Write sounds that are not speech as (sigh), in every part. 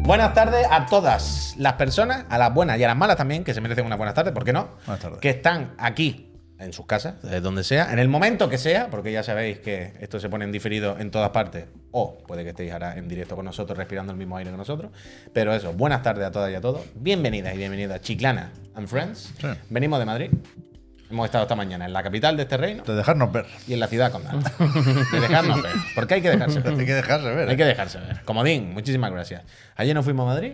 Buenas tardes a todas las personas, a las buenas y a las malas también, que se merecen unas buenas tardes, ¿por qué no? Buenas tardes. Que están aquí, en sus casas, eh, donde sea, en el momento que sea, porque ya sabéis que esto se pone en diferido en todas partes, o puede que estéis ahora en directo con nosotros, respirando el mismo aire que nosotros. Pero eso, buenas tardes a todas y a todos. Bienvenidas y bienvenidas, Chiclana and Friends. Sí. Venimos de Madrid. Hemos estado esta mañana en la capital de este reino De dejarnos ver. y en la ciudad condal. De dejarnos ver. Porque hay que dejarse ver. Hay que dejarse ver. Hay ¿eh? que dejarse ver. Comodín, muchísimas gracias. Ayer nos fuimos a Madrid.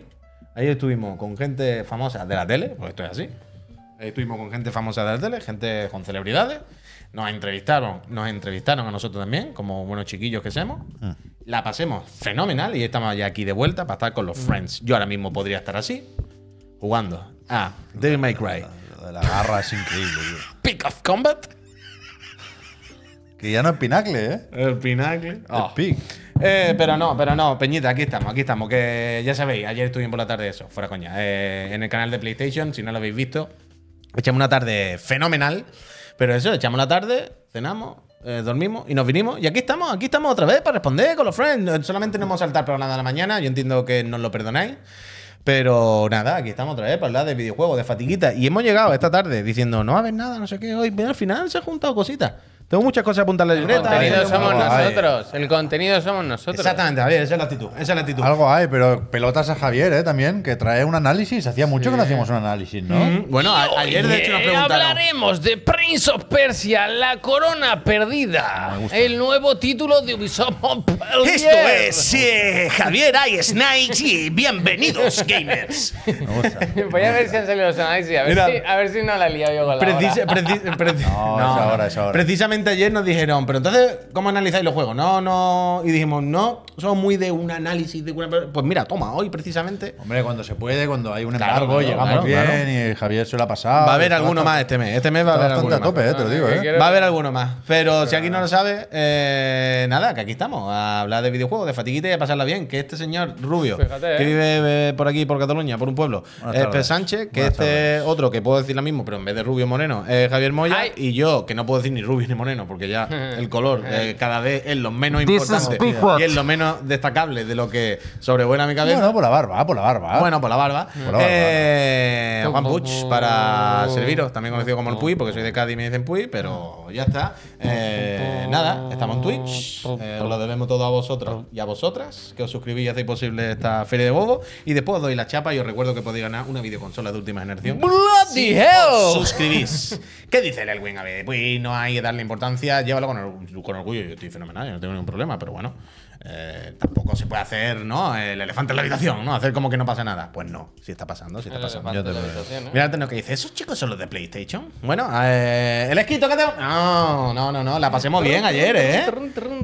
Ayer estuvimos con gente famosa de la tele, pues esto es así. Ayer estuvimos con gente famosa de la tele, gente con celebridades. Nos entrevistaron, nos entrevistaron a nosotros también, como buenos chiquillos que somos. La pasemos fenomenal y estamos ya aquí de vuelta para estar con los friends. Yo ahora mismo podría estar así, jugando a Devil May Cry, Lo de la garra es increíble, tío. Peak of Combat, Que ya no es pinacle, ¿eh? el pinacle. Es pic. Eh, pero no, pero no, Peñita, aquí estamos, aquí estamos. Que ya sabéis, ayer estuvimos por la tarde eso, fuera coña. eh, en el canal de PlayStation, si no lo habéis visto, echamos una tarde fenomenal. Pero eso, echamos la tarde, cenamos, eh, dormimos y nos vinimos. Y aquí estamos, aquí estamos otra vez para responder con los friends. No- Solamente no hemos saltado para nada de la mañana, yo entiendo que nos lo perdonáis. Pero nada, aquí estamos otra vez para hablar de videojuegos, de fatiguita. Y hemos llegado esta tarde diciendo, no va a haber nada, no sé qué. Hoy, mira, al final se han juntado cositas. Tengo muchas cosas apuntadas en la El libreta. contenido Hay- somos Ay. nosotros. El contenido somos nosotros. Exactamente, Javier, esa es la actitud. Esa es la actitud. Algo hay, pero pelotas a Javier, ¿eh? También, que trae un análisis. Hacía mucho que no hacíamos un análisis, ¿no? Mm, Bueno, a- ayer de hecho nos Eh, preguntaron. Hablaremos de Prince of Persia, la corona perdida. El nuevo título de Ubisoft Montpellier. Esto es eh, Javier I. Snipes y bienvenidos, (laughs) gamers. Me gusta. (laughs) Voy a ver si han salido los análisis. A ver, Mira. si, a ver si no la he liado yo con la Precisa- hora. preci- preci- No, es ahora, es ahora. Precisamente ayer nos dijeron, pero entonces, ¿cómo analizáis los juegos? No, no. Y dijimos, no, somos muy de un análisis. De una- Pues mira, toma, hoy precisamente. Hombre, cuando se puede, cuando hay un Claro, embargo, claro, llegamos claro, bien claro. y Javier se lo ha pasado. Va a haber Está alguno más bastante- este mes. Este mes va a Está haber bastante alguno a tope, más. eh, te lo digo, que ¿eh? quiero- Va a haber alguno más. Pero si aquí no lo sabe, eh, nada, que aquí estamos. A hablar de videojuegos, de fatiguita y a pasarla bien. Que este señor rubio, Fíjate, que eh. vive eh, por aquí, por Cataluña, por un pueblo, Buenas es Pe tardes. Sánchez. Que Buenas este otro, que puedo decir lo mismo, pero en vez de rubio moreno, es Javier Moya. Ay. Y yo, que no puedo decir ni rubio ni moreno, porque (laughs) ya el color eh, cada vez es lo menos This is importante Big Rock. y es lo menos destacable de lo que sobrevuela mi cabeza. No, no, por la barba, por la barba. Bueno, por la barba. Por la barba. Eh, Juan Puig, para Oh. serviros, también conocido como el Puy, porque soy de Cádiz y me dicen Puy, pero ya está. Eh, nada, estamos en Twitch. eh, os lo debemos todo a vosotros y a vosotras, que os suscribís y hacéis posible esta feria de bobo. Y después os doy la chapa y os recuerdo que podéis ganar una videoconsola de última generación. Bloody hell. Suscribís. ¿Qué dice el Elwin? A ver, pues no hay que darle importancia, llévalo con, or- con orgullo. Yo estoy fenomenal, yo no tengo ningún problema, pero bueno. eh, tampoco se puede hacer, ¿no? El elefante en la habitación, ¿no? Hacer como que no pasa nada. Pues no, si está pasando, si está pasando. Elefante yo te en la veo. habitación, ¿eh? Mira, tengo que dice, ¿esos chicos son los de PlayStation? Bueno, eh, el esquito que tengo. No, no, no, no, la pasemos bien ayer, ¿eh?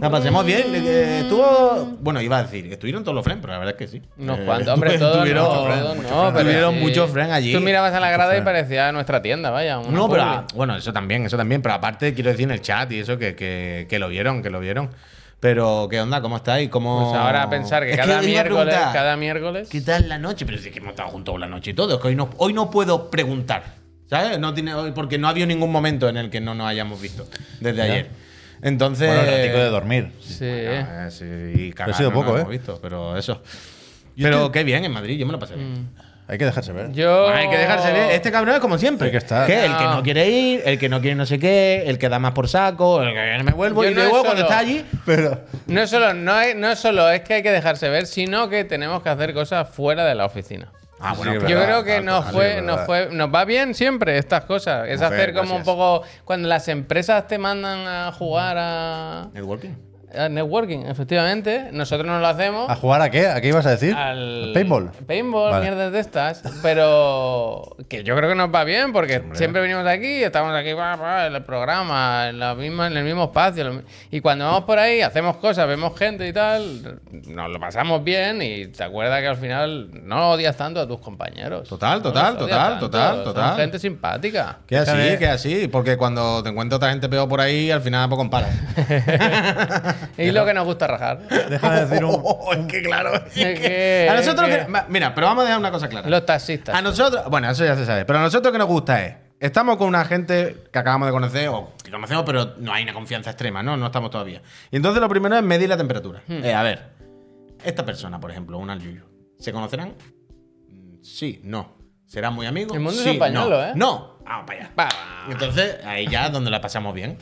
La pasemos bien. eh, Estuvo. Bueno, iba a decir, estuvieron todos los friends, pero la verdad es que sí. Unos Eh, (laughs) cuantos, hombre, estuve- todos estuvieron- no, todos muchos no, friends. pero Estuvieron sí. muchos friends allí. Tú mirabas a la grada y friends. parecía nuestra tienda, vaya. una No, pero publi. bueno, eso también, eso también. Pero aparte quiero decir en el chat y eso que, que, que lo vieron, que lo vieron. Pero, ¿qué onda? ¿Cómo estáis? ¿Cómo... Pues ahora a pensar que Es cada os iba a miércoles, preguntar, cada miércoles. ¿Qué tal la noche? Pero sí que hemos estado juntos la noche y todo. Es que hoy no, hoy no puedo preguntar. ¿Sabes? No tiene, hoy- porque no ha habido ningún momento en el que no nos hayamos visto desde ayer. Entonces. Bueno, el ratico de dormir. Sí. Ah, sí, y cagar, Ha sido no nos poco, ¿eh? hemos visto, pero eso. Pero qué bien en Madrid, yo me lo pasé bien. Hay que dejarse ver. Yo. Hay que dejarse ver. Este cabrón es como siempre. Hay que estar. ¿Qué? El que No. no quiere ir, el que no quiere no sé qué, el que da más por saco, el que me vuelvo Yo y no luego solo- cuando está allí. Pero. No solo, no, es, no solo es que hay que dejarse ver, sino que tenemos que hacer cosas fuera de la oficina. Ah, bueno, Sí, claro. Yo verdad, creo que tanto, nos sí, fue, verdad. nos fue, nos va bien siempre estas cosas. Es Mujer, hacer como gracias. un poco cuando las empresas te mandan a jugar a, Networking. a networking, efectivamente. Nosotros no lo hacemos ¿A jugar a qué? ¿A qué ibas a decir? al Paintball. paintball, Vale. mierdas de estas, pero que yo creo que nos va bien porque siempre venimos de aquí, estamos aquí bah, bah, en el programa, en, la misma, en el mismo espacio. lo mi- Y cuando vamos por ahí, hacemos cosas, vemos gente y tal, nos lo pasamos bien y te acuerdas que al final no odias tanto a tus compañeros. Total, No total, los odias total, tanto, total, son total. gente simpática. Que así, Déjame- que así. Porque cuando te encuentras otra gente peor por ahí, al final pues, poco comparas. Y lo que nos gusta rajar. Déjame (laughs) decir un. Oh, es que claro. es Es que- que- a nosotros es que- que- Mira, pero vamos a dejar una cosa clara. Los taxistas. Ah, A nosotros, bueno, eso ya se sabe, pero a nosotros que nos gusta es, estamos con una gente que acabamos de conocer, o que conocemos, pero no hay una confianza extrema, ¿no? No estamos Hmm. todavía. Y entonces lo primero es medir la temperatura. Eh, a ver, esta persona, por ejemplo, una al yuyu. ¿Se conocerán? Mm, Sí, no. ¿Serán muy amigos? El mundo es sí, un pañuelo, no. ¿eh? No, vamos para allá. Pa. Entonces, ahí ya es donde la pasamos (laughs) bien.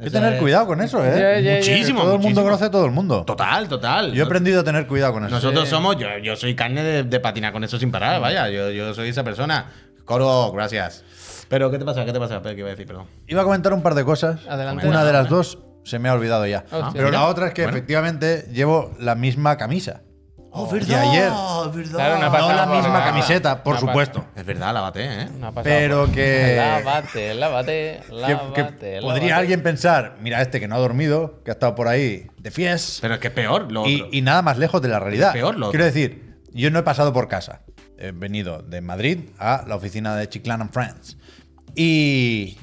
Hay que tener cuidado con eso, ¿eh? Ya, ya, ya. Muchísimo, Todo el mundo muchísimo. conoce a todo el mundo. Total, total. Yo he aprendido a tener cuidado con eso. Nosotros somos, yo, yo soy carne de, de patinar con eso sin parar, vaya, yo, yo soy esa persona. Coro, gracias. Pero, ¿qué te pasa? ¿Qué te pasa? Espera, ¿Qué iba a decir? Perdón. Iba a comentar un par de cosas. Adelante. Ah, Una de las dos se me ha olvidado ya. Hostia. Pero Mira. la otra es que efectivamente llevo la misma camisa. Oh, Y ayer. Claro, una pasada No la por- misma ah, camiseta, por una supuesto. Es verdad, la bate, ¿eh? Una pasada Pero Mm. por- que- (laughs) Lávate, lávate, lávate. Que- que lávate. podría alguien pensar, mira este que no ha dormido, que ha estado por ahí de fies. Pero es que es peor lo Y, otro. y nada más lejos de la realidad. peor lo otro. Quiero decir, yo no he pasado por casa. He venido de Madrid a la oficina de Chiclan and Friends. Y,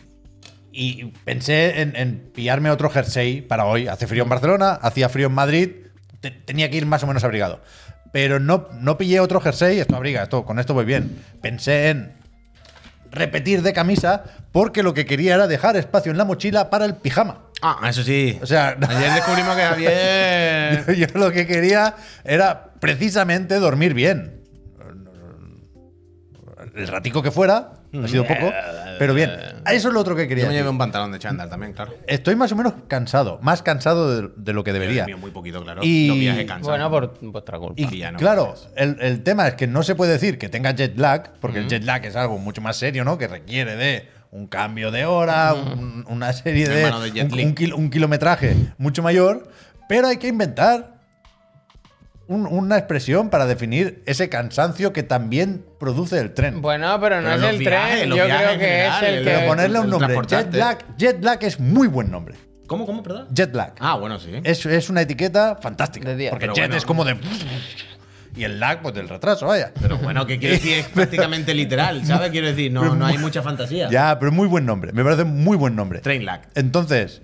y pensé en, en pillarme otro jersey para hoy. Hace frío en Barcelona, hacía frío en Madrid, te- tenía que ir más o menos abrigado. Pero no, no pillé otro jersey, esto abriga, esto, con esto voy bien. Pensé en repetir de camisa porque lo que quería era dejar espacio en la mochila para el pijama. Ah, eso sí. O sea, (laughs) Ayer descubrimos que Javier. yo, (laughs) yo lo que quería era precisamente dormir bien. El ratico que fuera, ha sido poco, pero bien. Eso es lo otro que Yo quería. me llevé decir. un pantalón de chándal también, claro. Estoy más o menos cansado, más cansado de, de lo que debería. Dios mío, Muy poquito, claro. Y- Los viajes cansan. Bueno, por vuestra culpa. Y ya no claro, puedes. el, el tema es que no se puede decir que tenga jet lag, porque el jet lag es algo mucho más serio, ¿no? Que requiere de un cambio de hora, un- una serie de, Hermano de jet un, lag. un kil- un kilometraje mucho mayor, pero hay que inventar un- una expresión para definir ese cansancio que también produce el tren. Bueno, eh, pero no Pero es los el viajes, tren. los Yo viajes creo en que general, es el el- que. pero ponerle un el nombre. Jet transportante. lag, jet lag es muy buen nombre. ¿Cómo, cómo, perdón? Jet lag. Ah, bueno, sí. Es, es una etiqueta fantástica. De día. Porque Pero jet bueno. es como de. Y el lag, pues del retraso, vaya. Pero bueno, que quiero decir (laughs) es prácticamente literal, ¿sabes? Quiero decir, no, no hay mucha fantasía. Ya, pero muy buen nombre. Me parece muy buen nombre. Train lag. Entonces,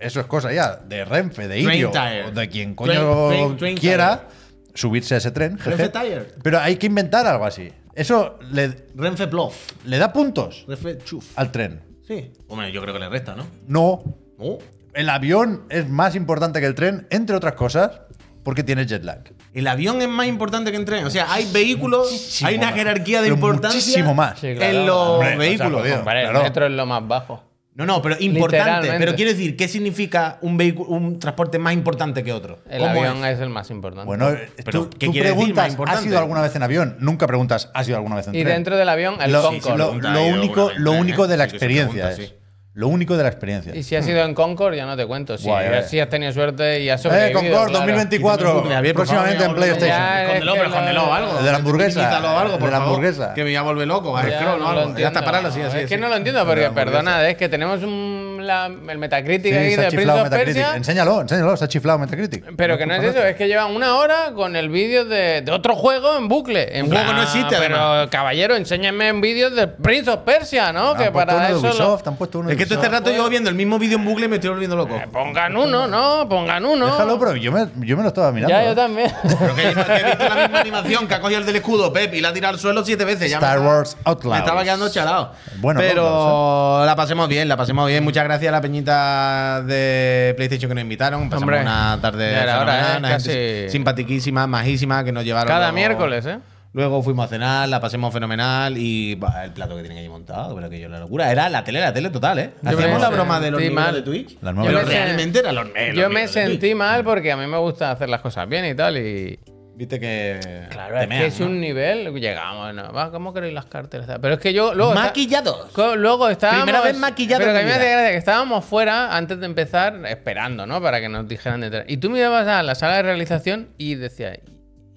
eso es cosa ya de Renfe, de Train Irio, tire. o de Train- quien coño train- train quiera subirse a ese tren. jeje. Renfe tire. Pero hay que inventar algo así. Eso le, Renfe bluff. le da puntos Renfe chuf. al tren. Sí. Hombre, yo creo que le resta, ¿no? No. Oh. El avión es más importante que el tren, entre otras cosas, porque tiene jet lag. El avión es más importante que el tren. O sea, hay vehículos, Muchísimo hay una más. jerarquía de Pero importancia muchísimo más. Sí, claro. en los Hombre, o sea, vehículos. jodido. Hombre, Claro. el metro es lo más bajo. no, no, pero importante. Literalmente. Pero quiero decir, ¿qué significa un vehículo, un transporte más importante que otro? El ¿Cómo avión es? es? el más importante. Bueno, Pero, tú, ¿qué tú quiere decir más preguntas, ¿has importante? ido alguna vez en avión? Nunca preguntas, ¿has ido alguna vez en y tren? dentro del avión, el lo, Concorde. lo- Pregunta lo ahí alguna único, vez, lo ¿eh? único de la Sí que se experiencia pregunta, es. sí. Lo único de la experiencia. Y si has ido en Concorde, ya no te cuento. Si, Guay, eh. si has tenido suerte y has eh, sobrevivido. Concord claro. 2024. Quítame el bucle, Javier, por favor, próximamente en mira, boludo. PlayStation. Ya, Escóndelo, es que pero escóndelo lo- algo. El de la hamburguesa. Minimízalo algo, por El de la favor, hamburguesa. Que me ya vuelve loco. Ya al scroll no o lo algo. Ya entiendo. está, paralo así, así. Es que así. no lo entiendo De porque, la hamburguesa. perdona, es que tenemos un, la- el Metacritic Sí, ahí se de ha Prince chiflado of Metacritic. Persia. Enséñalo, enséñalo, se ha chiflado Metacritic. Pero que no es culpa eso, nuestra. es que llevan una hora con el vídeo de, de otro juego en bucle. En Un plan, juego no existe, Pero además. caballero, enséñame en vídeos de Prince of Persia, ¿no? Han que puesto uno de para eso. Ah, pues lo- Ubisoft, han puesto uno de Es que todo este Ubisoft. rato llevo viendo el mismo vídeo en bucle y me estoy volviendo loco. Eh, Pongan uno, ¿no? Pongan uno. Déjalo, pero yo me, yo me lo estaba mirando. Ya, ¿eh? yo (laughs) también. Pero que, que he visto la misma animación que ha cogido el del escudo, Pep, y la ha tirado al suelo siete veces. ya me Star estaba- Wars Outlaws. Me estaba quedando charado. Bueno, pero Outlaws, la pasemos bien, la pasemos bien. Muchas gracias a la peñita de PlayStation que nos invitaron. Pasamos Hombre, una tarde ya era hora, fenomenal, ¿eh? una gente Casi- simpatiquísima, majísima, que nos llevaron. Cada luego- miércoles, ¿eh? Luego fuimos a cenar, la pasemos fenomenal y bah, el plato que tienen allí montado, pero que yo la locura. Era la tele, la tele total, ¿eh? Yo Hacíamos me la broma de los sentí niveles mal. de Twitch. La nueva pero tele. realmente era los eh, los Yo me niveles de sentí Twitch. mal porque a mí me gusta hacer las cosas bien y tal. Y. Viste que. Claro, es que temean, es ¿no? un nivel. Llegamos, ¿no? Va, ¿Cómo queréis las carteras? Pero es que yo. Luego, está- Maquillados. Co- Luego estábamos. Primera vez maquillado Pero en que a mí mi me vida. hace gracia que estábamos fuera antes de empezar, esperando, ¿no? Para que nos dijeran detrás. Y tú mirabas a la sala de realización y decías.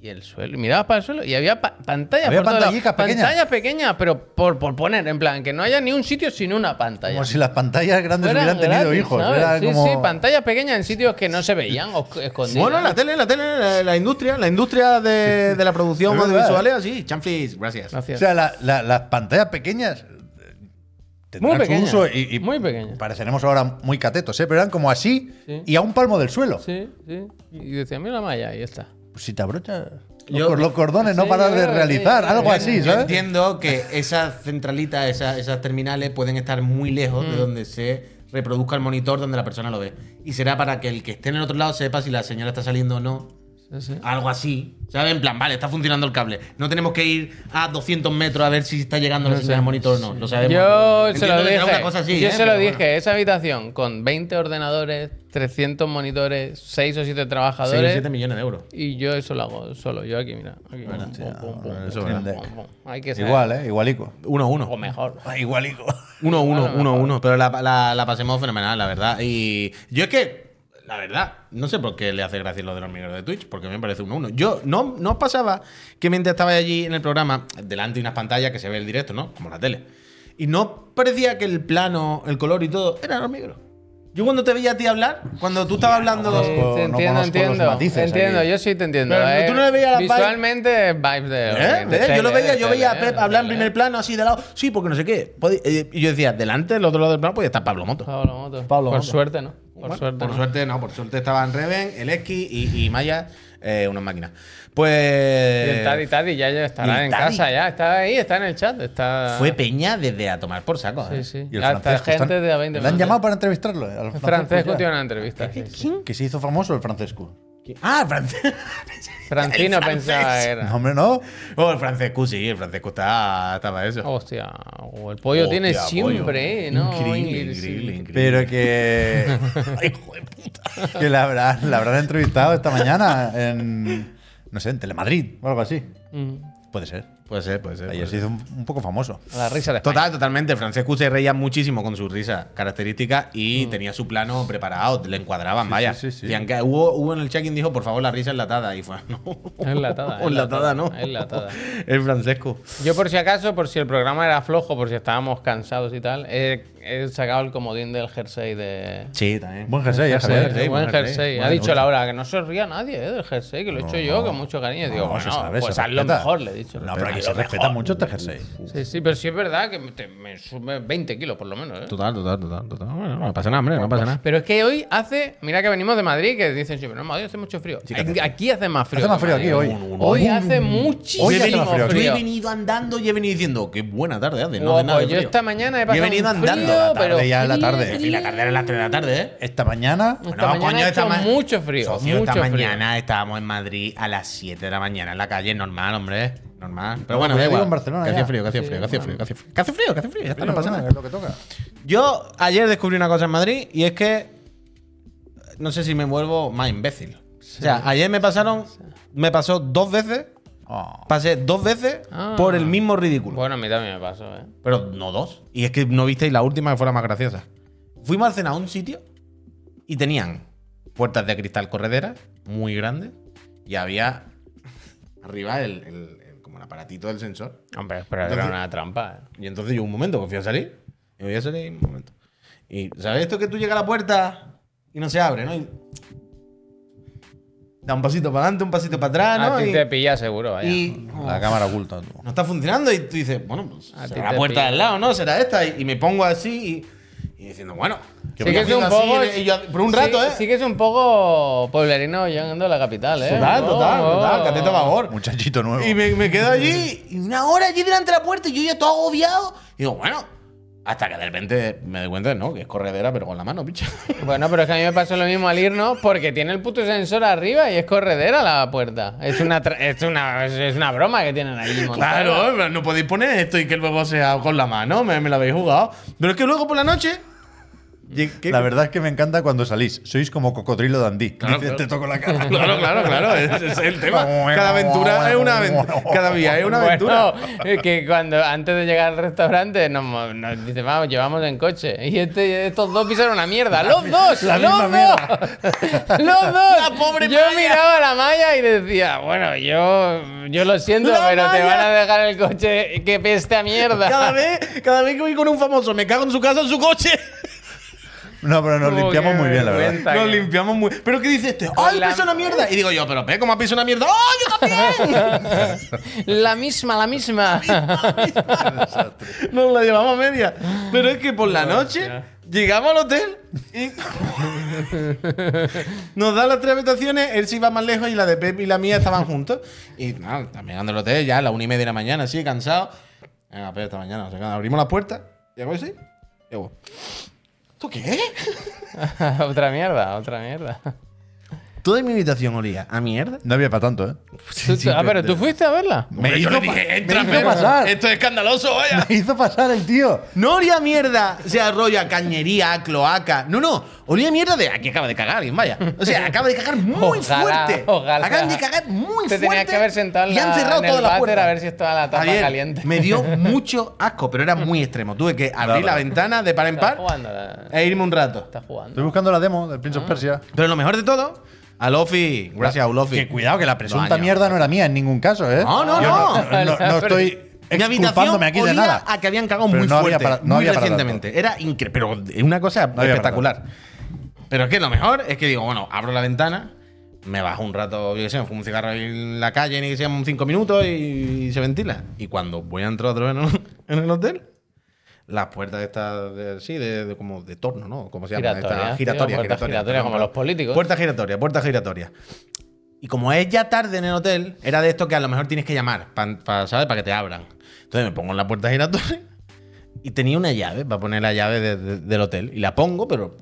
Y el suelo. Y mirabas para el suelo y había pa- pantallas Había por todos lados. pantallicas pequeñas. Pantallas pequeñas, pero por, por poner, en plan, que no haya ni un sitio sin una pantalla. Como si las pantallas grandes Fueran hubieran tenido gratis, hijos. ¿sabes? Era sí, como- sí, pantallas pequeñas en sitios que no se veían o esc- escondidas. Bueno, la tele, la tele, la, la industria, la industria de, de la (laughs) producción Es verdad, audiovisual es así. Chanflis, gracias. O Gracias. sea, la- la- las pantallas pequeñas. eh, tendrán Muy su pequeñas, uso y, y muy pequeñas. Pareceremos ahora muy catetos, ¿eh? pero eran como así Sí. y a un palmo del suelo. Sí, sí. Y decía, mira la malla, ahí está. Si te abrochas. Yo- los, los cordones, no Sí, paras yo de creo que realizar, sí. algo Yo- así, Yo ¿sabes? Eh, entiendo que esas centralitas, esas, esas terminales pueden estar muy lejos de donde se reproduzca el monitor donde la persona lo ve. Y será para que el que esté en el otro lado sepa si la señora está saliendo o no. sé. Algo así. ¿Sabes? En plan, vale, está funcionando el cable. No tenemos que ir a 200 metros a ver si está llegando la No señal sé. al monitor o no. Lo sabemos. Yo se Entiendo lo que será dije. una cosa así, yo ¿eh? se Pero lo bueno. dije. Esa habitación con 20 ordenadores, 300 monitores, 6 o 7 Seis o trabajadores. siete millones de euros. Y yo eso lo hago solo. Yo aquí, mira. Aquí, pum, pum, pum, eso pum, es pum, verdad. pum, pum. Hay que ser. Igual, ¿eh? Igualico. 1 1 O mejor. Igualico. 1 1 1 1 Pero la, la, la pasemos fenomenal, la verdad. Y yo es que, la verdad, no sé por qué le hace gracia lo de los micros de Twitch, porque me parece 1 1 Yo, no, no os pasaba que mientras estaba allí en el programa, delante de unas pantallas que se ve el directo, ¿no? Como la tele. Y no parecía que el plano, el color y todo, eran los micros. Yo cuando te veía a ti hablar, cuando tú estabas hablando. Sí, conozco- no te entiendo, conozco los entiendo. matices entiendo, aquí. yo sí te entiendo. Pero no- eh. tú no le veías la vibe- Visualmente, vibes de. ¿Eh? de ¿Eh? tele, Yo lo veía, de yo veía a tele, Pep de hablar en tele. primer plano, así de lado. Sí, porque no sé qué. Podí- eh, Y yo decía, delante, del otro lado del plano, podía estar Pablo Moto. Pablo Moto. Pablo por Moto. suerte, ¿no? Por Bueno, suerte. Por no. suerte, no, por suerte estaban Reven, Eleski y, y Maya, eh, unas máquinas. Pues. Y el Tadi Tadi ya, ya y estará el en Tadi. casa, ya. Está ahí, está en el chat. Está... Fue Peña desde a tomar por saco. ¿eh? Sí, sí. Y el Hasta Francesco, gente están- de a ¿Le 20 han minutos. llamado para entrevistarlo? eh, Al Francesco Francesco ya. tiene una entrevista. sí, sí. Que se hizo famoso el Francesco. Ah, francés. Francino El pensaba que francés. era. No, hombre, no. Oh, el francesco, sí, el francesco está, estaba eso. Hostia, o el pollo Hostia, Oh, tiene pollo. siempre, ¿eh? ¿no? Increíble, Ingrid, sí. increíble, increíble. Pero que. Hijo de puta. que la habrán, la habrán entrevistado esta mañana en. No sé, en Telemadrid o algo así. Mm. Puede ser. Puede ser, puede ser. Ayer puede ser. se hizo un, un poco famoso. A la risa de España. Total, totalmente. Francesco se reía muchísimo con su risa característica Mm. y tenía su plano preparado. Le encuadraban, vaya. sí, sí, sí. Decían que hubo, hubo en el check-in dijo, por favor, la risa enlatada. Y fue, (laughs) no. (laughs) Enlatada, enlatada, Ah, enlatada, no. enlatada. (laughs) El francesco. Yo por si acaso, por si el programa era flojo, por si estábamos cansados y tal, he, he sacado el comodín del jersey de... Sí, también. Buen pues jersey, ya Jersey, sabes. jersey, buen buen jersey. jersey. ha Bueno, dicho bueno. Laura que no se ría nadie eh, del jersey, que lo he hecho yo con mucho cariño. Digo, No, se bueno, sabe, pues se haz lo respeta. mejor, le he dicho. No, pero aquí se respeta mucho este jersey. Sí, sí, pero sí es verdad que me, te- me sube 20 kilos por lo menos. ¿eh? Total, total, total, total. Bueno, no pasa nada, hombre, no pasa nada. Pero es que hoy hace. Mira que venimos de Madrid, que dicen siempre, no, Madrid hace mucho frío. Aquí- aquí hace más frío. Hace más que frío en aquí Madrid. hoy. Hoy hace muchísimo Hoy hace más frío frío. aquí. Yo he venido andando y he venido diciendo, qué buena tarde hace. No Guau, hace nada de pues yo frío. esta mañana he Yo he pasado. venido un andando frío, a la pero tarde, ya en la frío, tarde. En frío. fin, la tarde era las 3 de la tarde, ¿eh? Esta mañana. Esta mañana ha hecho ma- mucho frío, Socio, esta mucho frío. mañana estábamos en Madrid a las 7 de la mañana en la calle, normal, hombre. Normal. Pero bueno, pues da yo igual. vivo en Barcelona que hacía ya. frío, que hacía frío, que hacía frío, que hacía frío. Que hace frío, que hace frío, ya está, no pasa nada. Es lo que toca. Yo ayer descubrí una cosa en Madrid y es que no sé si me vuelvo más imbécil. O sea, ayer me pasaron, me pasó dos veces, Oh. pasé dos veces Ah. por el mismo ridículo. Bueno, a mí también me pasó, ¿eh? Pero no dos. Y es que no visteis la última que fuera más graciosa. Fuimos a cenar a un sitio y tenían puertas de cristal correderas muy grandes y había arriba el, el- el- como el aparatito del sensor. Hombre, pero era Entonces- una trampa, ¿eh? Y entonces yo un momento, confío en salir. Y voy a salir un momento. Y ¿sabes esto que tú llegas a la puerta y no se abre, ¿no? Y- da un pasito para adelante, un pasito para atrás, ¿no? a ti Y- Ah, te pilla seguro, vaya. y La cámara oculta. tú. no está funcionando y tú dices, bueno, pues A ti será la te puerta pillo. del lado, ¿no? Será esta. Y, y me pongo así y, y diciendo, bueno, Sí voy que es haciendo un así, poco. y yo- por un rato, sí, ¿eh? Sí que es un poco pueblerino llegando a la capital, ¿eh? total, Oh, total, oh. total, cateta favor. Muchachito nuevo. Y me, me quedo allí y una hora allí delante de la puerta y yo ya todo agobiado. Y digo, bueno, hasta que de repente me doy cuenta, no, que es corredera, pero con la mano, picha. Bueno, pero es que a mí me pasó lo mismo al irnos porque tiene el puto sensor arriba y es corredera la puerta. Es una, tra- es una, es una broma que tienen allí. montada. Claro, pero no podéis poner esto y que el huevo sea con la mano, me, me lo habéis jugado. Pero es que luego por la (laughs) noche. lleg- que- La verdad es que me encanta cuando salís. Sois como cocodrilo dandí. Claro, Dice, claro. Te toco la cara. (laughs) Claro, claro, claro. Ese es el tema. Cada aventura es una aventura. Cada día es una aventura. Bueno, es (laughs) que cuando antes de llegar al restaurante nos, mo- nos dice, vamos, llevamos en coche. Y este, estos dos pisaron una mierda. ¡Los dos! la ¡Los misma dos! (laughs) ¡Los dos! yo miraba la malla y decía, bueno, yo, yo lo siento, La pero te malla. van a dejar el coche. ¡Qué peste a mierda! (laughs) Cada vez, cada vez que voy con un famoso, me cago en su casa, en su coche. No, pero nos Como limpiamos que muy bien, la verdad. vergüenza. Nos limpiamos muy. Pero ¿qué dice este? ¡Ay, la- pisa una mierda! Y digo yo, pero ve cómo ha pisado una mierda. ¡Ay, yo (laughs) también! (laughs) La misma, la misma. (laughs) Nos la llevamos a media. Pero es que por la noche llegamos al hotel y. Nos da las tres habitaciones, él se iba más lejos y la de Pep y la mía estaban juntos. Y nada, también ando al hotel ya a las una y media de la mañana, así, cansado. Venga, Pep, esta mañana, o sea, cuando abrimos la puerta. Y hago así. Y hago, ¿Tú qué? Pues otra mierda, otra mierda. Toda mi habitación olía a mierda. No había para tanto, ¿eh? Tú- tú- ah, pero tú fuiste a verla. Me yo hizo, le pa- dije, me "Entra, hizo pero- pasar. Esto es escandaloso, vaya. Me hizo pasar el tío. No olía a mierda, o sea, rollo a cañería, a cloaca. No, no, olía a mierda de aquí acaba de cagar alguien, vaya. O sea, acaba de cagar muy Ojalá, fuerte. ojalá. Acaban de cagar muy Te fuerte. tenías que haber sentado en y han la- cerrado en el todas las váter puertas. a ver si estaba la tapa caliente. Me (laughs) dio mucho asco, pero era muy extremo. Tuve que abrir la ventana de par en Estás par jugando. la- e irme un rato. Estás jugando. Estoy buscando la demo del Ah. Prince of Persia. Pero lo mejor de todo, a Lofi, gracias a Lofi. Que cuidado, que la presunta Dos años. mierda no era mía en ningún caso, ¿eh? No, no, Yo no. No, no- (laughs) no estoy Mi habitación exculpándome aquí de olía nada. a que habían cagado Pero muy no había fuerte, para- muy no había para tanto. recientemente. Era increíble, pero una cosa No había para espectacular. Pero es que lo mejor es que digo, bueno, abro la ventana, me bajo un rato, yo qué sé, me fumo un cigarro en la calle, ni que sean cinco minutos y se ventila. Y cuando voy a entrar otra vez en, en el (laughs) hotel, las puertas estas, de, sí, de, de como de torno, ¿no? Como se llama? Giratorias, Estas tío, giratorias, puertas giratorias, como los políticos. Puertas giratorias, puertas giratorias. Y como es ya tarde en el hotel, era de esto que a lo mejor tienes que llamar, pa- pa- ¿sabes? Para que te abran. Entonces me pongo en la puerta giratoria y tenía una llave, para poner la llave de- de- del hotel. Y la pongo, pero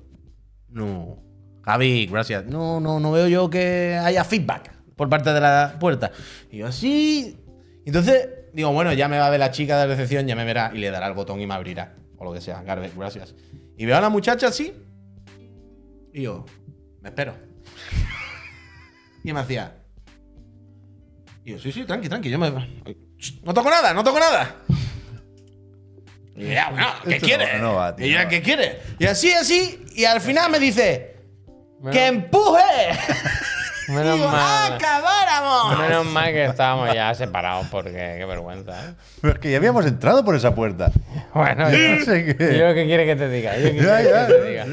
no. Javi, gracias. No, no, no veo yo que haya feedback por parte de la puerta. Y yo, sí. Entonces, digo, bueno, ya me va a ver la chica de la recepción, ya me verá y le dará el botón y me abrirá. O lo que sea, Garbe, gracias. Y veo a la muchacha así. Y yo, me espero. y me hacía. Y yo, sí, sí, tranqui, tranqui, yo me. No toco nada, no toco nada. Y ya, bueno, ¿qué Esto quieres? no- no va, tío, y ya, no va. ¿qué quieres? Y así, así, y al final me dice, Menos- ¡que empuje! (laughs) Menos Digo, "Ah, mal. ¡acabáramos! (laughs) Menos mal que estábamos ya separados porque qué vergüenza. ¿eh? Pero es que ya habíamos entrado por esa puerta. Bueno, Yo yo, no sé qué. yo qué quiere que te diga. Yo qué Ya, quiere ya. que te diga.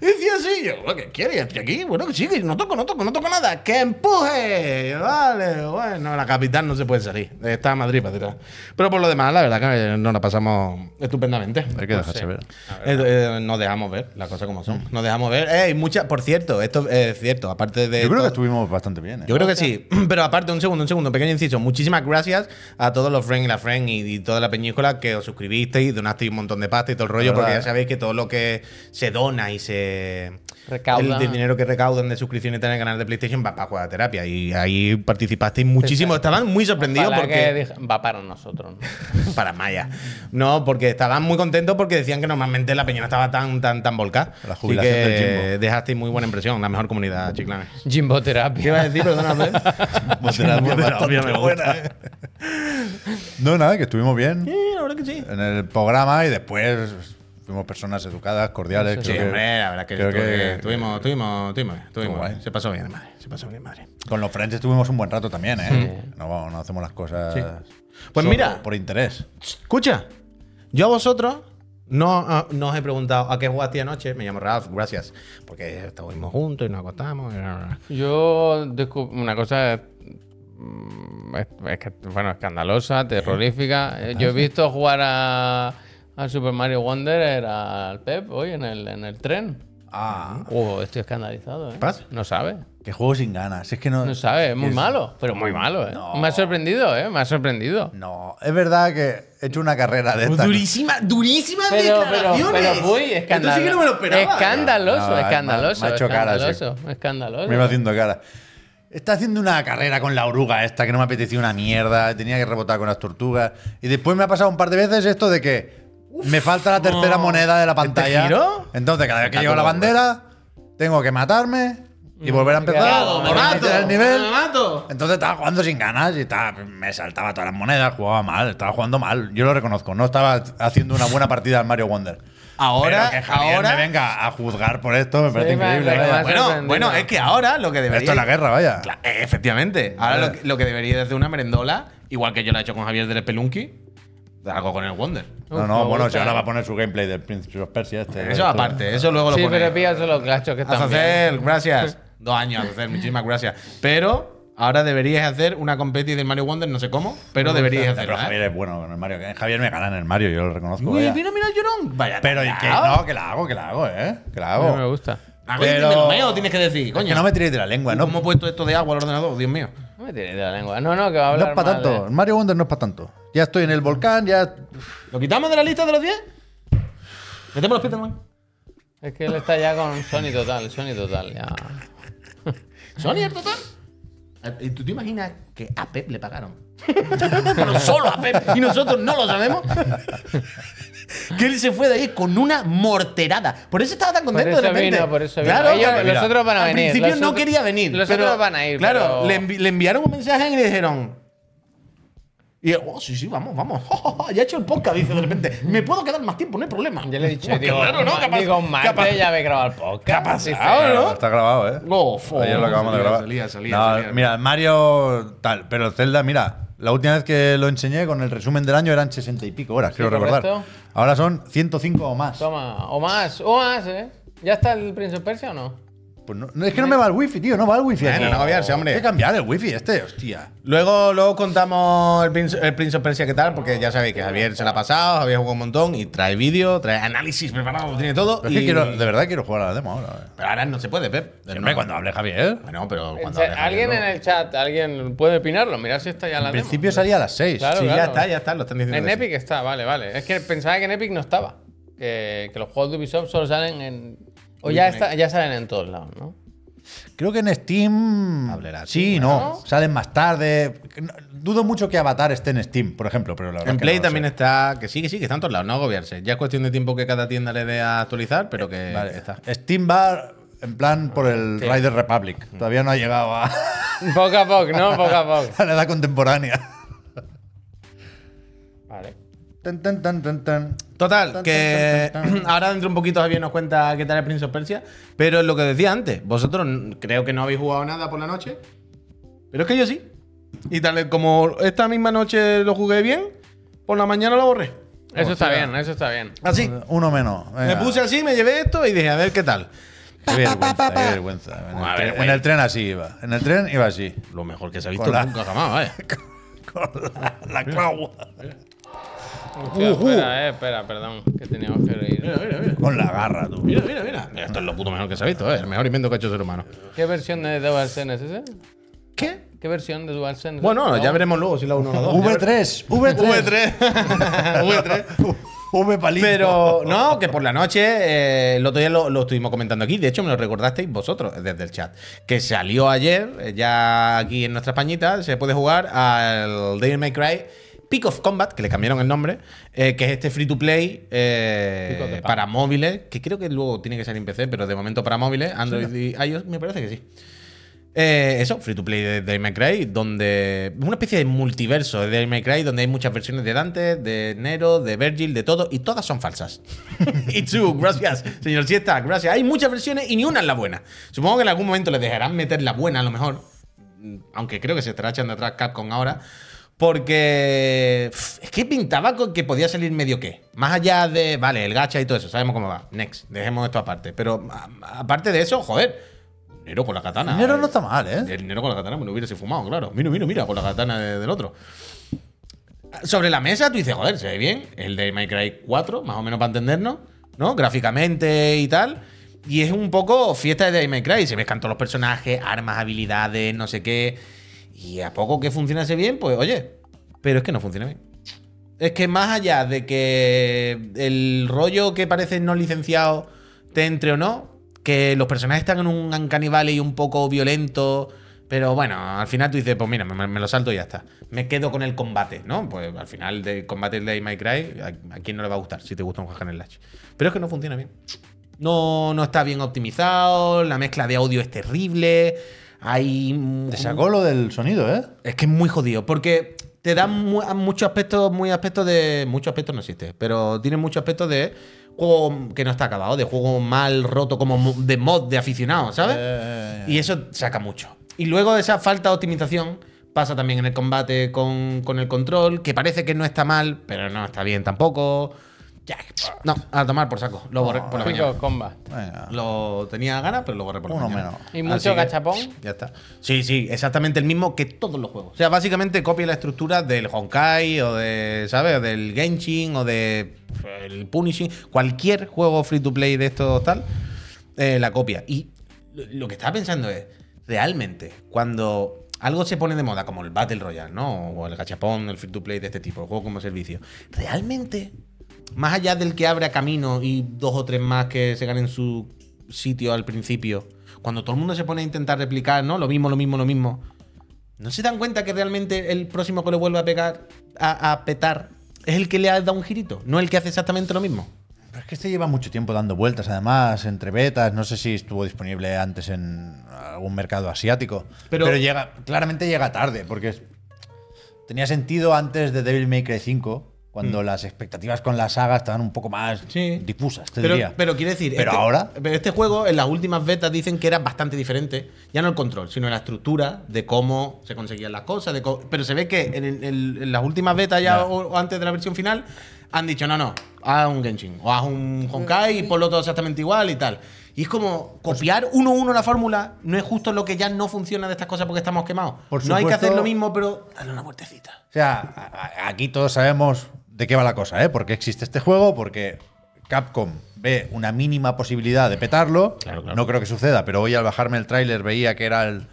Y decía así, yo, bueno, ¿qué quieres? Estoy aquí, bueno, que sí, que no toco, no toco, no toco nada, ¡que empuje! Vale, bueno, la capital no se puede salir, está en Madrid para tirar. Pero por lo demás, la verdad que eh, nos la pasamos estupendamente. Pues Hay que dejarse ver. Eh, eh, nos dejamos ver, las cosas como son. Nos dejamos ver. Eh, y muchas, por cierto, esto es cierto, aparte de. Yo creo que todo- estuvimos bastante bien. ¿eh? Yo creo que sí, (clears throat) pero aparte, un segundo, un segundo, pequeño inciso. Muchísimas gracias a todos los friends y las friends y, y toda la peñíscola que os suscribisteis, donasteis un montón de pasta y todo el rollo, verdad, porque eh. ya sabéis que todo lo que se dona y se. Recauda. El, el dinero que recaudan de suscripciones en el canal de PlayStation va para jugar a terapia y ahí participasteis muchísimo. Estaban muy sorprendidos Ojalá porque. que dij- va para nosotros. ¿no? (laughs) para Maya. No, porque estaban muy contentos porque decían que normalmente la peñona estaba tan, tan, tan volcada. La Así jubilación del que Jimbo. dejasteis muy buena impresión, la mejor comunidad, (laughs) chiclanes. Jimbo ¿Qué iba a decir? Perdóname. Moterapia bastante buena, ¿eh? No, nada, que estuvimos bien Sí, la verdad que sí. en el programa y después fuimos personas educadas, cordiales. Sí, creo que- hombre, la verdad que, creo estuvo- que- eh, estuvimos, estuvimos, estuvimos, estuvimos guay. bien. Se pasó bien, madre. Se pasó bien, madre. Con los friends estuvimos un buen rato también, ¿eh? No, vamos, no hacemos las cosas. Pues solo mira. Por interés. Escucha, yo a vosotros no, ah, no os he preguntado a qué jugaste anoche. Me llamo Ralph, gracias. Porque estuvimos juntos y nos acostamos. y bla, bla, bla. Yo descubrí una cosa mm, es, es que, bueno, escandalosa, terrorífica. Eh, Yo he visto jugar a, a Super Mario Wonder al Pep hoy en el, en el tren. Ah. Oh, estoy escandalizado, ¿eh? pasa? No sabe. Que juego sin ganas. Si es que no. No sabe, es muy malo, pero muy malo, ¿eh? Me ha sorprendido, ¿eh? Me ha sorprendido. No, es verdad que he hecho una carrera de esta. Durísima, durísimas Pero, pero, declaraciones. pero muy Esto escandaloso. sí que no me lo esperaba. ¿eh? Escandaloso, No, me ha- escandaloso. me ha hecho cara, sí. escandaloso, escandaloso. Me iba haciendo cara. Está haciendo una carrera con la oruga esta que no me apetecía una mierda. Tenía que rebotar con las tortugas. Y después me ha pasado un par de veces esto de que me falta la tercera moneda de la pantalla. giro? Entonces, cada vez que Está llego a la todo Mm, bandera, tengo que matarme y volver a empezar. ¿qué hago? ¿Me volver a mato? meter el nivel. ¿Me mato? Entonces estaba jugando sin ganas y estaba, me saltaba todas las monedas, jugaba mal, estaba jugando mal. Yo lo reconozco, no estaba haciendo una buena partida al Mario Wonder. Ahora- Pero que Javier ahora- me venga a juzgar por esto, me parece me- me- increíble. me- vaya. me- Bueno, sorprendido. bueno, es que ahora lo que debería. Esto es la guerra, vaya. Cla- eh, efectivamente. Ahora lo Vale. que, lo que debería de hacer una merendola, igual que yo la he hecho con Javier del Spelunky, algo con el Wonder. No, Uf, no, me bueno, si gusta. ahora va a poner su gameplay del Prince of Persia. Este, Eso esto- aparte, eso luego lo Sí, pero ponéis. píllase los gachos que están bien. Azazel, (laughs) gracias. Dos años, Azazel, muchísimas gracias. Pero ahora deberíais hacer una competi del Mario Wonder, no sé cómo, pero deberíais Pero hacerla. Javier ¿eh? es bueno con el Mario. que Javier me gana en el Mario, yo lo reconozco. Uy, vaya. mira, mira el llorón. Vaya, Pero y que no, que la hago, que la hago, ¿eh? Que la hago. No me gusta. A ver, Pero- dímelo, meo, tienes que decir, coño. Que no me tiréis de la lengua, ¿no? ¿Cómo he puesto esto de agua al ordenador? Dios mío. No me tires de la lengua. No, no, que va a No hablar es para mal ¿eh? tanto. de- El Mario Wonder no es para tanto. Ya estoy en el volcán, ya. ¿Lo quitamos de la lista de los 10? Metemos los pies, hermano. Es que él está ya con Sony total, Sony total, ya. Sony al total. ¿Y Ah, eh, tú te imaginas que a Pep le pagaron? (laughs) Pero solo a Pep. Y nosotros no lo sabemos. (laughs) que él se fue de ahí con una morterada. Por eso estaba tan contento eso de repente. vino, por eso vino. Claro, Ellos- pero los otros van a al venir, principio los no otros- quería venir. los pero- otros van a ir, Claro, pero- le, envi- le enviaron un mensaje y le dijeron. Y él, oh, sí, sí, vamos, vamos. (laughs) ya he hecho el podcast, dice de repente. Me puedo quedar más tiempo, no hay problema. Yo le he dicho, Claro, digo, claro, ¿no? ma- Capaz- digo, Marte capaz- ya habéis grabado el podcast. ¿Qué ha pasado, Dice, no? Está grabado, ¿eh? Oh, fo- Ayer lo acabamos de salía, grabar. salía, salía, No, salía. Mira, Mario tal, pero Zelda, mira, la última vez que lo enseñé con el resumen del año eran 60 y pico horas, quiero recordar. correcto. Ahora son 105 o más. Toma, o más, o más, ¿eh? ¿Ya está el Prince of Persia o no? Pues no- no, es que no me va el wifi, tío, no va el wifi. Bueno, aquí. no va a verse, hombre. Hay que cambiar el wifi este, hostia. Luego, luego contamos el Prince, el Prince of Persia qué tal, porque ya sabéis que Javier se la ha pasado, Javier jugó un montón y trae vídeo, trae análisis preparado, tiene todo. Pero es y, que quiero- de verdad quiero jugar a la demo ahora. eh. pero ahora no se puede, Pep. Hombre, cuando hable Javier. Bueno, pero El cuando chat- hable Javier, Eh, alguien en luego. el chat, alguien puede opinarlo, mirar si está ya la En demo. principio salía a las 6. Claro. Sí, ya está, ya está, lo están diciendo. En que sí. Epic está, vale, vale. Es que pensaba que en Epic no estaba. Que, que los juegos de Ubisoft solo salen en. O ya, Ubisoft. está, ya salen en todos lados, ¿no? Creo que en Steam. Hablará, sí, sí, no. Salen más tarde. No- Dudo mucho que Avatar esté en Steam, por ejemplo. Pero la verdad En es que Play no lo también sé. está, que sí, que sí, que está en todos lados, no agobiarse. Ya es cuestión de tiempo que cada tienda le dé a actualizar, pero que Vale, está. Steam va en plan por el Rider Republic. Todavía no ha llegado a, (laughs) Poco a poco, ¿no? Poco a poco. a la edad contemporánea. Vale. Tan, tan, tan, tan, tan. Total, Tan, que tan, tan, (clears throat) tan. ahora dentro de un poquito Javier nos cuenta qué tal el Prince of Persia, pero es lo que decía antes, vosotros n- creo que no habéis jugado nada por la noche, pero es que yo sí. Y tal como esta misma noche lo jugué bien, por la mañana lo borré. Eso está bien, eso está bien. Así. Uno menos. Me puse así, me llevé esto y dije, a ver qué tal. Qué vergüenza, qué vergüenza. A En el, ver, tren, güey. en el tren así iba. En el tren (laughs) iba así. Lo mejor que se ha visto Con la- nunca jamás, vaya. (laughs) Con la, la clava. Hostia, espera, eh, espera, perdón. Que teníamos que reír. Mira, mira, mira. Con la garra, tú. Mira, mira, mira. Esto es lo puto mejor que se ha visto, eh. El mejor invento que ha hecho el ser humano. ¿Qué versión de DualSense es ese? ¿Qué? ¿Qué versión de DualSense? Bueno, ya No. veremos luego si la 1 o la 2. V3, (laughs) V3. V3. (laughs) V3. (laughs) V palito. Pero no, que por la noche, eh, el otro día lo, lo estuvimos comentando aquí, de hecho me lo recordasteis vosotros desde el chat, que salió ayer, eh, ya aquí en nuestra españita, se puede jugar al Devil May Cry. Peak of Combat, que le cambiaron el nombre, eh, que es este free to play eh, Pico de paz. para móviles, que creo que luego tiene que salir en PC, pero de momento para móviles, Android y iOS, me parece que sí. Eh, eso, Free to Play de Devil May Cry, donde es una especie de multiverso de Devil May Cry, donde hay muchas versiones de Dante, de Nero, de Virgil, de todo, y todas son falsas. y tú, gracias, señor Siesta, gracias. Hay muchas versiones y ni una es la buena. Supongo que en algún momento les dejarán meter la buena, a lo mejor. Aunque creo que se estará echando atrás Capcom ahora. Porque pf, es que pintaba con que podía salir medio qué. Más allá de, vale, el gacha y todo eso, sabemos cómo va. Next, dejemos esto aparte. Pero a- aparte de eso, joder. Nero con la katana. Dinero no eh. está mal, ¿eh? El dinero con la katana me lo hubiese fumado, claro. Mira, mira, mira, con la katana de- del otro. Sobre la mesa, tú dices, joder, se ve bien. El de My Cry 4, más o menos para entendernos, ¿no? Gráficamente y tal. Y es un poco fiesta de My Cry. Se mezclan todos los personajes, armas, habilidades, no sé qué. Y a poco que funcionase bien, pues oye. Pero es que no funciona bien. Es que más allá de que el rollo que parece no licenciado te entre o no, que los personajes están en un canibal y un poco violento, pero bueno, al final tú dices, pues mira, me, me lo salto y ya está. Me quedo con el combate, ¿no? Pues al final del combate de My Cry, ¿a, a quién no le va a gustar si te gusta un hack and slash? Pero es que no funciona bien. No, no está bien optimizado, la mezcla de audio es terrible, hay... un- Te sacó lo del sonido, ¿eh? es que es muy jodido, porque te da mu- muchos aspectos, muy aspectos de. Muchos aspectos no existe, pero tiene muchos aspectos de juego que no está acabado, de juego mal roto, como mo- de mod de aficionado, ¿sabes? Eh. Y eso saca mucho. Y luego esa falta de optimización pasa también en el combate con, con el control, que parece que no está mal, pero no está bien tampoco. Ya, no, a tomar por saco. Lo Ah, borré por la mañana. Pico combat. Venga. Lo tenía ganas, pero lo borré por la Uno mañana. menos. Y Así mucho que- cachapón. ya está. Sí, sí, exactamente el mismo que todos los juegos. O sea, básicamente copia la estructura del Honkai o de, ¿sabes? O del Genshin o de pf, el Punishing. Cualquier juego free to play de estos tal, eh, la copia. Y lo- lo que estaba pensando es, realmente, cuando algo se pone de moda, como el Battle Royale, ¿no? O el gachapón, el free to play de este tipo, el juego como servicio, realmente, más allá del que abra camino y dos o tres más que se ganen su sitio al principio, cuando todo el mundo se pone a intentar replicar, ¿no? Lo mismo, lo mismo, lo mismo. ¿No se dan cuenta que realmente el próximo que le vuelve a pegar, a, a petar, es el que le ha dado un girito? No el que hace exactamente lo mismo. Pero es que este lleva mucho tiempo dando vueltas, además, entre betas. No sé si estuvo disponible antes en algún mercado asiático. Pero- Pero, llega, claramente llega tarde, porque es- tenía sentido antes de Devil May Cry 5, cuando las expectativas con la saga estaban un poco más Mm. Sí. difusas, te Pero, diría. pero quiere decir. Pero este- ahora. Pero este juego, en las últimas betas, dicen que era bastante diferente. Ya no el control, sino la estructura de cómo se conseguían las cosas. de co- pero se ve que en, en- en las últimas betas, ya Ya. O, o antes de la versión final, han dicho: no, no, haz un Genshin o haz un Honkai y ponlo todo exactamente igual y tal. Y es como copiar uno a uno la fórmula no es justo lo que ya no funciona de estas cosas porque estamos quemados. Por no hay que supuesto- hacer lo mismo, pero dale una vueltecita. O sea, a- a- aquí todos sabemos de qué va la cosa, ¿eh? Porque existe este juego, porque Capcom ve una mínima posibilidad de petarlo. No creo que suceda, pero hoy al bajarme el tráiler veía que era el.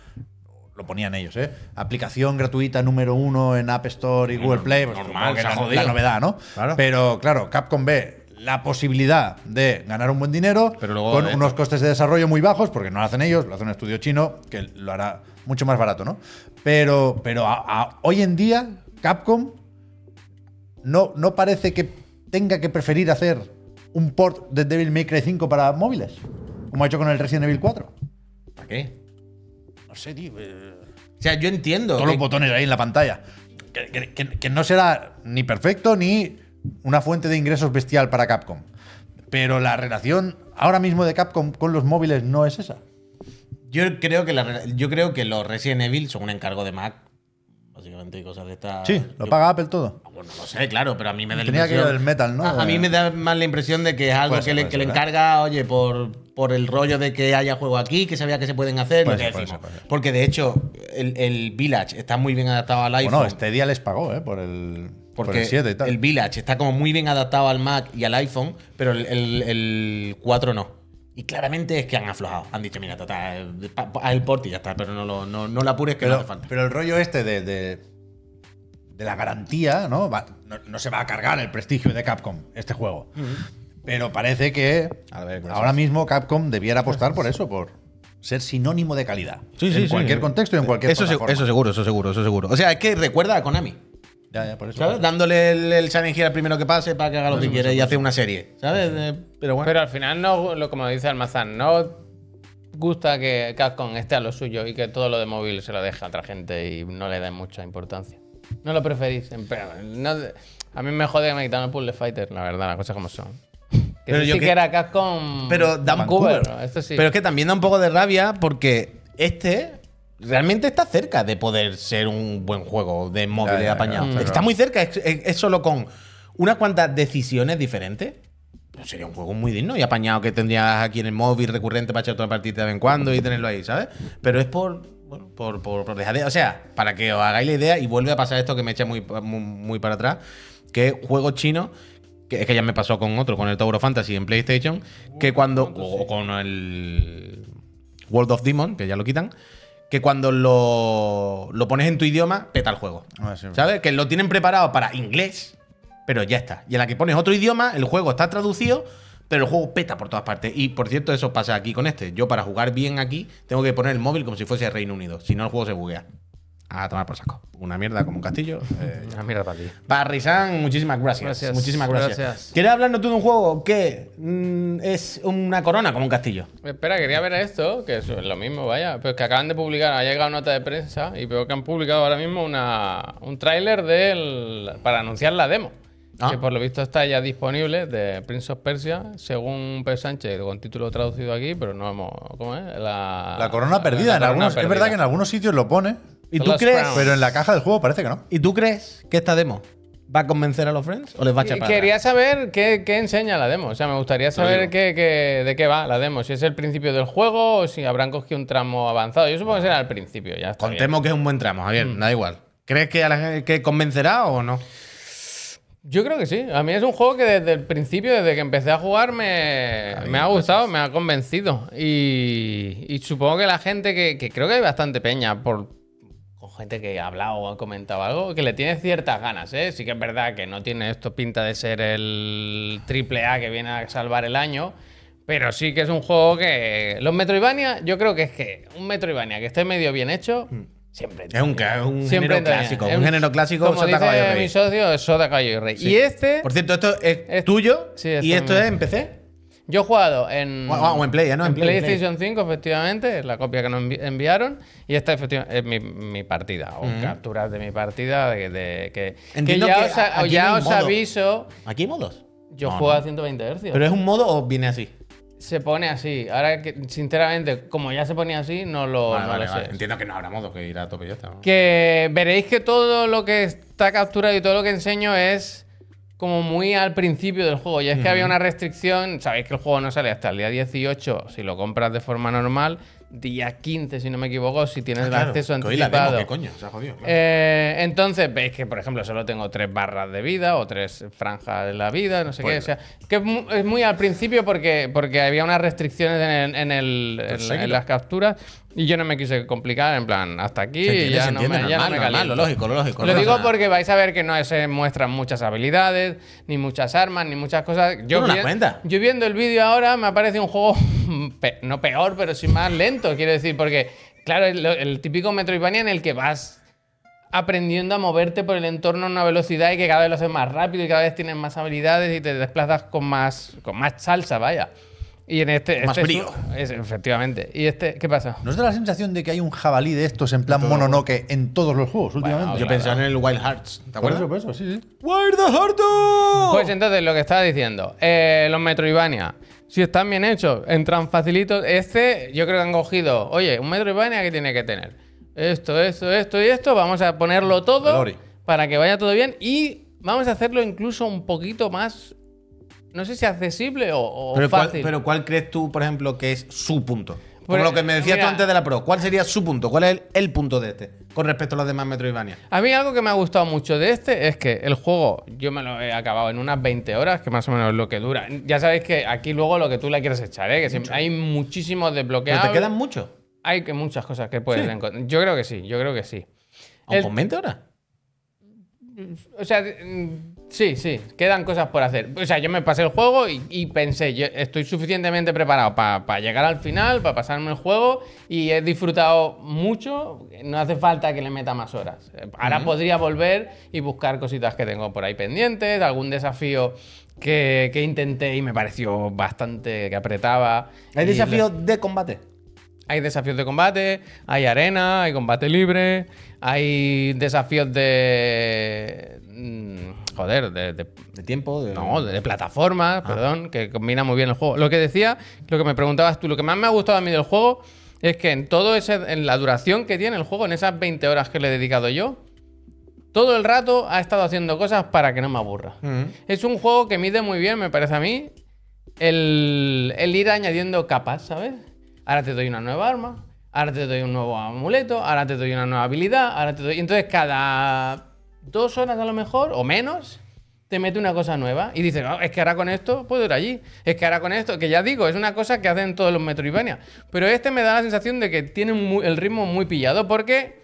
Lo ponían ellos, ¿eh? Aplicación gratuita número uno en App Store y Google Play. pues normal, supongo que se ha la, jodido. la novedad, ¿no? Claro. Pero claro, Capcom ve la posibilidad de ganar un buen dinero Pero luego, con eh, unos costes de desarrollo muy bajos, porque no lo hacen ellos, lo hace un estudio chino que lo hará mucho más barato, ¿no? Pero, pero a- a- hoy en día, Capcom no, no parece que tenga que preferir hacer un port de Devil May Cry 5 para móviles, como ha hecho con el Resident Evil 4. ¿Para qué? No sé, tío. eh, O sea, yo entiendo. todos los que- botones ahí en la pantalla. Que, que- que- que no será ni perfecto ni una fuente de ingresos bestial para Capcom. Pero la relación ahora mismo de Capcom con los móviles no es esa. Yo creo que la- yo creo que los Resident Evil son un encargo de Mac, básicamente y cosas de estas. Sí, lo paga Apple todo. Bueno, no sé, claro, pero a mí me da la Tenía que impresión- ir del metal, ¿no? A, a mí me da más la impresión de que es algo Puede que, ser, le, puede que le ser, ¿eh? encarga, oye, por, por el rollo de que haya juego aquí, que se vea que se pueden hacer, lo Puede que ser, puede decimos. ser, puede ser. Porque de hecho, el, el Village está muy bien adaptado al iPhone. Bueno, este día les pagó, ¿eh? Por el, por Porque el 7 y tal. el Village está como muy bien adaptado al Mac y al iPhone, pero el, el- el 4 no. Y claramente es que han aflojado. Han dicho, mira, tata, eh, pa- pa- haz el port y ya está, pero no lo, no, no lo apures que no pero, hace falta. pero el rollo este de, de- de la garantía, ¿no? Va- no, no se va a cargar el prestigio de Capcom, este juego. Pero parece que A ver, gracias. ahora mismo Capcom debiera apostar por eso, por ser sinónimo de calidad. Sí, sí, en sí. cualquier contexto y en cualquier Eso, se- plataforma. eso seguro, eso seguro, eso seguro. O sea, es que recuerda a Konami. Ya, ya, por eso. ¿Sabes? Dándole el, el Silent Hill al primero que pase para que haga lo que quiera y hace una serie. ¿Sabes? Eh, Pero bueno. Pero al final, no, lo, como dice Almazán, no gusta que Capcom esté a lo suyo y que todo lo de móvil se lo deje a otra gente y no le den mucha importancia. No lo preferís. en plan, no- a mí me jode que me quitaron el Puzzle Fighter, la verdad, las cosas como son. Que Pero eso yo sí que- que era Capcom Pero da un poco- Mm, Vancouver, ¿no? Esto sí. Pero es que también da un poco de rabia porque este realmente está cerca de poder ser un buen juego de móvil Ya, ya, ya, apañado. claro. Está muy cerca, es, es- es solo con unas cuantas decisiones diferentes. pues sería un juego muy digno y apañado que tendrías aquí en el móvil recurrente para echar otra partida de vez en cuando y tenerlo ahí, ¿sabes? Pero es por. Bueno, por, por, por dejar de- O sea, para que os hagáis la idea y vuelve a pasar esto que me echa muy, muy, muy para atrás, que juegos chinos que es que ya me pasó con otro, con el Tower of Fantasy en PlayStation, que cuando. O con el. World of Demon, que ya lo quitan, que cuando lo, lo pones en tu idioma, peta el juego. Ah, sí. ¿Sabes? Que lo tienen preparado para inglés, pero ya está. Y a la que pones otro idioma, el juego está traducido, pero el juego peta por todas partes. Y por cierto, eso pasa aquí con este. Yo para jugar bien aquí, tengo que poner el móvil como si fuese Reino Unido. Si no, el juego se buguea. A tomar por saco. Una mierda como un castillo. eh, Ah, mira para ti. Barrisan, muchísimas gracias. Gracias. Muchísimas gracias. Gracias. ¿Quieres hablarnos tú de un juego que mm, es una corona como un castillo? Espera, quería ver esto, que es lo mismo, vaya. Pero es que acaban de publicar, ha llegado nota de prensa y veo que han publicado ahora mismo una, un tráiler del para anunciar la demo. Ah. Que por lo visto está ya disponible de Prince of Persia, según Per Sánchez, con título traducido aquí, pero no hemos. ¿Cómo es? La, La corona perdida. en corona algunos, perdida. Es verdad que en algunos sitios lo pone, ¿Y The tú, Last crees, Crown. pero en la caja del juego parece que no. ¿Y tú crees que esta demo va a convencer a los friends o les va a echar para Quería atrás? saber qué, qué enseña la demo. O sea, me gustaría saber qué, qué- de qué va la demo. Si es el principio del juego o si habrán cogido un tramo avanzado. Yo supongo que será el principio, ya está. bien. Mm. Contemos que es un buen tramo, Javier, da igual. ¿Crees que, a la gente- que convencerá o no? Yo creo que sí. A mí es un juego que desde el principio, desde que empecé a jugar, me, me ha gustado, me ha convencido. Y, y supongo que la gente que, que creo que hay bastante peña por con gente que ha hablado o ha comentado algo, que le tiene ciertas ganas, ¿eh? Sí que es verdad que no tiene esto pinta de ser el triple A que viene a salvar el año, Pero sí que es un juego que. Los Metroidvania, yo creo que es que un Metroidvania que esté medio bien hecho, siempre. Mm. Es un, ca- un género entra bien. clásico. Es un género clásico, Como Sota dice Caballo Rey. mi socio, es Soda Caballo y Rey. Sí. Y este, Por cierto, esto es, Es- tuyo Sí, esto y esto es es mío. en PC. yo he jugado en. O, o en Play, ¿eh? ¿no? en PlayStation 5, efectivamente, es la copia que nos envi- enviaron. Y esta efectivamente, es mi, mi partida, o capturas de mi partida. De, de- que, que Mm. Entiendo ya que os, a- aquí ya no hay os modo. aviso, ¿Aquí hay modos? yo No, juego no. a 120 Hz. ¿Pero es un modo o viene así? Se pone así. Ahora, que, sinceramente, como ya se ponía así, no lo, Vale, Oh, no vale, lo vale. sé. Entiendo que no habrá modo que irá a tope y ya está. ¿no? Que veréis que todo lo que está capturado y todo lo que enseño es como muy al principio del juego. Ya es que había una restricción. Sabéis que el juego no sale hasta el día 18 si lo compras de forma normal. Día 15, si no me equivoco, si tienes el Ah, Claro, acceso que hoy la demo, anticipado. ¿Qué coño? Se ha jodido. claro. Eh, entonces veis que, por ejemplo, solo tengo tres barras de vida o tres franjas de la vida, no sé Bueno. qué. O sea, que es mu- es muy al principio porque, porque había unas restricciones en, el- en el- en- séquilo. en las capturas y yo no me quise complicar, en plan, hasta aquí Se y entiende, ya, se no entiende, me, ya no normal, me normal, caliento. lo lógico, lo lógico. Lo no digo pasa nada. porque vais a ver que no se muestran muchas habilidades, ni muchas armas, ni muchas cosas. Yo, no las vi- cuentas. yo viendo el vídeo ahora me parece un juego (laughs) pe- no peor, pero sí más lento, quiero decir, porque claro, el, el típico Metroidvania en el que vas aprendiendo a moverte por el entorno a una velocidad y que cada vez lo haces más rápido y cada vez tienes más habilidades y te desplazas con más con más salsa, vaya. Y en este, Más este es brío. un- es- efectivamente. ¿Y este qué pasa? ¿No os da la sensación de que hay un jabalí de estos en plan mononoke en todos los juegos últimamente? Yo pensaba en el Wild Hearts, ¿te Por acuerdas? eso, pues. por eso, sí, sí. ¡Wild Hearts! Pues entonces lo que estaba diciendo, eh, los Metroidvania, si están bien hechos, entran facilitos. Este, yo creo que han cogido, oye, un Metroidvania que tiene que tener esto, esto, esto y esto. Vamos a ponerlo todo Lori. para que vaya todo bien y vamos a hacerlo incluso un poquito más, no sé si accesible o, o Pero ¿cuál, fácil. pero ¿cuál crees tú, por ejemplo, que es su punto? Como Pues, lo que me decías mira. tú antes de la Pro, ¿cuál sería su punto? ¿Cuál es el, el punto de este con respecto a los demás Metroidvania? A mí algo que me ha gustado mucho de este es que el juego yo me lo he acabado en unas 20 horas, que más o menos es lo que dura. Ya sabéis que aquí luego lo que tú le quieres echar, ¿eh? que siempre- hay muchísimos ¿Pero desbloqueados. te quedan muchos? Hay que muchas cosas que puedes encontrar. Yo creo que sí, yo creo que sí. ¿Aún El- con 20 horas? O sea, mm, sí, sí, quedan cosas por hacer. O sea, yo me pasé el juego y, y pensé, yo estoy suficientemente preparado para llegar al final, para pasarme el juego y he disfrutado mucho. No hace falta que le meta más horas. Eh, Ahora podría volver y buscar cositas que tengo por ahí pendientes, algún desafío que, que intenté y me pareció bastante que apretaba. ¿Hay Y le- desafíos de combate? hay desafíos de combate, hay arena, hay combate libre, hay desafíos de. mm, Joder, de. de- ¿De tiempo? De... no, de plataformas, perdón, que combina muy bien el juego. Lo que decía, lo que me preguntabas tú, lo que más me ha gustado a mí del juego es que en todo ese. en la duración que tiene el juego, en esas 20 horas que le he dedicado yo, todo el rato ha estado haciendo cosas para que no me aburra. Es un juego que mide muy bien, me parece a mí, el, el ir añadiendo capas, ¿sabes? Ahora te doy una nueva arma, ahora te doy un nuevo amuleto, ahora te doy una nueva habilidad, ahora te doy... y Entonces cada dos horas a lo mejor, o menos, te mete una cosa nueva y dices, "Ah, es que ahora con esto puedo ir allí, es que ahora con esto, que ya digo, es una cosa que hacen todos los Metroidvania. Pero este me da la sensación de que tiene mu- el ritmo muy pillado porque...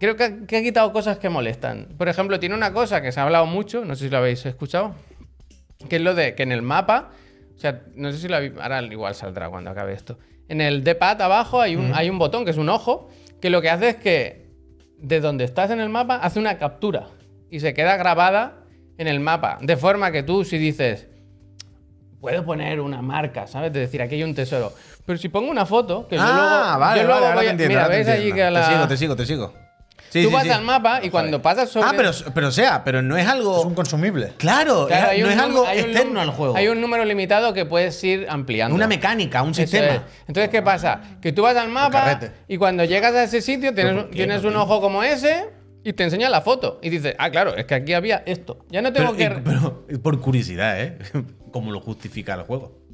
Creo que ha, que ha quitado cosas que molestan. Por ejemplo, tiene una cosa que se ha hablado mucho, no sé si lo habéis escuchado, que es lo de que en el mapa, o sea, no sé si lo habéis, ahora igual saldrá cuando acabe esto. En el D-pad abajo hay un, hay un botón que es un ojo, que lo que hace es que de donde estás en el mapa hace una captura y se queda grabada en el mapa. De forma que tú si dices, puedo poner una marca, ¿sabes? De decir, aquí hay un tesoro. Pero si pongo una foto, que yo Ah, vale, luego... yo vale, luego ahora voy te a- entiendo. mira, ahora te veis allí entiendo. que a la... Te sigo, te sigo, te sigo. Sí, tú sí, vas sí. al mapa y cuando pasas sobre. Ah, pero, pero o sea, pero no es algo... Es un consumible. Claro, Claro, hay no un es num- algo hay un num- externo al juego. Hay un número limitado que puedes ir ampliando. Una mecánica, un Eso sistema. es. Entonces, ¿qué pasa? Que tú vas al mapa carrete. y cuando llegas a ese sitio tienes, tienes un ojo como ese y te enseña la foto. Y dices, ah, claro, es que aquí había esto. Ya no tengo Pero, que. y- pero, y por curiosidad, ¿eh? (laughs) ¿Cómo lo justifica el juego?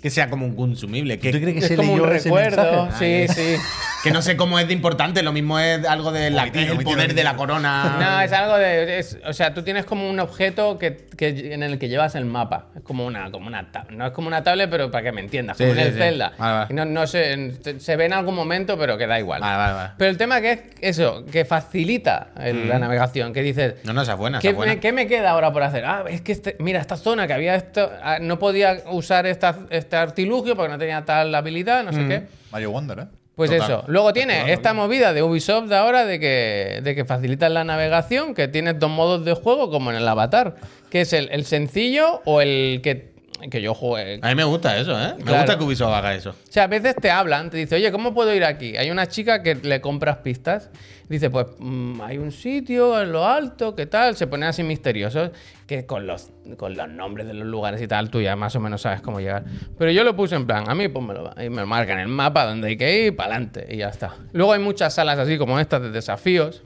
Que sea como un consumible. Que, ¿Tú crees que es se como leyó un ese recuerdo. Ah, mensaje? Sí, sí. Que no sé cómo es de importante, lo mismo es algo del Omitir, omitir, poder omitir. de la corona. No, es algo de. es- o sea, tú tienes como un objeto que, que- en el que llevas el mapa. Es como una, como una tab- No es como una tablet, pero para que me entiendas. Sí, como en sí, el sí. Zelda. Vale, vale. Y No, no sé, en- se, se ve en algún momento, pero que da igual. Vale, vale, vale. Mm. Pero el tema que es eso, que facilita el- la navegación, que dices. No, no, esa es buena, esa ¿Qué es buena. me, qué me queda ahora por hacer? Ah, es que este- mira, esta zona que había esto, ah, no podía usar esta, este artilugio porque no tenía tal habilidad, Mm. no sé qué. Mario Wonder, ¿eh? Pues Total. eso. Luego tiene esta movida de Ubisoft de ahora de que, de que facilitan la navegación, que tienes dos modos de juego como en el Avatar, que es el, el sencillo o el que, que yo jugué. A mí me gusta eso, ¿eh? Me Claro. gusta que Ubisoft haga eso. O sea, a veces te hablan, te dice, oye, ¿cómo puedo ir aquí? Hay una chica que le compras pistas. Dice, pues mm, hay un sitio en lo alto, ¿qué tal? Se ponen así misteriosos, que con los, con los nombres de los lugares y tal, tú ya más o menos sabes cómo llegar. Pero yo lo puse en plan, a mí pues me, lo, y me marcan el mapa donde hay que ir, para adelante, y ya está. Luego hay muchas salas así como estas de desafíos,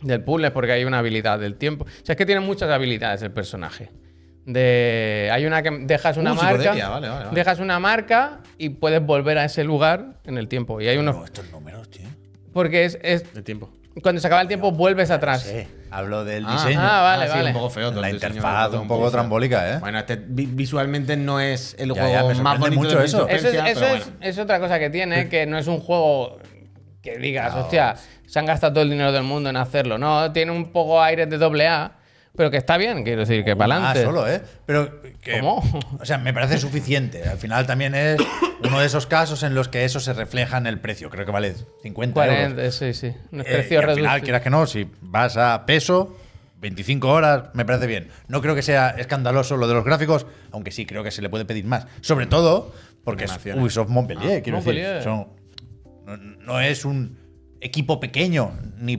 del puzzle, porque hay una habilidad del tiempo. O sea, es que tiene muchas habilidades el personaje. De, hay una que dejas una Uh, marca, psicodelia, vale, vale, vale. dejas una marca y puedes volver a ese lugar en el tiempo. Y hay No, unos. estos números, tío. Porque es, es- De tiempo. cuando se acaba el tiempo, vuelves atrás. Sí, hablo del Ah, diseño. ah, vale, sí, vale. un poco feo. todo la el diseño, interfaz, un poco feo. trambólica, ¿eh? Bueno, este vi- visualmente no es el Ya, juego ya, me más sorprende bonito mucho de eso. Prince of Eso, es- Persia, eso pero es, bueno. es otra cosa que tiene, que no es un juego que digas, hostia, se han gastado todo el dinero del mundo en hacerlo. No, tiene un poco aire de doble A, pero que está bien, quiero decir, que para Ah, adelante. solo, ¿eh? Pero que- ¿Cómo? (laughs) O sea, me parece suficiente. Al final también es uno de esos casos en los que eso se refleja en el precio. Creo que vale 50 euros. 40, sí, sí. Unos Eh, y precios al final, reducidos. quieras que no, si vas a peso, 25 horas, me parece bien. No creo que sea escandaloso lo de los gráficos, aunque sí creo que se le puede pedir más. Sobre todo porque es Animaciones. Ubisoft Montpellier, quiero Ah, Montpellier. decir. Son- no, no es un equipo pequeño ni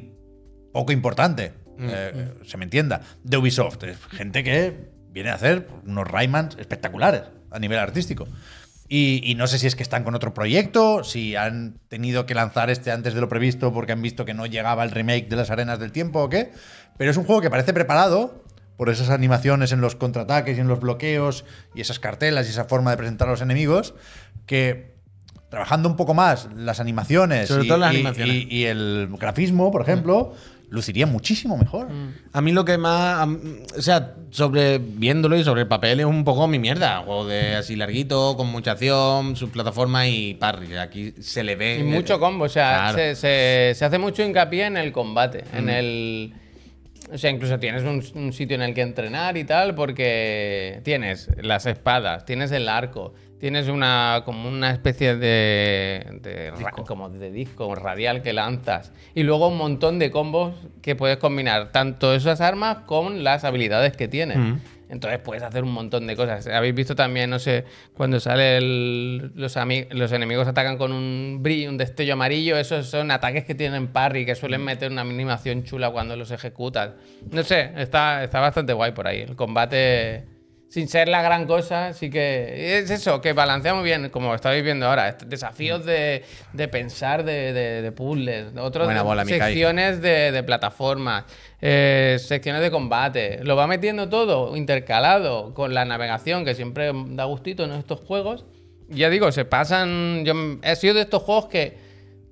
poco importante, eh, se me entienda, de Ubisoft. Es gente que viene a hacer unos Raymans espectaculares a nivel artístico. Y, y no sé si es que están con otro proyecto, si han tenido que lanzar este antes de lo previsto porque han visto que no llegaba el remake de las Arenas del Tiempo o qué, pero es un juego que parece preparado por esas animaciones en los contraataques y en los bloqueos y esas cartelas y esa forma de presentar a los enemigos, que trabajando un poco más las animaciones, Sobre y, todo las y- animaciones. Mm. y- y el grafismo, por ejemplo, luciría muchísimo mejor. A mí lo que más. am- O sea, sobre viéndolo y sobre el papel es un poco mi mierda. Juego de así larguito, con mucha acción, sus plataformas y parry. Aquí se le ve. Y mucho combo, o sea, Claro. se, se- se hace mucho hincapié en el combate, en el... O sea, incluso tienes un, un sitio en el que entrenar y tal, porque tienes las espadas, tienes el arco, tienes una como una especie de, de ra- como de disco radial que lanzas y luego un montón de combos que puedes combinar tanto esas armas con las habilidades que tienes. Entonces puedes hacer un montón de cosas. Habéis visto también, no sé, cuando sale el- los, ami- los enemigos atacan con un brillo, un destello amarillo, esos son ataques que tienen parry, que Mm. suelen meter una animación chula cuando los ejecutan. No sé, está, está bastante guay por ahí. El combate, sin ser la gran cosa, sí que es eso, que balancea muy bien, como estáis viendo ahora, est- Mm. desafíos de, de pensar, de, de, de puzzles, otros Buena bola, Mikai. secciones secciones de, de plataformas, eh, secciones de combate. Lo va metiendo todo intercalado con la navegación, que siempre da gustito en estos juegos. Ya digo, se pasan. Yo m- he sido de estos juegos que,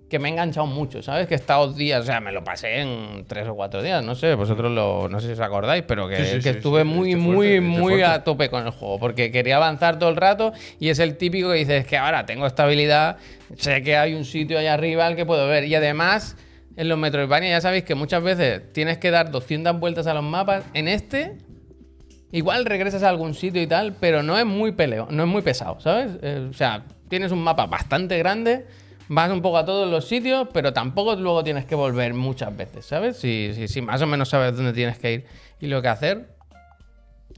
que me he enganchado mucho, ¿sabes? Que he estado días, o sea, me lo pasé en tres o cuatro días, no sé, vosotros lo, no sé si os acordáis, pero que, que estuve muy, muy, muy a tope con el juego, porque quería avanzar todo el rato y es el típico que dices, es que ahora tengo esta habilidad, sé que hay un sitio allá arriba al que puedo ver y además... En los Metroidvania ya sabéis que muchas veces tienes que dar 200 vueltas a los mapas. En este, igual regresas a algún sitio y tal, pero no es muy peleo, no es muy pesado, ¿sabes? Eh, o sea, tienes un mapa bastante grande, vas un poco a todos los sitios, pero tampoco luego tienes que volver muchas veces, ¿sabes? Si, si, si más o menos sabes dónde tienes que ir y lo que hacer.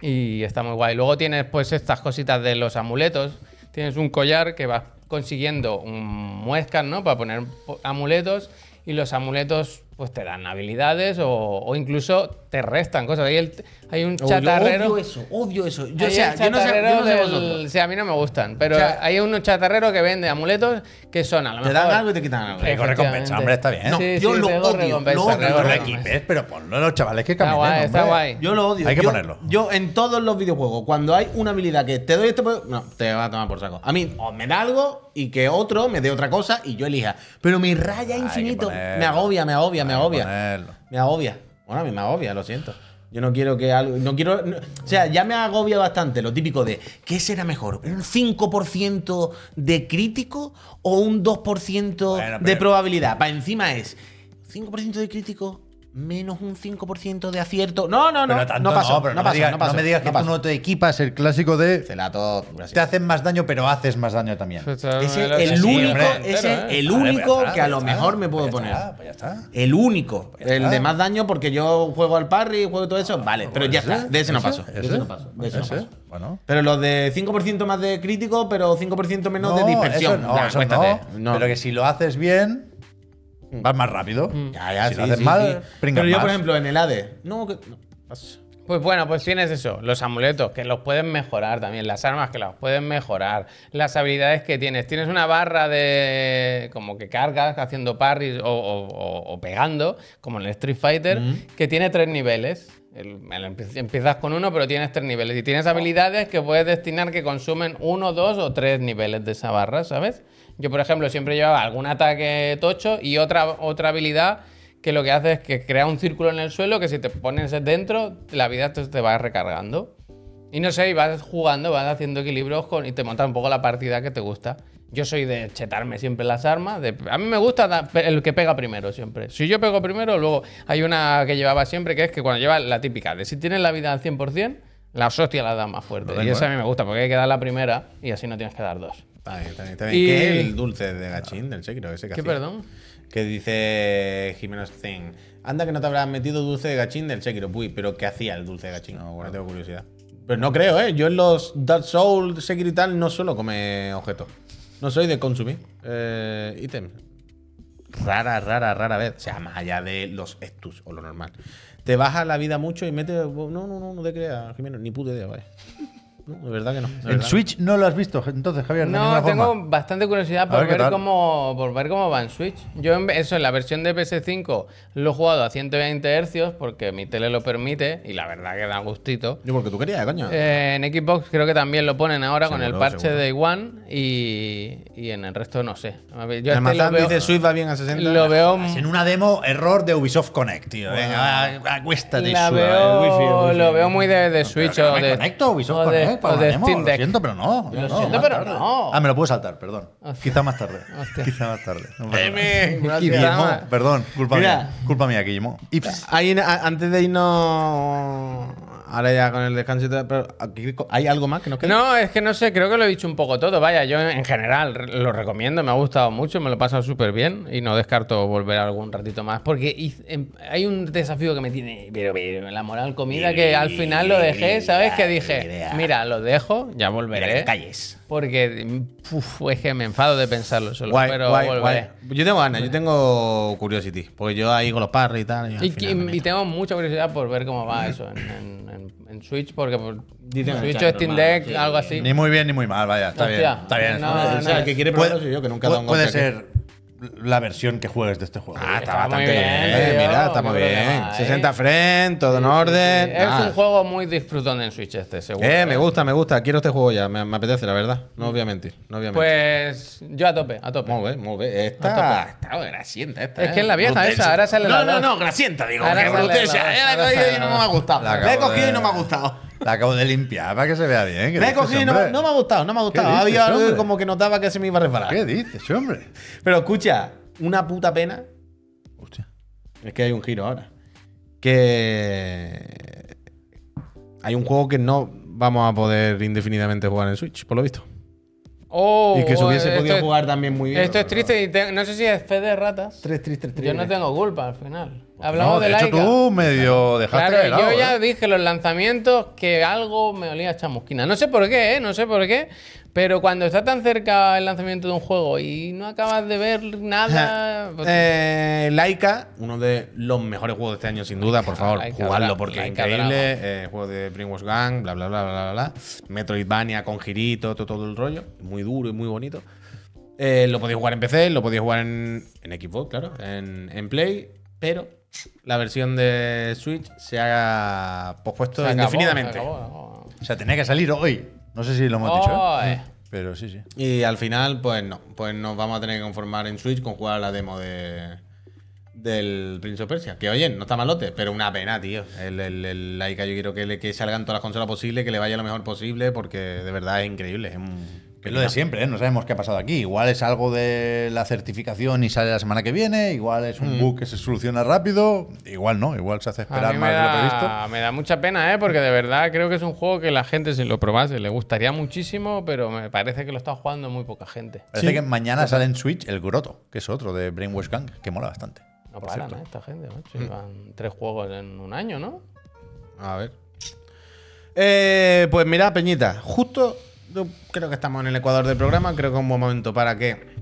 Y está muy guay. Luego tienes pues estas cositas de los amuletos. Tienes un collar que vas consiguiendo un muescas, ¿no? Para poner po- amuletos. Y los amuletos pues te dan habilidades o, o incluso te restan cosas. Hay, el- hay un Oh, yo chatarrero. odio eso, odio eso. Yo, Hay o sea, un yo no sé, yo no sé chatarrero vosotros. del- sí, a mí no me gustan, pero O sea, hay unos chatarreros que vende amuletos que son a lo Te mejor. dan algo y te quitan algo. Tengo recompensa, hombre, está bien. No, No, yo lo odio, lo odio, no Pero lo no, equipes, pero ponlo a los chavales que Está caminen. guay, está hombre. guay. Yo lo odio. Hay que Yo- ponerlo. Yo en todos los videojuegos, cuando hay una habilidad que te doy este poder, no, te va a tomar por saco. A mí o me da algo y que otro me dé otra cosa y yo elija. Pero mi raya infinito ponerlo. me agobia, me agobia, me Hay que agobia. ponerlo. Me agobia. Bueno, a mí me agobia, lo siento. Yo no quiero que algo. No quiero. no- o sea, ya me agobia bastante lo típico de ¿qué será mejor? ¿Un 5% de crítico o un 2% Bueno, de pero- probabilidad? Para encima es 5% de crítico menos un 5% de acierto. No, no, no. Pero tanto no pasó. No, pero pasó, me digas, no pasó, me digas no que pasó. tú no te equipas el clásico de Celato, te gracias. hacen más daño, pero haces más daño también. Ese es el Sí, único, hombre. ¿eh? ese es el Vale, pues ya único está, que a pues lo ya está, mejor me puedo pues ya poner. está, pues ya está. El único. ya El está. de más daño porque yo juego al parry, juego todo eso. Vale, pero ya Pues Ese, está. De ese no paso. De ese ese, no paso. De ese no ese. paso. Bueno. Pero los de 5% más de crítico, pero 5% menos de eso dispersión. no, Nah, eso acuéstate. no. No. Pero que si lo haces bien, vas más rápido. Mm. Ya, ya, si lo sí, haces sí, mal, sí. pringas Pero yo, por más. ejemplo, en el ADE. No, que. no, paso. Pues bueno, pues tienes eso, los amuletos, que los puedes mejorar también, las armas que las puedes mejorar, las habilidades que tienes. Tienes una barra de. como que cargas haciendo parries o, o- o- o pegando, como en el Street Fighter, que tiene tres niveles. El- el- empiezas con uno, pero tienes tres niveles. Y tienes habilidades que puedes destinar que consumen uno, dos o tres niveles de esa barra, ¿sabes? Yo, por ejemplo, siempre llevaba algún ataque tocho y otra, otra habilidad que lo que hace es que crea un círculo en el suelo que si te pones dentro, la vida te, te va recargando. Y no sé, y vas jugando, vas haciendo equilibrios con, y te montas un poco la partida que te gusta. Yo soy de chetarme siempre las armas. de- a mí me gusta da- pe- el que pega primero siempre. Si yo pego primero, luego hay una que llevaba siempre que es que cuando lleva la típica de si tienes la vida al 100%, la hostia la da más fuerte. y esa a mí me gusta porque hay que dar la primera y así no tienes que dar dos. Está bien, está bien, está bien. Y- Que el dulce de gachín del Sekiro, ese que ¿Qué, hacía. perdón? Que dice Jimeno Sten. Anda que no te habrás metido dulce de gachín del Sekiro. Uy, pero ¿qué hacía el dulce de gachín? No, bueno, tengo curiosidad. Pero no creo, ¿eh? Yo en los Dark Souls, Sekiro y tal, no suelo comer objetos. No soy de consumir eh, ítems. Rara, rara, rara vez. O sea, más allá de los estus o lo normal. Te baja la vida mucho y metes. No, no, no, no te creas, Jimeno. Ni puta idea, vaya. No, de verdad que no. de En verdad. Switch no lo has visto, entonces, Javier, de No, ninguna tengo forma. bastante curiosidad A por ver qué ver, tal. cómo, por ver cómo va en Switch. Yo en- eso en la versión de PS5 lo he jugado a 120 Hz porque mi tele lo permite y la verdad que da gustito. Yo porque tú querías, coño. Eh, en Xbox creo que también lo ponen ahora con el Seguro, parche seguro. de One y, y en el resto no sé. A ver, Yo este lo Almazán veo, dice Switch va bien a 60. lo veo En una demo, error de Ubisoft Connect, tío. Venga, va, acuéstate. y La suda, veo, eh, wifi, wifi. lo veo muy de, de Switch Pero o no me de, conecto, Ubisoft o de, Connect, para o la de demo. Steam Lo Deck. siento, pero no. Lo no, siento, más pero tarde. no. Ah, me lo puedo saltar, perdón. Hostia. Quizá más tarde. Hostia. Quizá más (laughs) tarde. No pasa nada. gracias. Guillermo, perdón, culpa Mira. mía. Culpa mía, Guillermo. Ips. Hay, a- antes de irnos. Ahora ya con el descanso y tal, pero aquí co- ¿hay algo más que nos queda? No, es que no sé, creo que lo he dicho un poco todo. Vaya, yo en general re- lo recomiendo, me ha gustado mucho, me lo he pasado súper bien y no descarto volver algún ratito más porque hiz- em- hay un desafío que me tiene, pero, pero la moral comida que al final lo dejé, ¿sabes? Que dije, mira, lo dejo, ya volveré. calles. Porque uf, es que me enfado de pensarlo solo, Guay, pero guay, volveré. guay. Yo tengo ganas, yo tengo curiosity. Porque yo ahí con los parry y tal. Y, que- y tengo mucha curiosidad por ver cómo va eso en, en- en- en Switch, porque por, Dicen en el Switch chat, o Steam hermano, Deck, sí, algo así. Ni muy bien ni muy mal, vaya. Está Hostia, bien. Está bien. no, o sea, no, el que quiere probarlo soy yo, que nunca he dado puede, un puede golpe aquí. ser la versión que juegues de este juego. Ah, está, Está bastante muy bien. bien, tío, Eh, mira, está muy qué bien. problema, ¿eh? 60 frames, todo en orden. Es Ah. un juego muy disfrutón en Switch este, seguro. Eh, me gusta, me gusta. Quiero este juego ya. Me, me apetece, la verdad. No voy a mentir. No voy a mentir. Pues yo a tope, a tope. muy bien, muy bien. Esta, está grasienta esta. es que eh. es la vieja esa, ahora sale la No, no, dos. no, Gracienta, digo. Ahora que sale brutal. la dos, Ya, ya ahora la he cogido sale y la no dos. me ha gustado. La La he acabo cogido de- y no me ha gustado. La acabo de limpiar para que se vea bien. ¿Qué Me he dices, cogido y no, me- hombre? no me ha gustado, no me ha gustado. dices, Había algo que hombre? como que notaba que se me iba a resbalar. ¿Qué dices, hombre? Pero escucha, una puta pena. Hostia. Es que hay un giro ahora. Que. Hay un juego que no vamos a poder indefinidamente jugar en Switch, por lo visto. Oh, y que se hubiese esto podido es- jugar también muy bien. Esto es triste y te- no sé si es fe de ratas. Tres, tres, tres, tres. Yo no tengo culpa al final. Hablamos No, de, de hecho, Laika. tú medio dejaste Claro, de lado, yo ya ¿eh? dije los lanzamientos que algo me olía a chamusquina. No sé por qué, ¿eh? No sé por qué. Pero cuando está tan cerca el lanzamiento de un juego y no acabas de ver (laughs) nada. pues, Eh, Laika, uno de los mejores juegos de este año, sin duda, por favor, Laika jugadlo Dra- porque es Laika increíble. Drama. Eh, juego de Brainwash Gang, bla, bla, bla, bla, bla, bla. Metroidvania con girito, todo, todo el rollo. Muy duro y muy bonito. Eh, lo podéis jugar en PC, lo podéis jugar en, en Xbox, claro, en, en Play, pero la versión de Switch se ha pospuesto se acabó, indefinidamente. se acabó. O sea, tenía que salir hoy. No sé si lo hemos Oh. dicho. Ay. ¿eh? Pero sí, sí. Y al final, pues no. Pues nos vamos a tener que conformar en Switch con jugar a la demo de del Prince of Persia. Que oye, no está malote, pero una pena, tío. El, el, el Laika, yo quiero que, le, que salgan todas las consolas posibles, que le vaya lo mejor posible, porque de verdad es increíble. Es un- Que es lo de siempre, ¿eh? no sabemos qué ha pasado aquí. Igual es algo de la certificación y sale la semana que viene. Igual es un bug que se soluciona rápido. Igual no, igual se hace A esperar mí más me, de lo previsto. da, me da mucha pena, ¿eh? porque de verdad creo que es un juego que la gente, si lo probase, le gustaría muchísimo, pero me parece que lo está jugando muy poca gente. Parece que mañana sale en Switch El Groto, que es otro de Brainwash Gang, que mola bastante. No por paran, cierto. Mm. ¿eh? Esta gente, macho. Llevan tres juegos en un año, ¿no? A ver. Eh, pues mira, Peñita, justo yo creo que estamos en el ecuador del programa. Creo que es un buen momento para que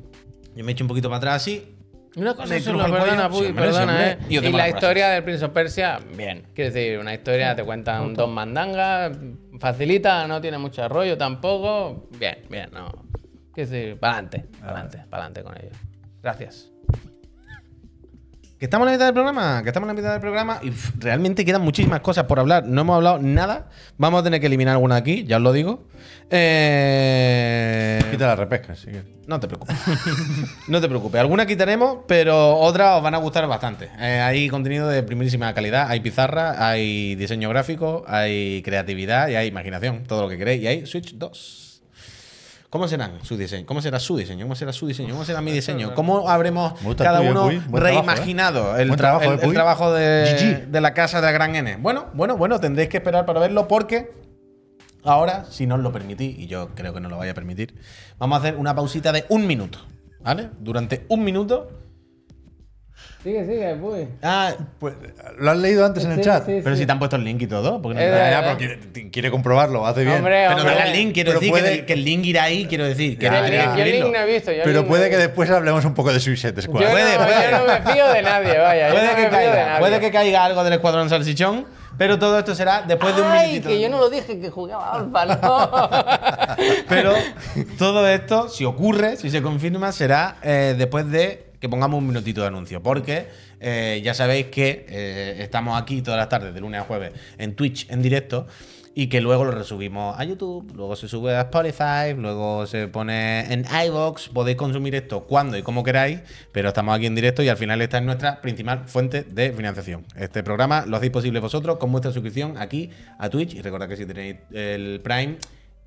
yo me eche un poquito para atrás así. Y Una cosa Me es crujo una el cuello. perdona, Sí, Puy, hombre, perdona, sí, ¿eh? hombre. Y Yo tengo la las historia del Prince of Persia, bien. Quiero decir, una historia, te cuentan dos mandangas, facilita, no tiene mucho rollo tampoco. Bien, bien, no. Quiero decir, para adelante, para adelante, para adelante con ello. Gracias. Que estamos en la mitad del programa, que estamos en la mitad del programa y uf, realmente quedan muchísimas cosas por hablar. No hemos hablado nada. Vamos a tener que eliminar alguna aquí, ya os lo digo. Eh, Quita la repesca, sí. no te preocupes. No te preocupes. Alguna quitaremos, pero otras os van a gustar bastante. Eh, hay contenido de primerísima calidad. Hay pizarra, hay diseño gráfico, hay creatividad y hay imaginación. Todo lo que queréis. Y hay Switch 2. ¿Cómo serán su diseño? ¿Cómo será su diseño? ¿Cómo será su diseño? ¿Cómo será mi diseño? ¿Cómo habremos Me gusta el cada tuyo, uno Puy. Buen trabajo, reimaginado ¿eh? el, Buen tra- trabajo, el- ¿eh, el Puy? trabajo de, GG. de la casa de la gran N? Bueno, bueno, bueno, tendréis que esperar para verlo porque Ahora, si no os lo permitís, y yo creo que no lo vaya a permitir, vamos a hacer una pausita de un minuto. ¿Vale? Durante un minuto. Sigue, sigue, Puy. Ah, Pues, ¿Lo has leído antes en el Sí, chat? sí, pero si te han puesto el link y todo. Porque no Eh, te- eh, Ah, ya, pero quiere, t- quiere comprobarlo, hace bien. Hombre, pero dale al link, quiero Pero decir puede- que, el, que el link irá ahí, quiero decir. Que Ya, tenéis Yo que ya. el link- yo el link escribirlo. no he visto. yo el Pero link no puede he que visto. después hablemos un poco de Suicide Squad. Yo no- Puede, yo puede. no me fío de nadie, vaya. yo Puede que, no me fío de caiga, nadie. puede que caiga algo del Escuadrón Salsichón, pero todo esto será después de un Ay, minutito. que yo no lo dije que jugaba alfa, (laughs) no. Pero todo esto, si ocurre, si se confirma, será eh, después de que pongamos un minutito de anuncio. Porque eh, ya sabéis que eh, estamos aquí todas las tardes, de lunes a jueves, en Twitch, en directo. Y que luego lo resubimos a YouTube, luego se sube a Spotify, luego se pone en iVoox. Podéis consumir esto cuando y como queráis, pero estamos aquí en directo y al final esta es nuestra principal fuente de financiación. Este programa lo hacéis posible vosotros con vuestra suscripción aquí a Twitch. Y recordad que si tenéis el Prime,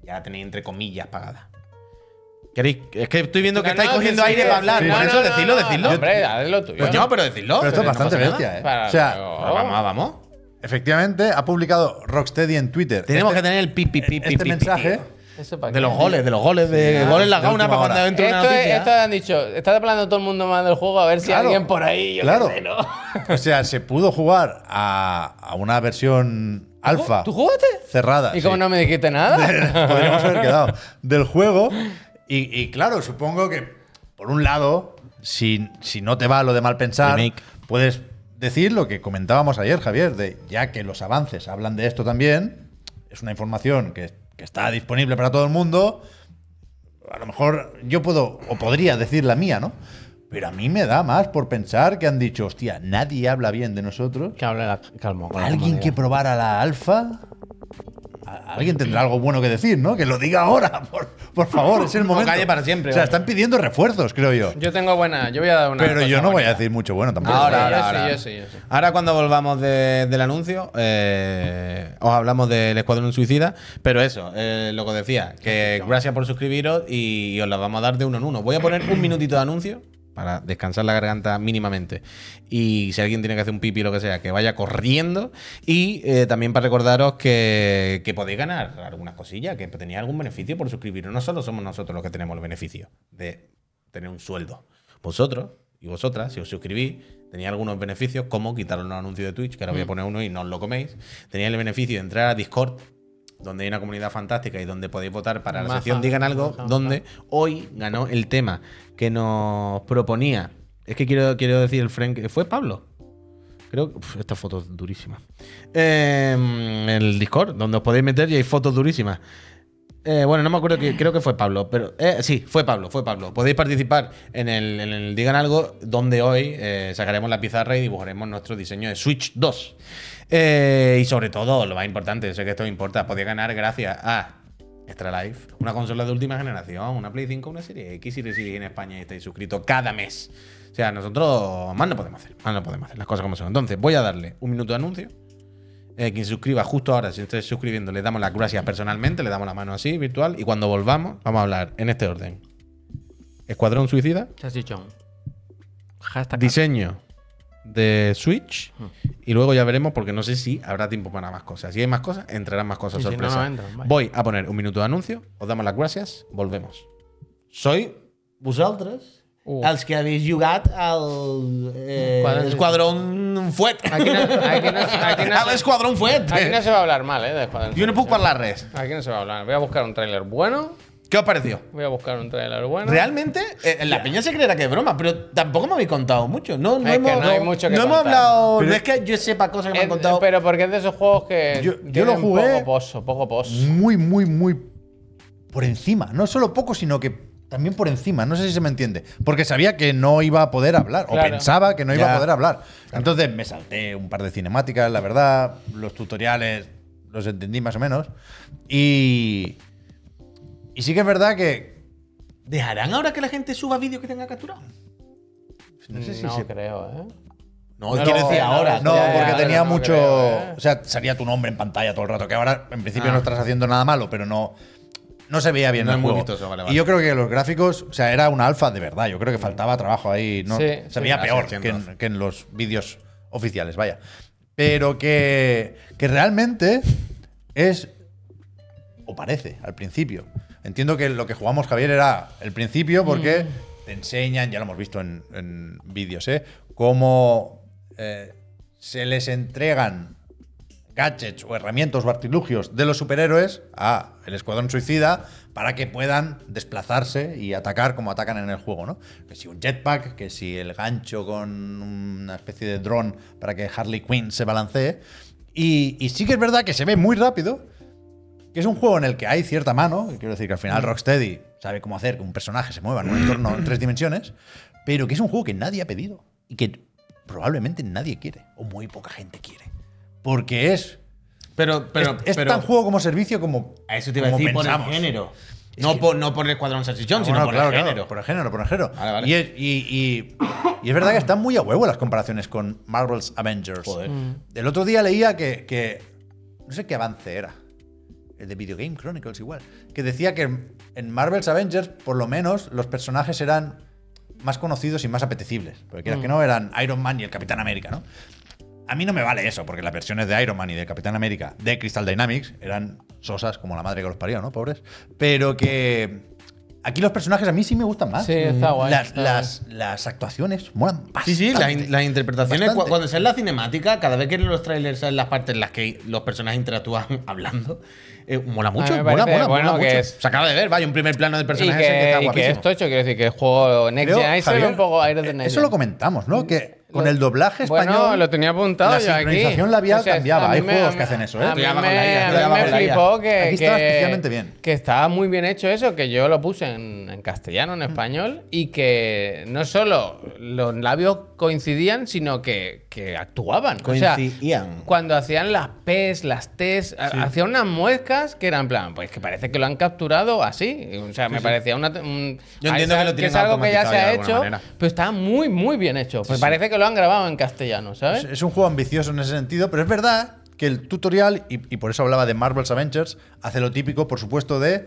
ya la tenéis entre comillas pagada. ¿Queréis? Es que estoy viendo que estáis cogiendo aire para hablar. sí, por sí. eso, decidlo, decidlo. Hombre, hazlo tuyo. pues no, pero decidlo. Pero esto es no bastante pasa nada. Oh. bestia, ¿eh? Para o sea, luego. Pero vamos, vamos. efectivamente, ha publicado Rocksteady en Twitter. Tenemos este, que tener el pi, pi, pi, pi, este pi, pi. mensaje. Eso pues, para De qué. los goles, de los goles, de Sí, goles en la de gauna última para cuando hora. dentro de una Esto, es- noticia. esto han dicho, está hablando todo el mundo más del juego a ver si Claro. alguien por ahí. yo qué claro. sé, ¿no? o sea, se pudo jugar a, a una versión alfa ¿Tú jugaste? cerrada. ¿Y cómo sí. no me dijiste nada? (laughs) podríamos haber quedado del juego. Y, y claro, supongo que, por un lado, si, si no te va lo de mal pensar, Remake. puedes decir lo que comentábamos ayer, Javier, de ya que los avances hablan de esto también, es una información que, que está disponible para todo el mundo. A lo mejor yo puedo o podría decir la mía, ¿no? Pero a mí me da más por pensar que han dicho, hostia, nadie habla bien de nosotros. que hable la calmo. con la Alguien que comunidad. probara la alfa. a- Alguien tendrá algo bueno que decir, ¿no? Que lo diga ahora, (laughs) por, por favor, es el momento. calle para siempre, O sea, vamos. están pidiendo refuerzos, creo yo. Yo tengo buena, yo voy a dar una. Pero cosa yo no voy a bonita. decir mucho bueno tampoco. Ahora, Yo ahora, sí, ahora. yo sí, yo sí. Ahora cuando volvamos de- del anuncio, eh, os hablamos del Escuadrón Suicida, pero eso, eh, lo que os decía, que gracias por suscribiros y, os las vamos a dar de uno en uno. Voy a poner un minutito de anuncio para descansar la garganta mínimamente. Y si alguien tiene que hacer un pipi o lo que sea, que vaya corriendo. Y eh, también para recordaros que, que podéis ganar algunas cosillas, que tenéis algún beneficio por suscribiros. No solo somos nosotros los que tenemos el beneficio de tener un sueldo. Vosotros y vosotras, si os suscribís, tenéis algunos beneficios, Mm. como quitar un anuncio de Twitch, que ahora voy a poner uno y no os lo coméis. Tenéis el beneficio de entrar a Discord donde hay una comunidad fantástica y donde podéis votar para la Maja, sección Digan Algo, maja, donde hoy ganó el tema que nos proponía. Es que quiero, quiero decir el Frank. ¿Fue Pablo? Creo que. uf, esta foto es durísima. Eh, el Discord, donde os podéis meter y hay fotos durísimas. Eh, bueno, no me acuerdo que creo que fue Pablo, pero eh, sí, fue Pablo, fue Pablo. Podéis participar en el, en el Digan Algo, donde hoy eh, sacaremos la pizarra y dibujaremos nuestro diseño de Switch 2. Eh, y sobre todo, lo más importante, sé que esto importa, podéis ganar gracias a Extra Life, una consola de última generación, una Play 5, una serie X, si residís en España y estáis suscritos cada mes. O sea, nosotros más no podemos hacer, más no podemos hacer las cosas como son. Entonces, voy a darle un minuto de anuncio. Eh, quien se suscriba justo ahora, si estáis suscribiendo, le damos las gracias personalmente, le damos la mano así, virtual, y cuando volvamos, vamos a hablar en este orden. Escuadrón Suicida, Chachichón. Hashtag. diseño de Switch, y luego ya veremos, porque no sé si habrá tiempo para más cosas. Si hay más cosas, entrarán más cosas Y si no, no sorpresas. entran, vale. Voy a poner un minuto de anuncio, os damos las gracias, volvemos. Soy vosotros. Uh. Els que habéis jugat al eh, Esquadrón- Esquadrón Fuet. Aquí no, aquí no- aquí no- (laughs) Al Esquadrón Fuet. aquí no se va a hablar mal, ¿eh? de Escuadrón Yo no puedo Chachichón. hablar res. Aquí no se va a hablar. Voy a buscar un tráiler bueno. ¿Qué os pareció? Voy a buscar un tráiler bueno. Realmente, eh, la peña se creerá que es broma, pero tampoco me habéis contado mucho. No, no Es que hemos, no hay mucho que no hemos contar. hablado. no es que yo sepa cosas que me Eh, han contado. pero porque es de esos juegos que Yo- yo tienen lo jugué- Mm. poco pozo, poco pozo. muy, muy, muy por encima. No solo poco, sino que también por encima. No sé si se me entiende. Porque sabía que no iba a poder hablar. O Claro. pensaba que no iba Ya. a poder hablar. Entonces me salté un par de cinemáticas, la verdad. Los tutoriales los entendí más o menos. Y. Y sí que es verdad que. ¿Dejarán ahora que la gente suba vídeos que tenga capturado? No sé si no se- creo, ¿eh? No, No, quiero decir no, ahora. No, Ya, ya, porque ya, tenía no mucho. creo, ¿eh? O sea, salía tu nombre en pantalla todo el rato, que ahora en principio Ah. no estás haciendo nada malo, pero no. No se veía bien No el es muy juego. vistoso, vale, vale. Y yo creo que los gráficos, o sea, era una alfa de verdad. Yo creo que faltaba trabajo ahí. No, Sí, sí. se veía Ah, peor sí, que en, entiendo. que en los vídeos oficiales, vaya. Pero que, que realmente es. O parece, al principio. Entiendo que lo que jugamos, Javier, era el principio porque Mm. te enseñan, ya lo hemos visto en, en vídeos, ¿eh? Cómo eh, se les entregan gadgets o herramientas o artilugios de los superhéroes a el escuadrón suicida para que puedan desplazarse y atacar como atacan en el juego, ¿no? Que si un jetpack, que si el gancho con una especie de dron para que Harley Quinn se balancee. Y, y sí que es verdad que se ve muy rápido, que es un juego en el que hay cierta mano, que quiero decir que al final Rocksteady sabe cómo hacer que un personaje se mueva en un entorno en tres dimensiones, pero que es un juego que nadie ha pedido y que probablemente nadie quiere, o muy poca gente quiere. Porque es, Pero, pero, es, es pero- tan juego como servicio como, A eso te iba a como decir pensamos. por el género. No, por, no por el escuadrón salchichón, Ah, sino bueno, por claro, el claro, género. por el género, por el género. Vale, vale. Y, es, y- y- y es verdad que están muy a huevo las comparaciones con Marvel's Avengers. Joder. El otro día leía que, que- No sé qué avance era. El de Video Game Chronicles igual. Que decía que en Marvel's Avengers, por lo menos, los personajes eran más conocidos y más apetecibles. Porque Mm. quieras que no, eran Iron Man y el Capitán América, ¿no? A mí no me vale eso, porque las versiones de Iron Man y de Capitán América de Crystal Dynamics eran sosas como la madre que los parió, ¿no? Pobres. Pero que. Aquí los personajes a mí Ah, sí me gustan más. Sí, está guay, Las, está las- las actuaciones molan Sí, sí, las, bastante. in- las interpretaciones. cu- Bastante. Cuando sale la cinemática, cada vez que en los trailers salen las partes en las que los personajes interactúan (laughs) hablando, eh, mola mucho, me mola, parece mola, bueno mola mucho. que es- Se acaba de ver, vaya, un primer plano del Y personaje ese que que, está y que guapísimo. esto hecho, quiero decir que el juego Next Creo, Gen ahí se ve Javier, un poco Aire de eh, Next Eso lo Gen. Mm, comentamos, ¿no? Que Lo- con el doblaje español. Bueno, lo tenía apuntado La yo aquí. sincronización labial O sea, cambiaba. a mí Hay me- juegos a mí- que hacen eso, ¿eh? A mí Estoy abajo con la IA, me, estoy a mí abajo me con la IA. flipó que, Aquí estaba que- especialmente bien. que estaba muy bien hecho eso, que yo lo puse en, en Mm. castellano, en español, y que no solo los labios coincidían, sino que, que actuaban. O sea, Coincidían. cuando hacían las P's, las T's, ha- hacían unas muescas que eran en plan, pues que parece que lo han capturado así. O sea, me parecía una. un- Yo entiendo es- que lo es tienen algo que ya automatizado se ya de ha alguna hecho, manera. pero está muy, muy bien hecho. Pues parece que lo han grabado en castellano, ¿sabes? Es, es un juego ambicioso en ese sentido, pero es verdad que el tutorial, y, y por eso hablaba de Marvel's Avengers, hace lo típico, por supuesto, de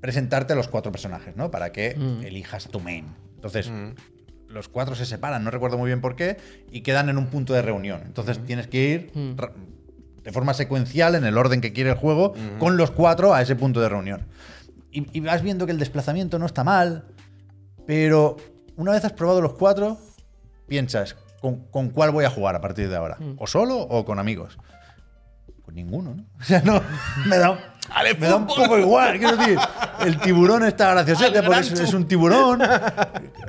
presentarte a los cuatro personajes, ¿no? Para que Mm. elijas tu main. Entonces, los cuatro se separan, no recuerdo muy bien por qué, y quedan en un punto de reunión. Mm. Entonces, tienes que ir ra- de forma secuencial, en el orden que quiere el juego, con los cuatro a ese punto de reunión. Y, y vas viendo que el desplazamiento no está mal, pero una vez has probado los cuatro, piensas, ¿con, con cuál voy a jugar a Mm. Pues (laughs) partir de ahora? ¿O solo o con amigos? Con ninguno, ¿no? O sea, no, me da, Al Me da un fútbol. poco igual, quiero decir, el tiburón está graciosete Al porque es, gancho. es un (laughs) tiburón.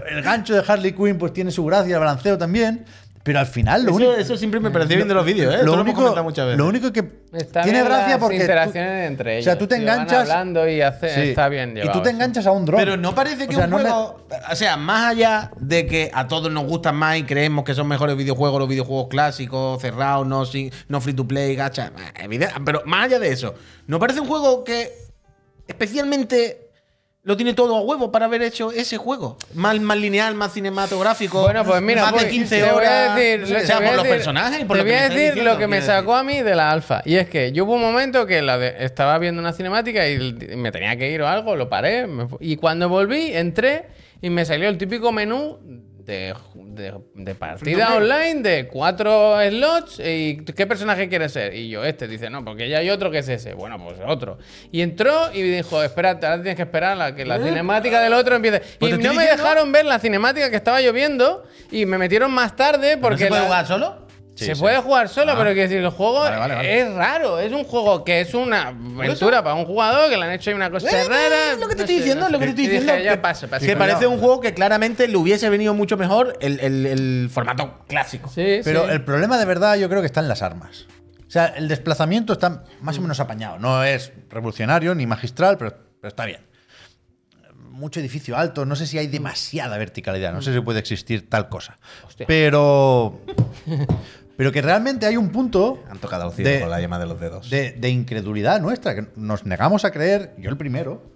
El gancho de Harley Quinn pues tiene su gracia, el balanceo también. Pero al final lo Eso- único... eso siempre me pareció bien de los vídeos, ¿eh? Esto lo Lo hemos único, comentado muchas veces. lo único que Está tiene bien gracia las porque... tú- interacciones entre O sea, ellos, tú te tío, van enganchas... hablando y hace- está bien Y tú llevado te eso. enganchas a un dron. Pero no parece que O sea, un no me- juego. O sea, más allá de que a todos nos gustan más y creemos que son mejores videojuegos los videojuegos clásicos, cerrados, no, sin- no free to play, gacha. evide- Pero más allá de eso, ¿no parece un juego que especialmente lo tiene todo a huevo para haber hecho ese juego? Más, más lineal, más cinematográfico. Bueno, pues mira, más de voy- 15 te voy a horas. decir- no sé, te o sea, voy a por los decir- personajes y por te lo que voy me a estáis decir diciendo, lo que me quiero decir. sacó a mí de la alfa. Y es que yo hubo un momento que la de- estaba viendo una cinemática y l- me tenía que ir o algo, lo paré. me fu- y cuando volví, entré y me salió el típico menú de, ju- de- de partida online de cuatro slots. ¿Y qué personaje quieres ser? Y yo, este, dice, no, porque ya hay otro que es ese. Bueno, pues otro. Y entró y dijo, espérate, ahora tienes que esperar a la- que la cinemática del otro empiece. ¿Eh? Pues te y estoy no me diciendo- dejaron ver la cinemática que estaba lloviendo y me metieron más tarde ¿No porque se puede la- jugar Ah. solo? se puede jugar solo, pero que si el juego Vale, vale, vale. es raro, es un juego que es una aventura para un jugador que le han hecho ahí una cosa Eh, rara. es lo que te no estoy sé, diciendo, no es lo que sé. te estoy Y dije, diciendo. ya que- paso, paso. que Pero- parece un juego que claramente le hubiese venido mucho mejor el, el- el formato clásico. Sí, Pero sí. el problema de verdad yo creo que está en las armas. O sea, el desplazamiento está más o menos apañado. No es revolucionario ni magistral, pero, pero está bien. Mucho edificio alto, no sé si hay demasiada verticalidad, no sé si puede existir tal cosa. Hostia. Pero. Pero que realmente hay un punto. Han tocado los de- cielos con la yema de los dedos. de, de incredulidad nuestra, que nos negamos a creer, yo el primero,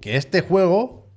que este juego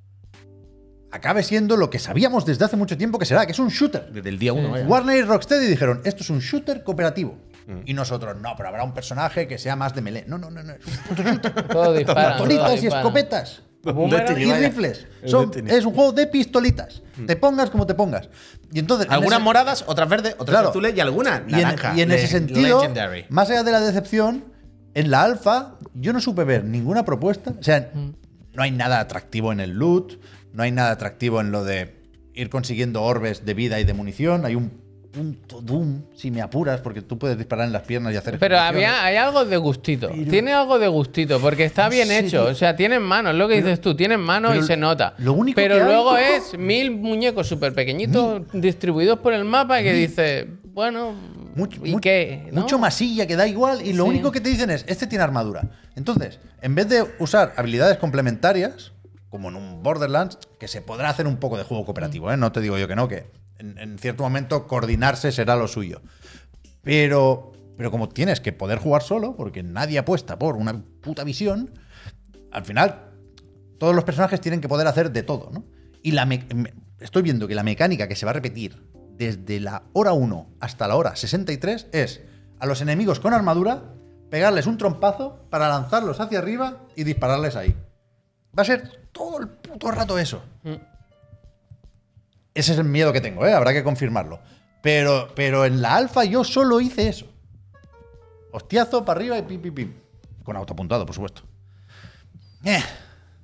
acabe siendo lo que sabíamos desde hace mucho tiempo que será, que es un shooter. Desde el día uno, vaya. Mm. Warner y Rocksteady dijeron, esto es un shooter cooperativo. Y nosotros, no, pero habrá un personaje que sea más de melee. No, no, no, no. es un- (laughs) todo dispara. Pistolitas y escopetas. Boomerang. Y rifles. Son- es un juego de pistolitas. Mm. Te pongas como te pongas. Y entonces. en Algunas ese- moradas, otras verdes, otras Claro. azules y algunas y en, naranja. y en ese Le- sentido, Legendary. más allá de la decepción, en la alfa yo no supe ver ninguna propuesta. O sea, Mm. no hay nada atractivo en el loot, no hay nada atractivo en lo de ir consiguiendo orbes de vida y de munición. Hay un punto doom, si me apuras, porque tú puedes disparar en las piernas y hacer... Pero explosiones. había, hay algo de gustito. Tiene algo de gustito, porque está bien hecho. O sea, tienen manos, lo que dices tú, tienen manos pero y se nota. lo único pero que hay- luego es mil muñecos súper pequeñitos distribuidos por el mapa que dice, bueno, Mucho, ¿y mucho- qué? ¿no? mucho masilla que da igual y lo Sí. único que te dicen es, este tiene armadura. Entonces, en vez de usar habilidades complementarias, como en un Borderlands, que se podrá hacer un poco de juego cooperativo, ¿eh? no te digo yo que no, que en, en cierto momento coordinarse será lo suyo. Pero, pero como tienes que poder jugar solo, porque nadie apuesta por una puta visión, al final todos los personajes tienen que poder hacer de todo, ¿no? Y la me- me- estoy viendo que la mecánica que se va a repetir desde la hora 1 hasta la hora 63 es a los enemigos con armadura pegarles un trompazo para lanzarlos hacia arriba y dispararles ahí. Va a ser todo el puto rato eso. Ese es el miedo que tengo, ¿eh? Habrá que confirmarlo. Pero, pero en la alfa yo solo hice eso. Hostiazo para arriba y pim, pim, pim. Con autoapuntado, por supuesto. Eh,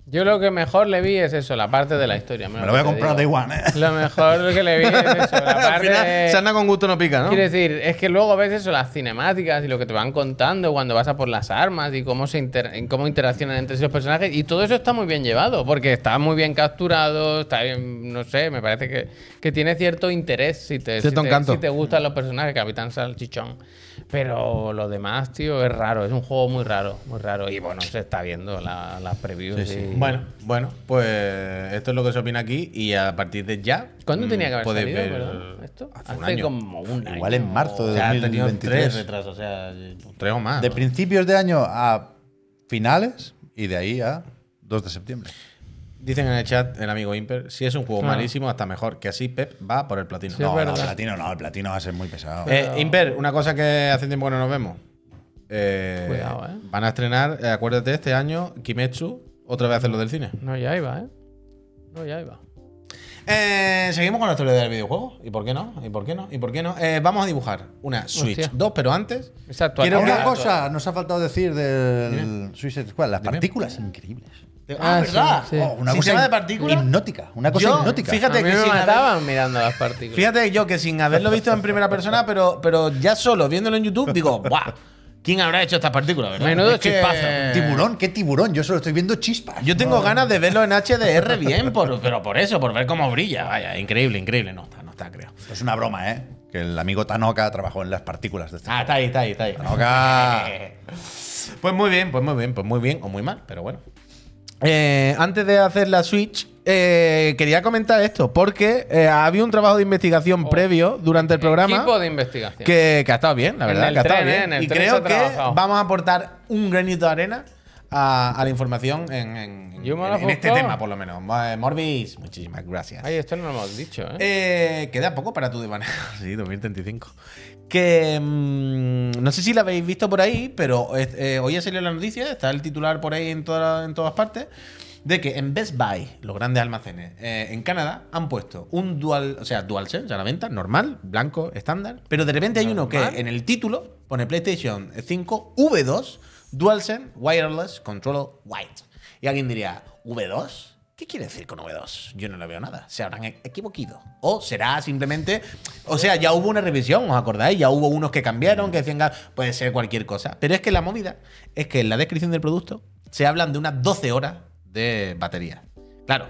Yo lo que mejor le vi es eso, la parte de la historia. me lo voy a comprar de igual. igual, ¿eh? Lo mejor que le vi (laughs) es eso, la Al parte final, de- sana con gusto no pica, ¿no? Quiero decir, es que luego ves eso, las cinemáticas y lo que te van contando cuando vas a por las armas y cómo se inter- y cómo interaccionan entre esos personajes. Y todo eso está muy bien llevado, porque está muy bien capturado, está bien, no sé, me parece que, que tiene cierto interés si te, si, Cierto te, encanto. si te gustan los personajes, Capitán Salchichón. Pero lo demás, tío, es raro, es un juego muy raro, muy raro. Y bueno, se está viendo la- las previews. y- Bueno, bueno, pues esto es lo que se opina aquí y a partir de ya. ¿Cuándo mm, tenía que haber podéis salido, ver perdón, esto? Hace, un Hace año. como un año. Igual en marzo de O sea, ha tenido 2023. tres retrasos, o sea, tres o más. (laughs) De ¿no? principios de año a finales y de ahí a 2 de septiembre. Dicen en el chat el amigo Imper, si es un juego Ah. malísimo, hasta mejor, que así Pep va por el platino. Sí, No, es No, verdad. no, el platino no, el platino va a ser muy pesado. Eh, Imper, una cosa que hace tiempo que no nos vemos. Eh, Cuidado, eh. Van a estrenar, eh, acuérdate, este año, Kimetsu, otra vez hacerlo del cine. No, ya iba, ¿eh? No, ya iba. Eh, seguimos con la historia del videojuego. ¿Y por qué no? ¿Y por qué no? ¿Y por qué no? Eh, vamos a dibujar una Switch Hostia. 2, pero antes. Exacto. Quiero una que- cosa nos ha faltado decir del Suicide Squad, las partículas increíbles. Ah, ¿verdad? sí, sí. Oh, una Sistema cosa de partículas. hipnótica, una cosa Yo, hipnótica. fíjate a mí que me sin haber- mataban mirando las partículas. Fíjate yo que sin haberlo visto en primera persona, pero, pero ya solo viéndolo en YouTube, digo, ¡buah! ¿Quién habrá hecho estas partículas, verdad? Menudo Es que- chispazo. Tiburón, qué tiburón. Yo solo estoy viendo chispas. Yo tengo ganas de verlo en HDR bien, por- pero por eso, por ver cómo brilla. Vaya, increíble, increíble. No está, no está, creo. Es una broma, ¿eh? Que el amigo Tanoka trabajó en las partículas de este. Ah, está ahí, está ahí, está ahí. Tanoka. (laughs) Pues muy bien, pues muy bien, pues muy bien o muy mal, pero bueno. Eh, antes de hacer la Switch, eh, quería comentar esto, porque eh, había un trabajo de investigación previo durante el programa Equipo de investigación. que, que ha estado bien, la En verdad, el que ha estado tren, ¿eh? bien. En el y tren se creo ha que trabajado. vamos a aportar un granito de arena a, a la información en, en- Yo me en- lo en este busco. tema, por lo menos. Eh, Morbis, muchísimas gracias. Ay, esto no lo hemos dicho, ¿eh? Eh, queda poco para tu divaneo. (laughs) sí, 2035. Que mm, no sé si la habéis visto por ahí, pero eh, eh, hoy ha salido la noticia, está el titular por ahí en, toda- en todas partes, de que en Best Buy, los grandes almacenes eh, en Canadá, han puesto un dual, o sea, dual sense a la venta, normal, blanco, estándar, pero de Ah. repente hay uno que en el título pone PlayStation 5 V2 DualSense Wireless Controller White. Y alguien diría, ¿V2? ¿Qué quiere decir con V2? Yo no le veo nada. Se habrán e- equivocado. O será simplemente. O sea, ya hubo una revisión, ¿os acordáis? Ya hubo unos que cambiaron, que decían. "Ah, Puede ser cualquier cosa. Pero es que la movida es que en la descripción del producto se hablan de unas 12 horas de batería. Claro,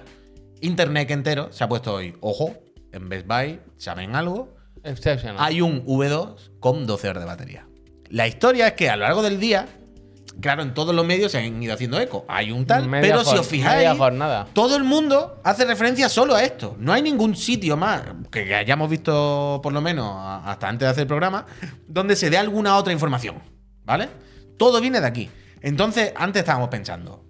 Internet entero se ha puesto hoy. Ojo, en Best Buy saben algo. Exceptional. Hay un V2 con 12 horas de batería. La historia es que a lo largo del día, claro, en todos los medios se han ido haciendo eco. Hay un tal, Media pero si jor- os fijáis, media jornada. todo el mundo hace referencia solo a esto. No hay ningún sitio más que hayamos visto, por lo menos a- hasta antes de hacer el programa, donde se dé alguna otra información. ¿Vale? Todo viene de aquí. Entonces, antes estábamos pensando,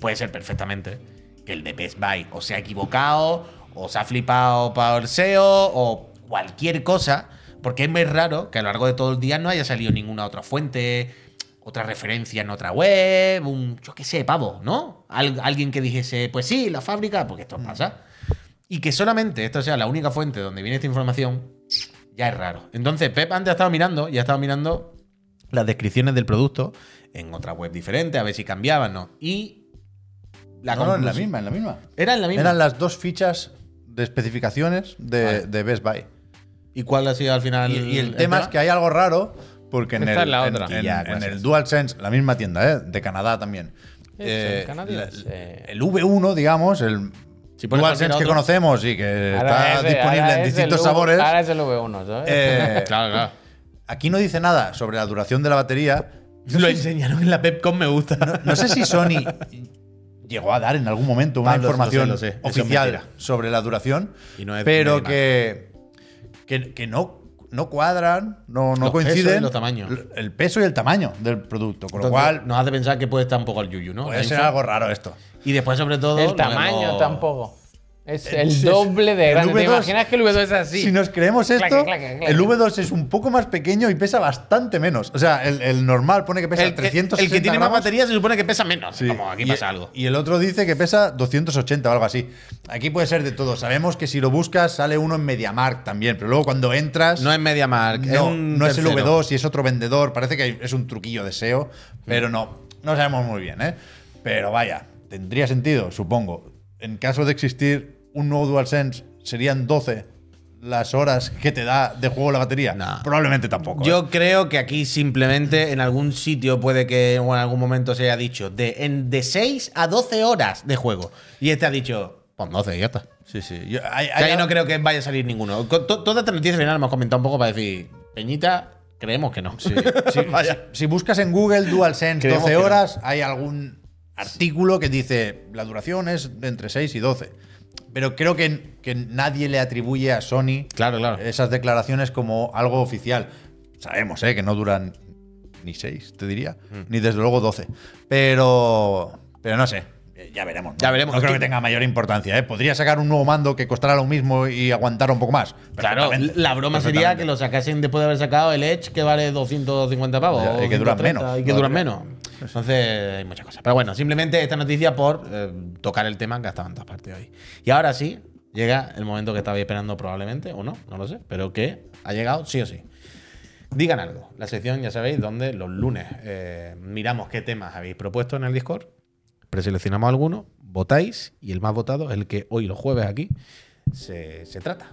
puede ser perfectamente que el de Best Buy o se ha equivocado, o se ha flipado para el SEO, o cualquier cosa, porque es muy raro que a lo largo de todo el día no haya salido ninguna otra fuente, otra referencia en otra web, un, yo qué sé, pavo, ¿no? Al- alguien que dijese, pues sí, la fábrica, porque esto pasa. Y que solamente esto sea la única fuente donde viene esta información, ya es raro. Entonces, Pep antes ha estado mirando, ya ha estado mirando las descripciones del producto en otra web diferente, a ver si cambiaban, ¿no? Y la No, no, en la conclusión- misma, en la misma. Era en la misma. Eran las dos fichas de especificaciones de, Vale. de Best Buy. ¿Y cuál ha sido al final? Y, y el, tema es que eh, hay algo raro porque en el, Esta es la en- otra. en- Ya, en gracias. el DualSense, la misma tienda, ¿eh? de Canadá también. Sí, pues eh, son canadienses. la- el V1 digamos, el Si pones DualSense que cualquier otro. conocemos y que Ahora está es- disponible ahora en es distintos el V- sabores. Ahora es el V1, ¿sabes? (laughs) eh, Pues Claro, (laughs) claro. Aquí no dice nada sobre la duración de la batería. Lo enseñaron en la PepCon, me gusta. (laughs) No sé si Sony llegó a dar en algún momento una Pablo, lo información sé, lo sé. Eso es oficial mentira. sobre la duración, Y no es- no pero es que, que, que no, no cuadran, no, no Los pesos y coinciden. los tamaños. El peso y el tamaño del producto, con lo Entonces, cual nos hace pensar que puede estar un poco al yuyu, ¿no? puede La ser info. algo raro esto. Y después, sobre todo. el lo tamaño vemos- tampoco. Es Es- el doble de Eh, el grande. ¿Te V2 imaginas que el V2 es así? Si nos creemos esto, Claque, claque, claque. el V2 es un poco más pequeño y pesa bastante menos. O sea, el, el normal pone que pesa El, que- 360 el que tiene más gramos. batería se supone que pesa menos. Sí. Como aquí y, e- pasa algo. Y el otro dice que pesa 280 o algo así. Aquí puede ser de todo. Sabemos que si lo buscas sale uno en MediaMark también, pero luego cuando entras No es MediaMark. es, no, un no es el tercero. V2 y es otro vendedor. Parece que hay- es un truquillo de SEO, pero no, no sabemos muy bien, ¿eh? Pero vaya, tendría sentido, supongo. En caso de existir un nuevo DualSense, serían 12 las horas que te da de juego la batería. No. Probablemente tampoco. ¿eh? Yo creo que aquí simplemente en algún sitio puede que o en algún momento se haya dicho de, en, de 6 a 12 horas de juego. Y este ha dicho, pues 12 y ya está. Sí, sí. Yo- hay- O sea, hay- yo no creo que vaya a salir ninguno. Con to- Todas estas noticias finales hemos comentado un poco para decir, Peñita, creemos que no. si, si- si buscas en Google DualSense Creemos 12 que no. horas, hay algún artículo que dice la duración es de entre 6 y 12. Pero creo que, que nadie le atribuye a Sony (laughs) Claro, claro. esas declaraciones como algo oficial. Sabemos ¿eh? que no duran ni 6, te diría, Hmm. ni desde luego 12. Pero, pero no sé. Eh, Ya veremos. ¿no? Ya veremos. No creo que Tú- tenga mayor importancia. ¿eh? Podría sacar un nuevo mando que costara lo mismo y aguantara un poco más. Claro, Perfectamente. la broma sería Perfectamente. que lo sacasen después de haber sacado el Edge, que vale 250 pavos. Ya, y o que duran 130, menos. Y que duran Vale. menos. Entonces, hay muchas cosas. Pero bueno, simplemente esta noticia por eh, tocar el tema que ha estado en todas partes hoy. Y ahora sí, llega el momento que estabais esperando probablemente, o no, no lo sé, pero que ha llegado sí o sí. Digan algo. La sección, ya sabéis, donde los lunes eh, miramos qué temas habéis propuesto en el Discord, preseleccionamos alguno, votáis y el más votado es el que hoy, los jueves, aquí se, se trata.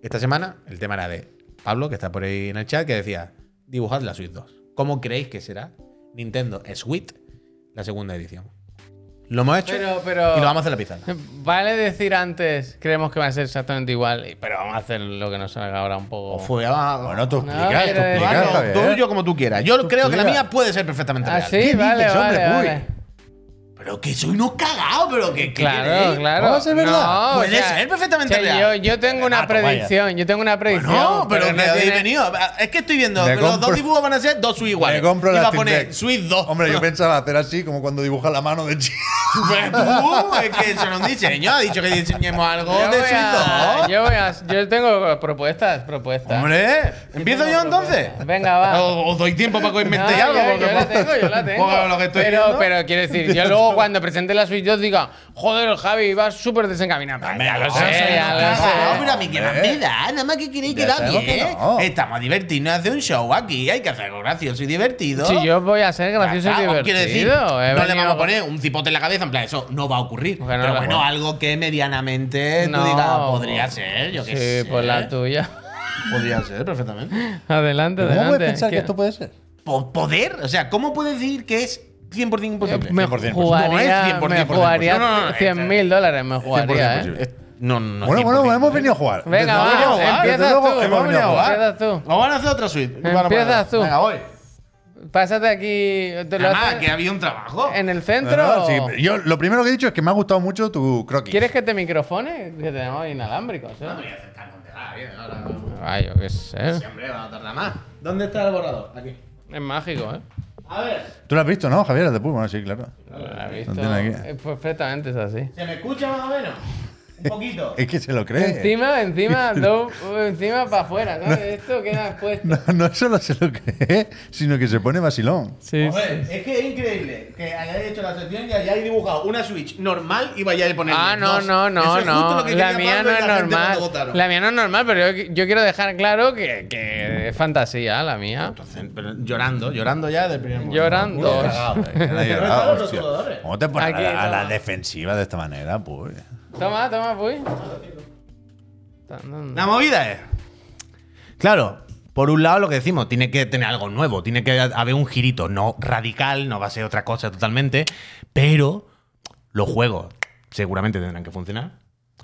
Esta semana el tema era de Pablo, que está por ahí en el chat, que decía, dibujad la Switch 2. ¿Cómo creéis que será Nintendo Switch la segunda edición? Lo hemos hecho Pero- pero- y lo vamos a hacer la pizarra. Vale decir antes, creemos que va a ser exactamente igual, y- pero vamos a hacer lo que nos salga ahora un poco. O fue a- Bueno, tú No, explicas, tú pero- explicas, Bueno, Javier. eh, ¿eh? Tú y yo como tú quieras. Yo creo que la digas. mía puede ser perfectamente Ah, real. sí, ¿Qué vale, dices, hombre, vale, uy? vale. Pero que soy unos cagados, pero que. que Claro, queréis. claro. ¿Vamos a ser Oh, verdad? No, Puede ser perfectamente che, real. Yo, yo tengo una Renato, vaya. predicción, yo tengo una predicción. No, pero, que habéis tiene- venido. Es que estoy viendo Me que los compro- dos dibujos van a ser dos Switch iguales. Me compro Iba la a Steam poner Deck. Switch 2. Hombre, (laughs) yo pensaba hacer así, como cuando dibuja la mano de Chi. Pero Pues tú, es que eso no es un diseño. Ha dicho que diseñemos algo Yo de voy, a, Switch 2. yo voy a- yo tengo propuestas, propuestas. Hombre, ¿empiezo yo entonces? (laughs) Venga, va. ¿O os doy tiempo para que No, inventéis algo? yo, porque yo la tengo, yo la tengo. porque lo que estoy pero, viendo- pero quiero decir, yo luego cuando presente la Switch 2 diga, joder, el Javi va súper desencaminado. Ya lo Yo soy sé, ya un lo cagao, pero a sé. mí que más me da, nada más que queréis Ya que da sabemos bien. que no. Estamos a divertirnos, hace un show aquí, hay que hacer algo gracioso y divertido. Si yo voy a ser gracioso Ya y está, os divertido. quiero decir, he no le venido- vamos a poner un cipote en la cabeza, en plan, eso no va a ocurrir. Bueno, pero no, bueno, bueno. algo que medianamente No. tú digas, "Ah, podría ser, yo qué sé. Sí, pues la tuya. Podría ser, perfectamente. adelante, ¿Cómo adelante. puedes pensar que Quiero- esto puede ser? Po- poder, o sea, ¿cómo puedes decir que es 100% imposible? me 100%. No es 100% jugaría, me imposible. jugaría No, no, no, no, 100.000 dólares, me jugaría, ¿eh? Es- No, no, no. Bueno, 100% bueno, hemos imposible. venido a jugar. Venga, Desde luego, ¿eh? va, desde empiezas luego, tú. hemos venido a jugar. Empiezas tú. Vamos a hacer otra suite. Empiezas tú. Venga, voy. Pásate aquí. ¿Te lo Además, haces que había un trabajo. en el No, centro? no, o- sí, yo lo primero que he dicho es que me ha gustado mucho tu croquis. ¿Quieres que te microfone? Que tenemos inalámbricos, ¿eh? Ay, yo qué sé. Hombre, va a tardar más. ¿Dónde está el borrador? Aquí. Es mágico, ¿eh? A ver, Tú lo has visto, ¿no, Javier? El de Pulmo, sí, claro. Lo he visto. tiene aquí. Eh, Perfectamente es así. ¿se me escucha más o menos? Un poquito. Es que se lo cree. (laughs) Encima, encima, dos, encima para afuera, ¿no? Esto queda puesto. No, no solo se lo cree, sino que se pone vacilón. (laughs) Sí, Joder, es que es increíble que hayáis hecho la sección y hayáis dibujado una Switch normal y vayáis a poner. Ah, no, no, Eso no, es justo no. lo que La quería mía Pablo no y es la gente normal. cuando votaron. La mía no es normal, pero yo, yo quiero dejar claro que, que es fantasía, la mía. Entonces, pero llorando, llorando ya del primer momento. Llorando. Culo Ah, cagado. eh. (laughs) Nadie Pero no ha dado, están los hostia. jugadores. ¿Cómo te pones a Aquí, la, a la toma. defensiva de esta manera, pues? Toma, toma, puy. Tan, tan. La movida es. Claro, por un lado lo que decimos, tiene que tener algo nuevo, tiene que haber un girito, no radical, no va a ser otra cosa totalmente, pero los juegos seguramente tendrán que funcionar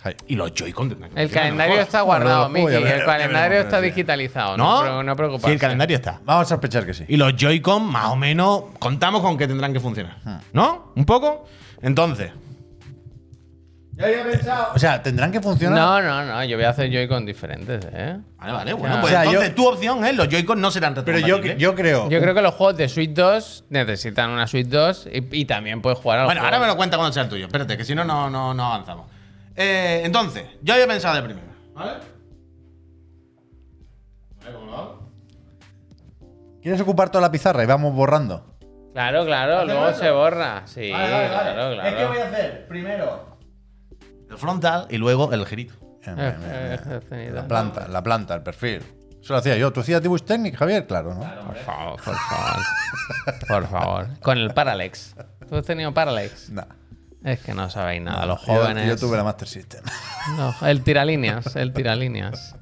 Ay. y los Joy-Con tendrán que El funcionar. calendario mejor. está guardado, Bueno, luego Miki. ya El veremos, ya calendario veremos, está pero sí. digitalizado. No, ¿No? pre- no preocupes. Sí, el calendario está. Vamos a sospechar que sí. Y los Joy-Con, más o menos, contamos con que tendrán que funcionar. ¿No? ¿Un poco? Entonces. O sea, tendrán que funcionar. No, no, no. Yo voy a hacer Joy-Con diferentes, ¿eh? Vale, vale, bueno. Ah. Pues O sea, yo- entonces tu opción es: los Joy-Con no serán pero yo, retrocompatibles. yo creo. Yo creo que los juegos de Switch 2 necesitan una Switch 2 y, y también puedes jugar a los Bueno, juegos. ahora me lo cuenta cuando sea el tuyo. Espérate, que si no, no, no, no avanzamos. Eh, entonces, yo había pensado de primero. ¿Vale? ¿Quieres ocupar toda la pizarra y vamos borrando? Claro, claro. Luego eso? se borra. Sí, Vale, vale, vale. claro, claro. a hacer primero el frontal y luego el girito. Eh, Eh, eh, eh, eh, eh, tenida. La planta, la planta, el perfil. Eso lo hacía yo. ¿Tú hacías dibujos técnicos, Javier? Claro, ¿no? Por favor, por favor. por favor. Con el Parallax. ¿Tú has tenido Parallax? Nah. Es que no sabéis nada, los Yo- jóvenes. Yo, tuve la Master System. (laughs) No, el tiralíneas, el tiralíneas.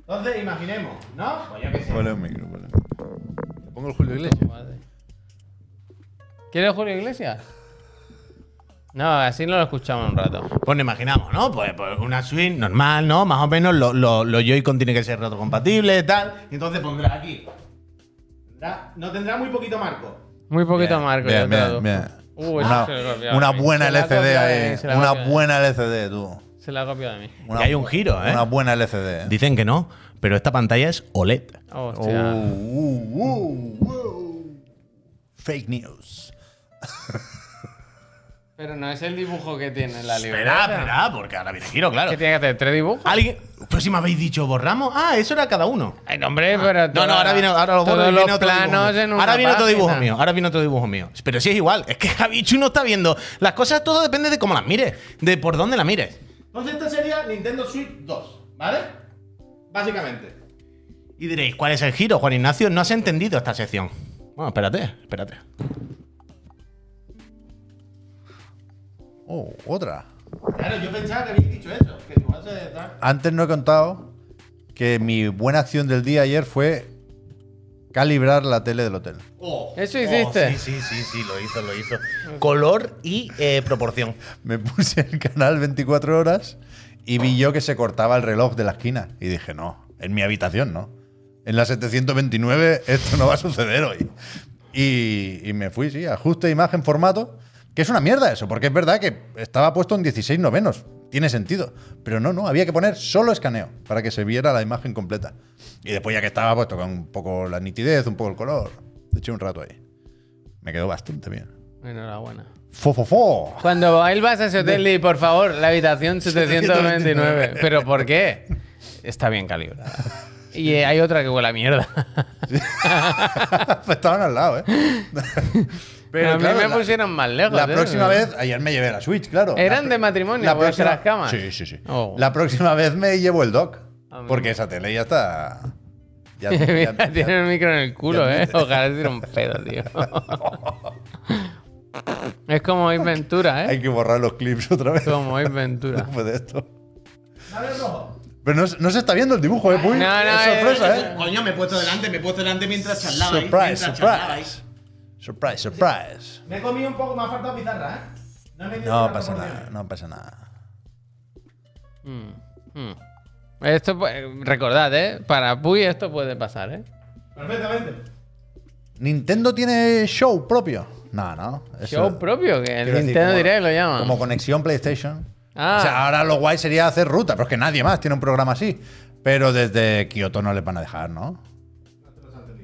Entonces, imaginemos, ¿no? Pues yo qué Ponle un micro, ponle. ¿Le pongo el Julio Iglesias? Madre. ¿Quieres Julio Iglesias? No, así no lo escuchamos un rato. Pues nos imaginamos, ¿no? Pues, pues una Switch normal, ¿no? Más o menos los lo, lo Joy-Con tiene que ser retrocompatibles, tal. Y entonces pondrás aquí. Tendrá- no tendrá muy poquito marco. Muy poquito Bien, marco. bien, yo bien, traduzco. bien. Uh, eso una, se lo he copiado una a mí. buena Se la ha LCD copiado de ahí. mí, se la ha Una copiado de mí. buena LCD, tú. Se la ha copiado a mí. Una que hay un bu- giro, ¿eh? Una buena LCD. ¿eh? Dicen que no, pero esta pantalla es OLED. Hostia. Uh, uh, uh, uh. Fake news. Pero no es el dibujo que tiene la libreta. Espera, espera, porque ahora viene giro, claro. ¿Qué tiene que hacer? ¿Tres dibujos? Alguien. Pero si me habéis dicho borramos. Ah, eso era cada uno. Ay, no, hombre, pero. Ah. No, toda- no, ahora viene, ahora lo borro y viene todos los otro dibujo planos mío. en una Ahora viene otro dibujo página. mío, ahora viene otro dibujo mío. Pero sí es igual, es que (laughs) Javichu no está viendo. Las cosas todo depende de cómo las mires, de por dónde las mires. Entonces esta sería Nintendo Switch 2, ¿vale? Básicamente. Y diréis, ¿cuál es el giro, Juan Ignacio? No has entendido esta sección. Bueno, espérate, espérate. Oh, otra. Claro, yo pensaba que habéis dicho eso, que igual se Antes no he contado que mi buena acción del día ayer fue Calibrar la tele del hotel. Eso hiciste. Oh, sí, sí, sí, sí, lo hizo, lo hizo. Color y eh, proporción. Me puse el canal 24 horas y vi yo que se cortaba el reloj de la esquina. Y dije, no, en mi habitación, ¿no? En la 729 esto no va a suceder hoy. Y, y me fui, sí, ajuste imagen, formato. Que es una mierda eso, porque es verdad que estaba puesto en 16 novenos. Tiene sentido. Pero no, no, había que poner solo escaneo para que se viera la imagen completa. Y después ya que estaba, pues tocaba un poco la nitidez, un poco el color. Le eché un rato ahí. Me quedó bastante bien. Enhorabuena. ¡Fofofo! Cuando él vas a ese hotel, di, por favor, (laughs) la habitación 729. ¿Pero por qué? Está bien calibrada. Ah. Y eh, hay otra que huele a mierda. (laughs) Estaban al lado, ¿eh? (laughs) Pero a mí claro, me la- pusieron más lejos. ¿eh? La tío. próxima vez, ayer me llevé la Switch, claro. ¿Eran La de pro- matrimonio, por las camas? Sí, sí, sí. Oh. La próxima vez me llevo el dock. Ah, mira. Porque esa tele ya está. (laughs) Ya, ya- Mira, ya- (laughs) tiene el micro en el culo, ya- ¿eh? Ojalá te tire un pedo, tío. es como Ace Ventura, ¿eh? hay que borrar los clips otra vez. Como Ace (laughs) Ventura. Después de esto. Pero no, se- no se está viendo el dibujo, ¿eh? Puy? No, no, es eh, sorpresa, ¿eh? Coño, me he puesto delante, me he puesto delante mientras charlabais. Surprise, mientras surprise. charlabais. Surprise, surprise. Me he comido un poco, me ha faltado pizarra, ¿eh? No, he metido No tantas pasa porciones. nada, no pasa nada. Esto, pues, recordad, ¿eh? Para Puy esto puede pasar, ¿eh? Perfectamente. ¿Nintendo tiene show propio? No, no. eso- Show propio, que Quiero el decir, Nintendo como- Direct lo llaman. Como conexión PlayStation. Ah. O sea, ahora lo guay sería hacer ruta, pero es que nadie más tiene un programa así. Pero desde Kioto no les van a dejar, ¿no?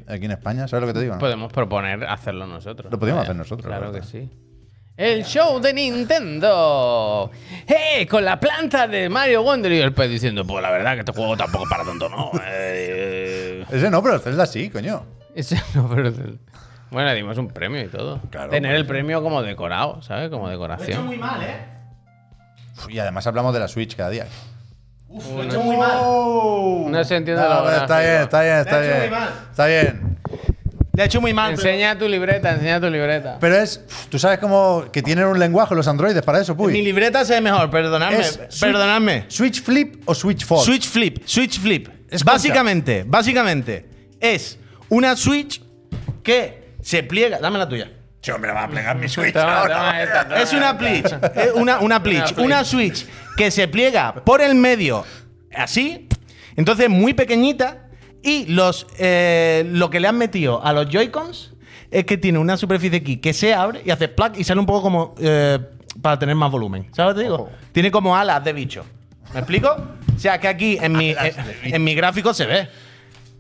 Aquí en España, ¿sabes lo que te digo? no? Podemos proponer hacerlo nosotros. Ah. Lo podemos hacer nosotros, Claro la que verdad. sí. El show de Nintendo. ¡Eh! Con la planta de Mario Wonder y el pez diciendo, pues la verdad que este juego tampoco es para (laughs) tanto, ¿no? Eh, eh". Ese no, pero el Zelda sí, coño. Eso no, pero es el- Bueno, le dimos un premio y todo. Claro, Tener el bueno. premio como decorado, ¿sabes? Como Lo he hecho decoración. muy mal, ¿eh? Uf, Y además hablamos de la Switch cada día. Uf, lo he hecho muy mal. No se entiende la No, pero hora. está bien, está bien, está Lo he hecho bien. muy mal. Está bien. Le he hecho muy mal. pero- Enseña tu libreta, enseña tu libreta. Pero es. uf, Tú sabes cómo que tienen un lenguaje los androides para eso, Mi Puy. libreta se ve mejor, perdonadme. Es Switch- perdonadme. ¿Switch flip o Switch fold? Switch flip, switch flip. Escucha. básicamente, básicamente, es una Switch que se pliega. Dame la tuya. Sí, hombre, va a plegar mi Switch. Toma, ahora. toma esta, toma Es una esta. plich, eh, una, una plich, plich. una Switch que se pliega por el medio, así, entonces muy pequeñita, y los, eh, lo que le han metido a los Joy-Cons es que tiene una superficie aquí que se abre y hace plug y sale un poco como eh, para tener más volumen. ¿Sabes lo que te digo? Tiene como alas de bicho. ¿Me explico? O sea, que aquí en mi, eh, en mi gráfico se ve.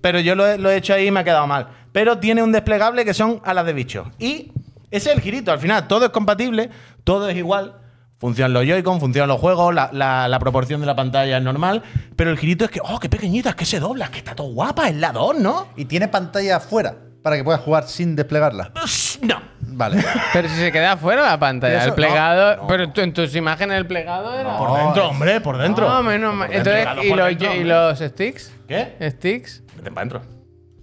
Pero yo lo, he- lo he hecho ahí y me ha quedado mal. Pero tiene un desplegable que son alas de bicho. Y ese es el girito. Al final todo es compatible, todo es igual. Funcionan los Joy-Con, funcionan los juegos, la, la- la proporción de la pantalla es normal. Pero el girito es que, oh, qué pequeñita, es que se dobla, es que está todo guapa, es la 2, ¿no? Y tiene pantalla afuera para que puedas jugar sin desplegarla. Ush, No. Vale. Pero si se queda fuera la pantalla, Eso- el no, plegado. Pero tú, en tus imágenes el plegado era. Por dentro, es- hombre, por dentro. No, menos mal. Entonces, Plegado ¿y por los, dentro, y hombre. los sticks? ¿Qué? ¿Sticks? Vete para adentro.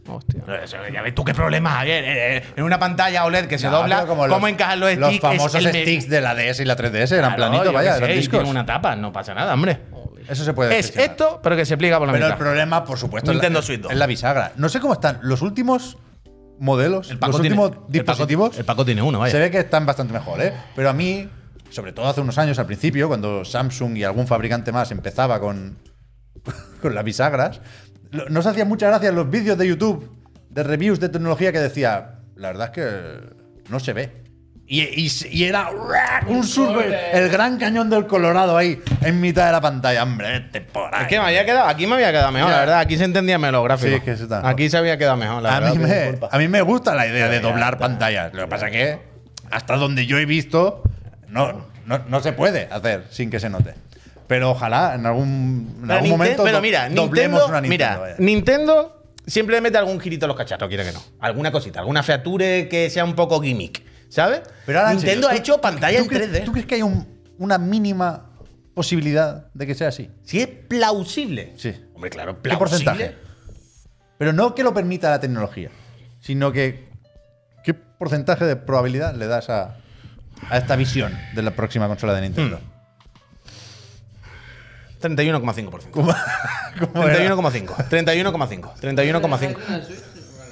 Hostia. Eso, Ya ves tú qué problemas hay. eh, eh, eh. En una pantalla OLED que (laughs) se No, dobla, pero como los- ¿cómo encajan los sticks? Los famosos Es el me- sticks de la DS y la 3DS eran Claro, planitos, yo vaya, qué eran sé, y discos. tiene una tapa, no pasa nada, hombre. Eso se puede Es gestionar. esto, pero que se pliega por la Pero el mitad. problema, por supuesto, Nintendo es, la, Switch dos. es la bisagra. No sé cómo están los últimos modelos, El los tiene- últimos el Paco- dispositivos. El Paco, tiene uno, vaya. se ve que están bastante mejor, ¿eh? Pero a mí, sobre todo hace unos años al principio, cuando Samsung y algún fabricante más empezaba con, (laughs) con las bisagras, lo- nos hacían muchas gracias los vídeos de YouTube de reviews de tecnología que decía, la verdad es que no se ve. Y, y- y era un survey, el gran cañón del Colorado ahí, en mitad de la pantalla. Hombre, vete por ahí. Es que me había quedado, aquí me había quedado mejor, Mira. la verdad. Aquí se entendía mejor los gráficos. Sí, es que eso está mejor. Aquí se había quedado mejor, la a, verdad. mí pido me, disculpas. a mí me gusta la idea de doblar pantallas. Lo que pasa que hasta donde yo he visto no, no, no se puede hacer sin que se note. Pero ojalá en algún, en Pero algún Ninten- momento pero do- mira, doblemos Nintendo, una Nintendo. mira, vaya. Nintendo siempre le mete algún girito a los cacharros, quiera que no. Alguna cosita, alguna feature que sea un poco gimmick, ¿sabes? Pero ahora, en Nintendo serio, ha ¿tú- hecho pantalla ¿tú en crees- 3D. ¿Tú crees que hay un- una mínima posibilidad de que sea así? Si es plausible. Sí. Hombre, claro, plausible. ¿Qué porcentaje? Pero no que lo permita la tecnología, sino que ¿qué porcentaje de probabilidad le das a, a esta visión de la próxima consola de Nintendo? Hmm. 31,5%. (laughs) ¿Cómo era? 31,5. 31,5. 31,5.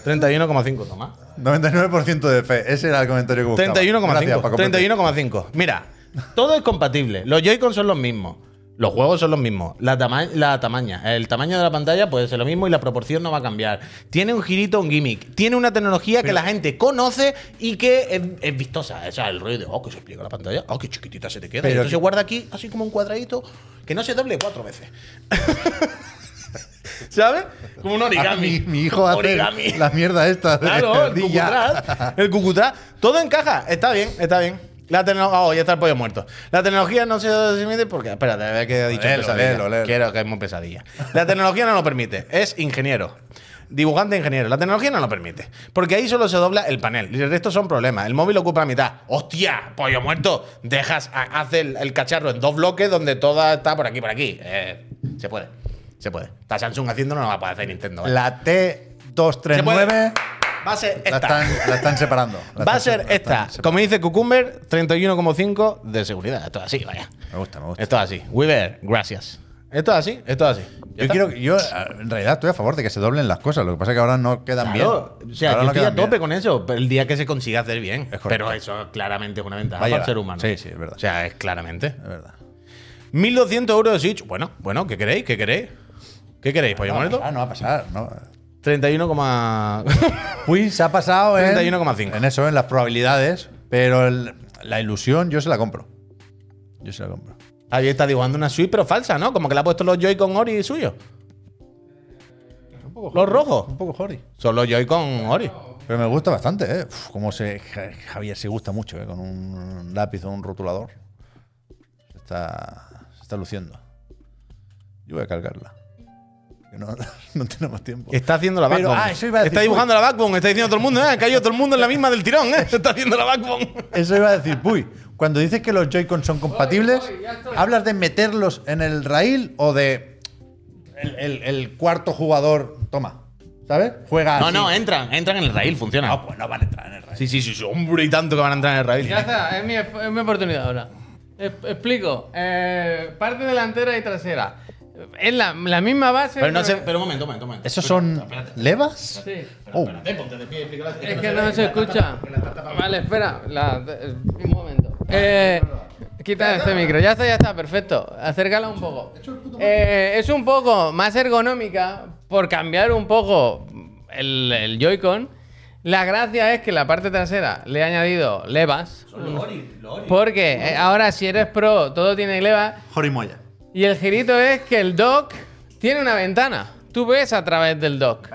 31,5, toma. 99% de fe. Ese era el comentario que buscaba. Gracias, 31,5. Paco Pérez. 31,5. Mira, todo es compatible. Los Joy-Con son los mismos. Los juegos son los mismos. La, tama- la tamaña. El tamaño de la pantalla puede ser lo mismo y la proporción no va a cambiar. Tiene un girito, un gimmick. Tiene una tecnología que la gente conoce y que es, es vistosa. O sea, el ruido de, oh, que se pliega la pantalla, oh, que chiquitita se te queda. Pero Pero que- se guarda aquí, así como un cuadradito, que no se doble cuatro veces. (laughs) ¿Sabes? Como un Ah, origami. mi, mi hijo hace Origami. la mierda esta. de Claro, el ardilla. cucutrás. El cucutrás. Todo encaja. Está bien, está bien. La tecnología. Oh, ya está el pollo muerto. La tecnología no se permite porque. Espérate, a ver qué he dicho. Léelo, pesadilla. léelo, léelo. Quiero que es muy pesadilla. La tecnología no lo permite. Es ingeniero. Dibujante ingeniero. La tecnología no lo permite. Porque ahí solo se dobla el panel. Y el resto son problemas. El móvil ocupa la mitad. ¡Hostia! Pollo muerto. Dejas, ha- haz el, el cacharro en dos bloques donde toda está por aquí, por aquí. Eh, se puede. Se puede. Está Samsung haciendo, no lo va a poder hacer Nintendo. ¿vale? La Se puede. T239 Va a ser la esta. están, la están separando. La Va a están ser se- la esta. están separando. Como dice Cucumber, 31,5 de seguridad. Esto es así, vaya. Me gusta, me gusta. Esto es así. Weaver, gracias. Esto es así, esto es así. Ya Yo está. quiero, yo ah, en realidad estoy a favor de que se doblen las cosas. Lo que pasa es que ahora no quedan Claro, bien. o sea, Ahora yo no estoy quedan a tope bien. con eso. El día que se consiga hacer bien. correcto. Pero eso claramente es una ventaja Va para a el llegar. ser humano. Sí, sí, es verdad. O sea, es claramente. Es verdad. 1.200 euros de Switch. Bueno, bueno, ¿qué queréis? ¿Qué queréis? ¿Qué queréis? ¿Pues ¿Pollo muerto? Ah, no va a pasar. No. 31, coma- (laughs) Uy, se ha pasado en, 31,5. en eso, en las probabilidades. Pero el- la ilusión yo se la compro. Yo se la compro. Ahí está dibujando una Switch, pero falsa, ¿no? Como que le ha puesto los Joy-Con Ori suyo. Los rojos. Un poco Jordi. Son los Joy-Con Ori. Pero me gusta bastante, ¿eh? Uf, como se, Ja- Javier se gusta mucho, ¿eh? Con un lápiz o un rotulador. Se está, se está luciendo. Yo voy a cargarla. Que no, (laughs) no tenemos tiempo. Está haciendo la Pero, backbone. ah, eso iba a decir, está dibujando la backbone, está diciendo todo el mundo, eh, ha caído todo el mundo en la misma del tirón, eh. (laughs) Está haciendo la backbone. Eso iba a decir, uy, cuando dices que los Joy-Con son compatibles, ¿hablas de meterlos en el rail o de el, el- el cuarto jugador, toma, ¿sabes? Juega No, así. no, entran, entran en el rail, funciona. No, pues no van a entrar en el rail. Sí, sí, sí, sí, hombre, y tanto que van a entrar en el rail. Ya está, es mi, es mi oportunidad ahora. Es- Explico. Eh, parte delantera y trasera. Es la, la misma base. Pero no sé, pero un momento, un momento, un momento. ¿Esos son levas? Sí. Oh, Es que no se escucha. Vale, espera. la- eh, un momento. Eh, quita este micro. Ya está, ya está. Perfecto. Acércala un poco. Eh, es un poco más ergonómica por cambiar un poco el, el Joy-Con. La gracia es que la parte trasera le he añadido levas. Porque eh, ahora si eres pro todo tiene levas. Jorimoya. Y el girito es que el dock tiene una ventana. Tú ves a través del dock.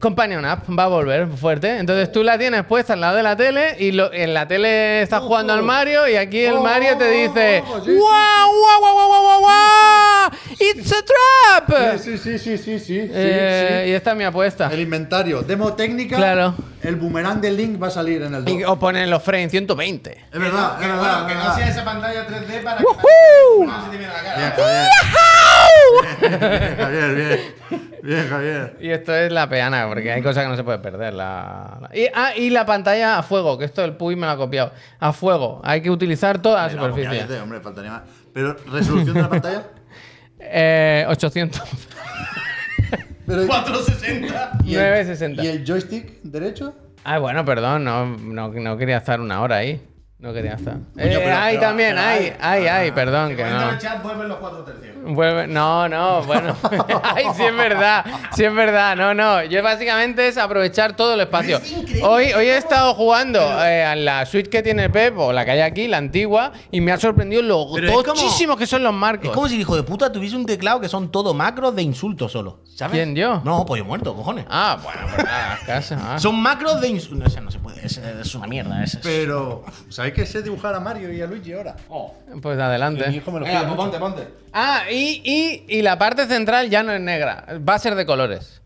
Companion App va a volver fuerte. Entonces tú la tienes puesta al lado de la tele y lo- en la tele estás jugando al Mario y aquí el Mario te dice ¡Wow, wow, wow, wow, wow, wow! ¡It's a trap! Sí, sí, sí, sí, sí. Eh, Y esta es mi apuesta. El inventario, demo técnica. Claro. El boomerang del Link va a salir en el Y os ponen los frames 120. Es verdad, es verdad. esa pantalla 3D para ¡Woohoo! Javier, bien. Bien, Javier. Y esto es la peana, porque hay cosas que no se puede perder. La, la- Y, ah, y la pantalla a fuego, que esto el Puy me lo ha copiado. A fuego, hay que utilizar toda la superficie. Hombre, faltaría más. Pero, ¿resolución de la pantalla? Eh, (laughs) 800, 460. el- 960. el joystick derecho? Ay, Ah, bueno, perdón, no, no, no quería estar una hora ahí. No quería estar. Eh, pero- hay pero- también, pero Ah, hay, hay, hay, perdón, que Cuando no. el chat vuelven los 4 tercios. Vuelve- no, (laughs) no, bueno. Ay, sí es verdad, sí es verdad. No, no. Yo básicamente es aprovechar todo el espacio. Hoy, hoy he estado jugando eh, a la suite que tiene Pep, o la que hay aquí, la antigua, y me ha sorprendido lo Pero es como- tochísimos que son los marcos. Es como si el hijo de puta tuviese un teclado que son todo macros de insultos solo. ¿Sabes? ¿Quién, yo? No, pollo muerto, cojones. Ah, bueno, pues nada, (laughs) casa. ah. Son macros de insultos. No, o sea, no se puede. Es, es una mierda. Es, es- Pero, ¿sabéis que sé dibujar a Mario y a Luigi ahora? Oh, Pues adelante. mi hijo me lo Venga, pide pues mucho. ponte, ponte. Ah, y, y, y la parte central ya no es negra, va a ser de colores.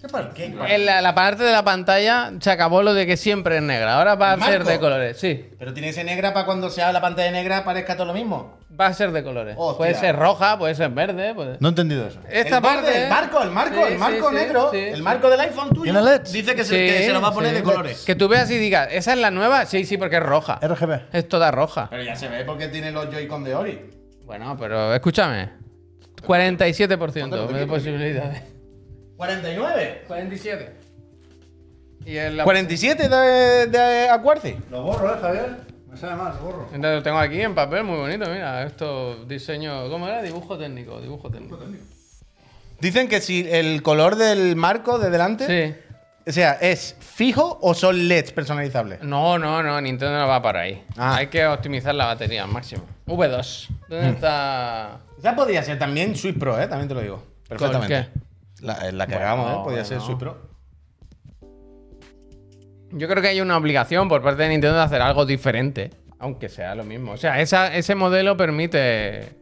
¿Qué par- En la, la parte de la pantalla se acabó lo de que siempre es negra, ahora va ¿El a ser marco? de colores, sí. Pero tiene ese negra para cuando se abre la pantalla negra parezca todo lo mismo. Va a ser de colores. Hostia. Puede ser roja, puede ser verde. Puede... No he entendido eso. Esta el borde, parte. el marco, el marco, Sí, el marco sí, sí, negro, sí. el marco del iPhone tuyo. ¿Tiene LEDs? Dice que, se, Sí, que se lo va a poner sí. de colores. Que tú veas y digas, ¿esa es la nueva? Sí, sí, porque es roja. RGB. Es toda roja. Pero ya se ve porque tiene los Joy-Con de Ori. Bueno, pero escúchame. 47% de posibilidades. 49. 47. Y en la- 47 de, de Aquarci. Lo borro, ¿eh, Javier? Me sabe mal, lo borro. Entonces lo tengo aquí en papel, muy bonito, mira. Esto, diseño. ¿Cómo era? Dibujo técnico, dibujo técnico. Dicen que si el color del marco de delante. Sí. O sea, ¿es fijo o son LEDs personalizables? No, no, no, Nintendo no va para ahí. Ah. Mm. Hay que optimizar la batería al máximo. V2. ¿Dónde está? Esa podría ser también Switch Pro, ¿eh? También te lo digo. Perfectamente. La, eh, la que Bueno, hagamos, ¿eh? Podría ser bueno. Switch Pro. Yo creo que hay una obligación por parte de Nintendo de hacer algo diferente, aunque sea lo mismo. O sea, esa- ese modelo permite.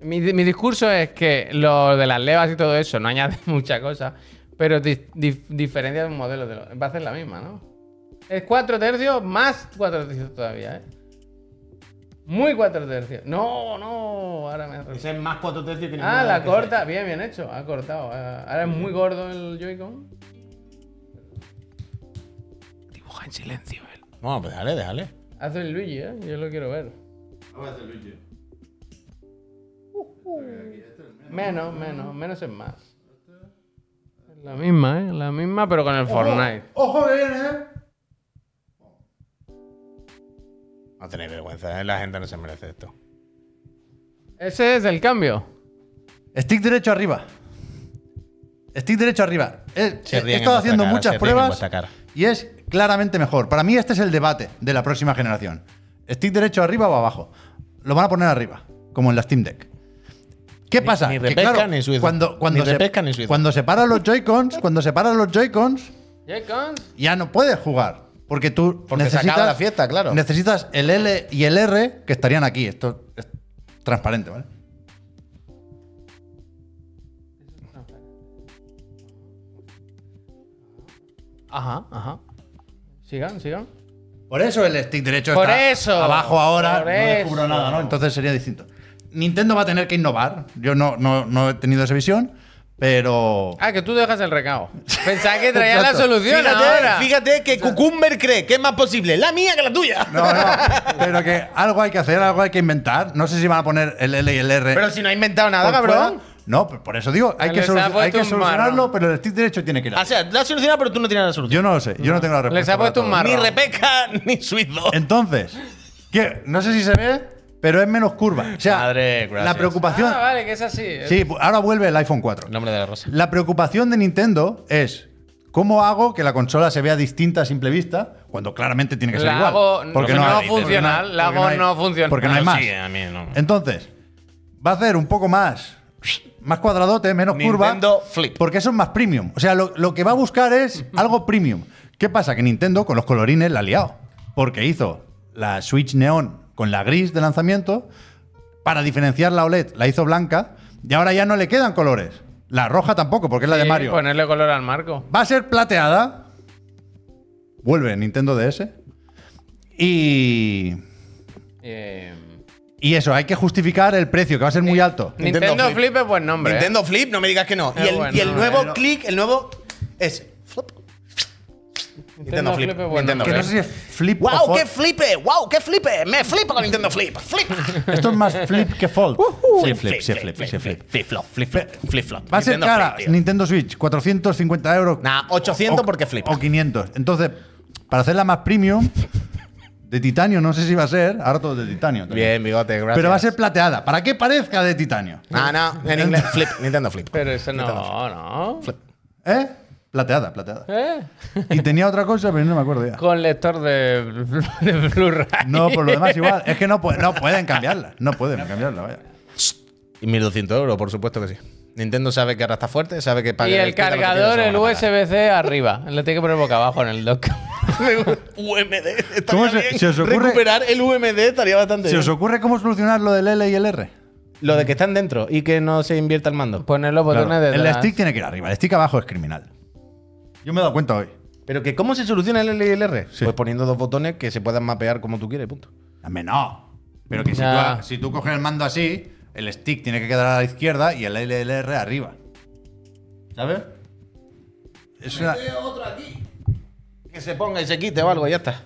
Mi, mi discurso es que lo de las levas y todo eso no (laughs) añade mucha cosa, pero di- di- diferencia de un modelo. De lo- va a ser la misma, ¿no? Es 4 tercios más 4 tercios todavía, ¿eh? Muy 4 tercios. No, no, ahora me has Ese es más 4 tercios (laughs) que Ah, ninguna la que se- corta. Bien, bien hecho. Ha cortado. Ah, Ahora es muy gordo el Joy-Con. Dibuja en silencio él. Bueno, pues déjale, déjale. Hace el Luigi, ¿eh? Yo lo quiero ver. Uh, Menos, menos. Menos es más. La misma, ¿eh? La misma, pero con el Fortnite. ¡Ojo que viene, eh! No tenéis vergüenza, ¿eh? la gente no se merece esto. Ese es el cambio. Stick derecho arriba. Stick derecho arriba. Eh, Se eh, ríen en He estado vuestra haciendo cara, se muchas ríen en pruebas vuestra cara. y es claramente mejor. Para mí este es el debate de la próxima generación. Stick derecho arriba o abajo. Lo van a poner arriba, como en la Steam Deck. ¿Qué Ni- pasa? ni Que, repesca ni suiza. Cuando, cuando Ni se- repesca ni suiza. Cuando separan los Joy-Cons, cuando separan los Joy-Cons, Joy-Cons. ya no puedes jugar. Porque tú Porque se necesitas. acaba la fiesta, claro. Necesitas el L y el R que estarían aquí. Esto es transparente, ¿vale? Ajá, ajá. Sigan, sigan. Por eso el stick derecho Por está eso. abajo ahora. Por no descubro eso. nada, ¿no? Entonces sería distinto. Nintendo va a tener que innovar. Yo no, no, no he tenido esa visión, (laughs) pero. Ah, que tú dejas el (laughs) recao. Pensaba que traía la Exacto. solución ahora. Fíjate, fíjate que Cucumber cree que es más posible la mía que la tuya. No, no. Pero que algo hay que hacer, algo hay que inventar. No sé si van a poner el L y el R. Pero si no ha inventado nada, por cabrón. fuera. No, pero por eso digo, hay Se que, les ha solu- puesto hay que un marrón. Ah, solucionarlo, pero el stick derecho tiene que ir. O sea, la has solucionado, pero tú no tienes la solución. Yo no lo sé, yo no tengo la respuesta. Les ha para puesto un todo. marrón. Ni Rebeca (laughs) ni Suizo. Entonces, ¿qué? no sé si se ve, pero es menos curva. O sea, Madre, gracias. la preocupación. Ah, vale, que es así. Sí, ahora vuelve el iPhone 4. Nombre de la rosa. La preocupación de Nintendo es cómo hago que la consola se vea distinta a simple vista cuando claramente tiene que ser La igual. hago no hay- funcional, porque la porque hago hay- no funcional. Porque no hay Sí, más. a mí no. Entonces, va a hacer un poco más, más cuadradote, menos Nintendo curva, Flip. porque eso es más premium. O sea, lo, lo que va a buscar es algo premium. ¿Qué pasa? Que Nintendo con los colorines la ha liado, porque hizo la Switch Neon con la gris de lanzamiento, para diferenciar la OLED la hizo blanca, y ahora ya no le quedan colores. La roja tampoco, porque es la de Sí, Mario. Ponerle color al marco. Va a ser plateada. Vuelve Nintendo DS. Y. Eh, Y eso, hay que justificar el precio, Eh, que va a ser muy alto. Nintendo, Nintendo Flip. es buen nombre. ¿eh? Nintendo Flip, no me digas que no. Es Y el, bueno, y el eh, nuevo no. click, el nuevo es flip. Nintendo Flip. es buen Nintendo Que no nombre. sé si es flip o ¡Wow, fold. qué flipe! ¡Wow, qué flipe! ¡Me flipa con Nintendo Flip! ¡Flip! Esto es más flip que fold. Sí, flip, sí, flip, sí, flip. Flip, flop, flip, flop, flip, flop. Va a ser Nintendo cara. Flip, tío. Nintendo Switch, 450 euros. Nah, 800 o- porque flip. O 500. Entonces, para hacerla más premium, de titanio, no sé si va a ser. Ahora todo es de titanio. también. Bien, bigote, gracias. Pero va a ser plateada. ¿Para qué parezca de titanio? Ah, no, en (laughs) inglés. Flip, Nintendo Flip. Pero ese no, no. ¿Eh? Plateada, plateada. ¿Eh? Y tenía otra cosa, pero no me acuerdo ya. Con lector de, (laughs) de Blu-ray. No, por lo demás igual. Es que no, pu- no pueden cambiarla. No pueden cambiarla, vaya. Y 1200 euros, por supuesto que sí. Nintendo sabe que ahora está fuerte, sabe que paga Y el quita lo que cargador, quiere, se el lo van a pagar. USB-C arriba. Le tiene que poner boca abajo en el dock. (laughs) (laughs) UMD. estaría ¿Cómo se- bien. se os ocurre- Recuperar el UMD estaría bastante ¿Se bien. os ocurre cómo solucionar lo del L y el R? Lo de que están dentro y que no se invierta el mando. Poner los botones Claro, Pues de el stick tiene que ir arriba. El stick abajo es criminal. Yo me he dado cuenta hoy. Pero que ¿cómo se soluciona el L y el R? Sí. Pues poniendo dos botones que se puedan mapear como tú quieres, punto. Dame, no. Pero que si, Ya. tú, si tú coges el mando así, el stick tiene que quedar a la izquierda y el L y el R arriba. ¿Sabes? Es una- Que se ponga y se quite o algo, ya está.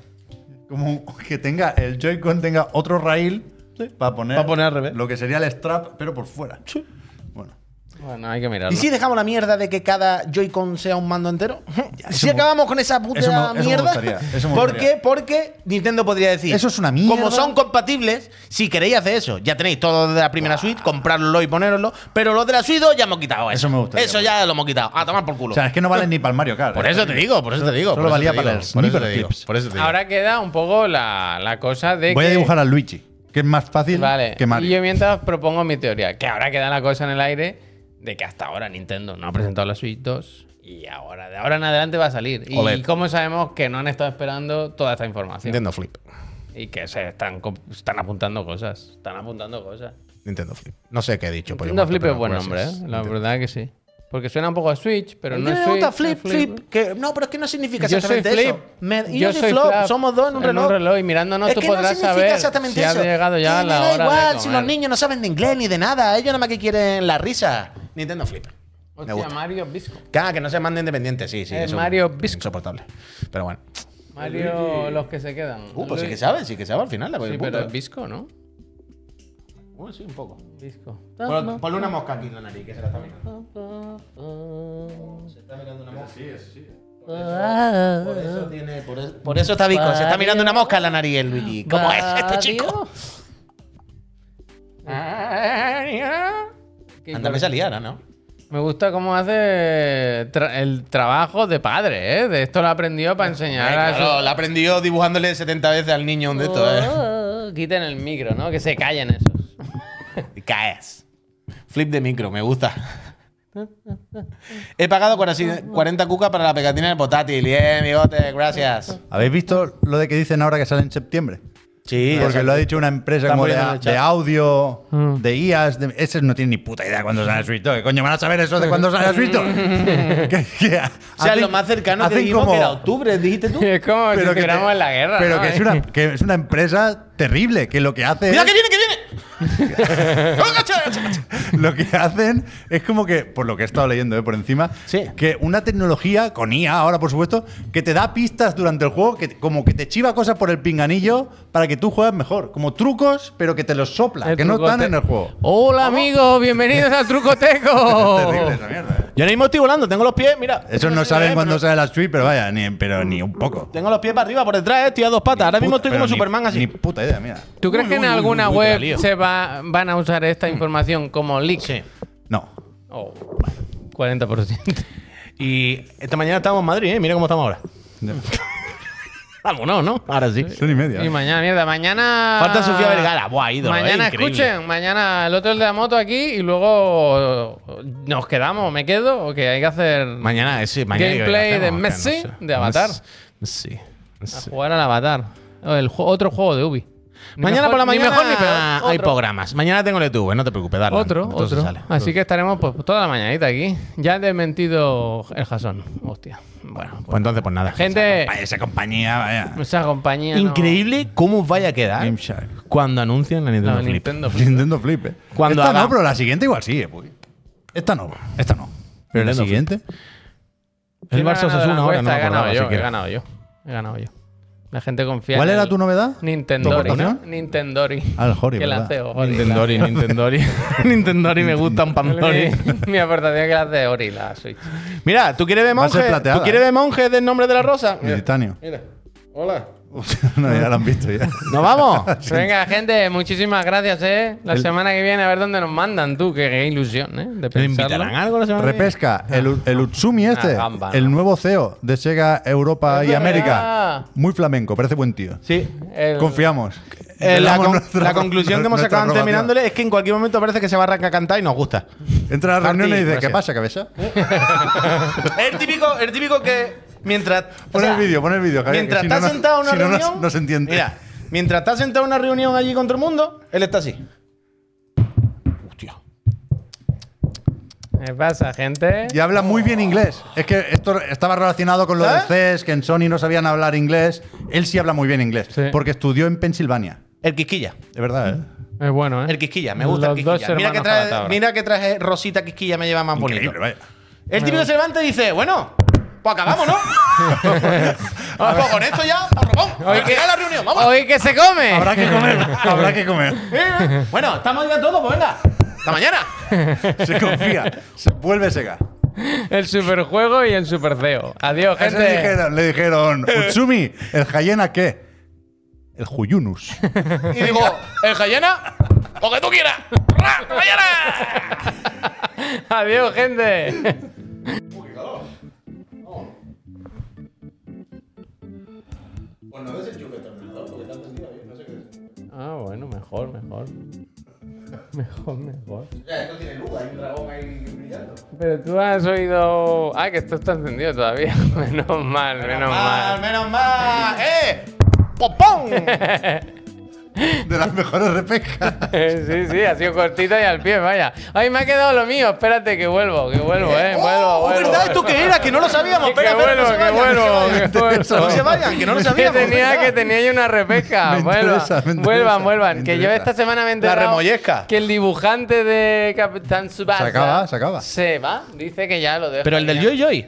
como que tenga el Joy-Con tenga otro rail para poner, Pa' poner al revés. lo que sería el strap, pero por fuera. Bueno. Bueno, hay que mirarlo. ¿Y si dejamos la mierda de que cada Joy-Con sea un mando (laughs) entero? si acabamos con esa puta eso me- eso me mierda. gustaría, eso me ¿Por gustaría. qué? Porque Nintendo podría decir. Eso es una mierda. Como son compatibles, si queréis hacer eso, ya tenéis todo de la primera suite, comprarlo y poneroslo. Pero los de la suite 2 ya hemos quitado eso. Eso me gustaría, Eso ya lo hemos quitado. A tomar por culo. O sea, es que no valen ni para el Mario Kart. por ¿eh? eso te digo, por eso te digo. Solo por eso valía te digo, para el por eso te sniper digo, clips. Por eso te digo. Ahora queda un poco la, la cosa de Voy que. a dibujar a Luigi, que es más fácil Vale. que Y yo Mario. mientras propongo mi teoría, que ahora queda la cosa en el aire de que hasta ahora Nintendo no ha presentado la Switch 2 y ahora de ahora en adelante va a salir. Olé. Y cómo sabemos que no han estado esperando toda esta información Nintendo Flip. y que se están co- están apuntando cosas, están apuntando cosas. Nintendo Flip. No sé qué he dicho. pollo Nintendo muerto, Flip pero es buen nombre, gracias. ¿eh? la verdad que sí. Porque suena un poco a Switch, pero A mí no es me Switch. gusta es flip, flip. que- no, pero es que no significa Yo soy exactamente Flip. eso. Me- y yo, soy flop. Flap. Somos dos en un reloj. y mirándonos es tú que no podrás significa saber exactamente si has eso. llegado ya Que a la me da hora igual de si comer. los niños no saben de inglés ni de nada. Ellos nada más que quieren la risa. Nintendo Flip. Me Hostia, gusta. Mario Bisco. Claro, que no se manden independientes, sí, sí. Eh, eso Mario es Bisco. Insoportable. Pero bueno. Mario, los que se quedan. Uh, pues sí que Luis- sabe, sí que sabe al final. la Sí, puta. pero es Bisco, ¿no? Uh, sí, un poco. Bisco. Pon- Ponle una mosca aquí en la nariz, que se la está mirando. Por eso, tiene, por, eso, por eso está bico. Se está mirando una mosca en la nariz el Luigi. ¿Cómo es este chico? Qué Anda, me salía ahora, ¿no? Me gusta cómo hace tra- el trabajo de padre, ¿eh? De esto lo aprendió para enseñar Eh, a claro, la aprendió dibujándole 70 veces al niño un de Oh. estos, eh. su... Quiten el micro, ¿no? Que se callen esos. Y Caes. Flip de micro, me gusta. He pagado 40 cucas para la pegatina del potátil. Bien, bigote, gracias. ¿Habéis visto lo de que dicen ahora que sale en septiembre? Sí, Porque lo ha dicho una empresa Están como de, poniendo en el chat. Mm. de audio, de IAS. De, ese no tiene ni puta idea cuándo sale Switch 2. ¿Qué coño van a saber eso de cuándo sale Switch (laughs) 2? (laughs) Que- que O sea, hacen- lo más cercano que hacen vimos como- que era octubre, dijiste tú. (laughs) Es como si te- estuviéramos en la guerra, Pero ¿no? que, es una, que es una empresa terrible, que lo que hace ¡Mira es- que viene, que viene! (laughs) lo que hacen es como que, por lo que he estado leyendo eh, por encima, Sí. que una tecnología, con IA ahora por supuesto, que te da pistas durante el juego, que como que te chiva cosas por el pinganillo para que tú juegues mejor. Como trucos, pero que te los sopla, El que no están trucote- en el juego. Hola amigos, bienvenidos al (laughs) Es Trucoteco. terrible esa mierda. eh. Yo ahora mismo estoy volando, tengo los pies, mira. Eso no saben cuándo sale la Switch, pero vaya, ni, pero ni un poco. Tengo los pies para arriba, por detrás, eh, estoy a dos patas. Ahora mismo Puta, estoy pero como ni- Superman así. Ni puta idea, mira. ¿Tú crees Uy, que en uy, uy, alguna uy, te la lío. web se va, van a usar esta información como leak? Mm. Sí. No. Oh, (laughs) 40%. Y esta mañana estábamos en Madrid, ¿eh? Mira cómo estamos (laughs) ahora. Vámonos, ¿no? Ahora sí. Son y media. Y mañana, mierda, mañana. Falta Sofía Vergara. Buah, ídolo, Mañana eh, increíble. escuchen, mañana el otro el de la moto aquí y luego nos quedamos, me quedo, o que hay que hacer. Mañana, eh, sí, mañana. Gameplay ¿qué de hacemos? Messi, Que no sé. de Avatar. Ah, Sí. sí. Jugar al Avatar. O el ju- otro juego de Ubi. Ni Mañana mejor- por la mañana Ni mejor ni peor. hay Otro. programas. Mañana tengo el YouTube, no te preocupes, dale. Otro, otro. Así que estaremos pues, toda la mañanita aquí. Ya he desmentido el Jason. Hostia. Bueno, Pues entonces, pues nada. gente, Vaya, esa compañía, vaya. esa compañía. no- Increíble cómo os vaya a quedar Game Shark. cuando anuncien la Nintendo No, Flip. Nintendo Flip. Nintendo Flip, eh. Cuando esta haga- no, pero la siguiente igual sí, eh, puy. Esta no, esta no. Pero la Nintendo siguiente. El ¿Quién ha Barça ganado Osasuna la ahora, no encuesta? me He ganado acordaba yo, he siquiera. (laughs) ganado yo. He ganado yo. La gente confía. ¿Cuál en era el- tu novedad? Nintendori, ¿Tu ¿no? votación? Nintendori. Ah, el Hori, Que la ¿verdad? hace Ori. Nintendori, la- (laughs) Nintendori. Nintendori me gusta un Pandori. Mi, mi aportación es que la hace Ori, la Switch. Mira, ¿tú quieres ver Va a ser monje? plateada, ¿Tú quieres eh. ver monje del nombre de la rosa? (laughs) Titanio. Mira. Hola. no, ya la han visto ya. ¡Nos (laughs) vamos! Venga, gente, muchísimas gracias, ¿eh? La semana que viene a ver dónde nos mandan, tú. Qué, qué ilusión, ¿eh? ¿Nos De pensarlo. invitarán algo la semana que viene? Repesca, el, el Ah, Utsumi este, gamba, ¿no? el nuevo CEO de Sega Europa Es y verdad. América. Muy flamenco, parece buen tío. Sí. El- Confiamos. Eh, la, Damos con- nuestra- la conclusión que hemos nuestra sacado antes aprobación. mirándole es que en cualquier momento parece que se va a arrancar a cantar y nos gusta. Entra a la Martí, reunión y dice, gracias. ¿qué pasa, cabeza? Es (laughs) el típico, el típico que mientras. o Pon sea, el vídeo, pon el vídeo. Javier, Mientras que si no, estás no- sentado en una si no, no- reunión. No, se entiende. Mira, mientras estás sentado en una reunión allí con todo el mundo, él está así. Hostia. ¿Qué pasa, gente? Y habla muy bien inglés. Es que esto estaba relacionado con lo ¿Eh? ¿Sabes? de CES, que en Sony no sabían hablar inglés. Él sí habla muy bien inglés, Sí. porque estudió en Pensilvania. El quisquilla. De verdad, ¿eh? Es bueno, ¿eh? El quisquilla, me gusta Los el dos quisquilla. Mira que, hermanos traje, Calatabra. mira que traje Rosita Quisquilla, me lleva más bonito. Increíble, vaya. El típico se levanta y dice, bueno, pues acabamos, (laughs) ¿no? pues con esto ya, a ropón. Hoy Hoy que que- la reunión, vamos. Hoy que se come. Habrá que comer, habrá que comer. Bueno, estamos ya todos, pues venga. ¡Hasta (laughs) mañana! Se confía. Se vuelve Sega. El superjuego y el superceo. Adiós, A ese le gente. dijeron, le dijeron, Utsumi, ¿el Hayena qué? El Huyunus. Y digo, ¿El Jayena? lo que tú quieras. ¡Ra! ¡Hasta mañana! Adiós, gente. Ah, bueno, mejor, mejor. Mejor, mejor. Pero tú has oído. Ah, que esto está encendido todavía. (laughs) Menos mal, menos Mal, mal. menos mal. ¡Eh! (laughs) ¡Popón! De las mejores repescas. Eh, sí, sí, ha sido cortito y al pie, vaya. Ay, me ha quedado lo mío. Espérate, que vuelvo, que vuelvo, eh. Vuelvo, Oh, vuelvo. ¿Verdad esto que era? Que no lo sabíamos. (laughs) Que Espera, espera, vuelvo, no se que vayan, no se vayan. vuelvo, que vuelvo. No se vayan, que no lo Es (laughs) que sabíamos. tenía, ¿verdad? que tenía yo una repesca. (laughs) Me Vuelvan, interesa, me interesa, vuelvan, vuelvan. me Que yo interesa. esta semana me he enterado remollezca. que el dibujante de Capitán Subasa Se acaba, se acaba. Se va, dice que ya lo deja. Pero el del ya. Joy Joy.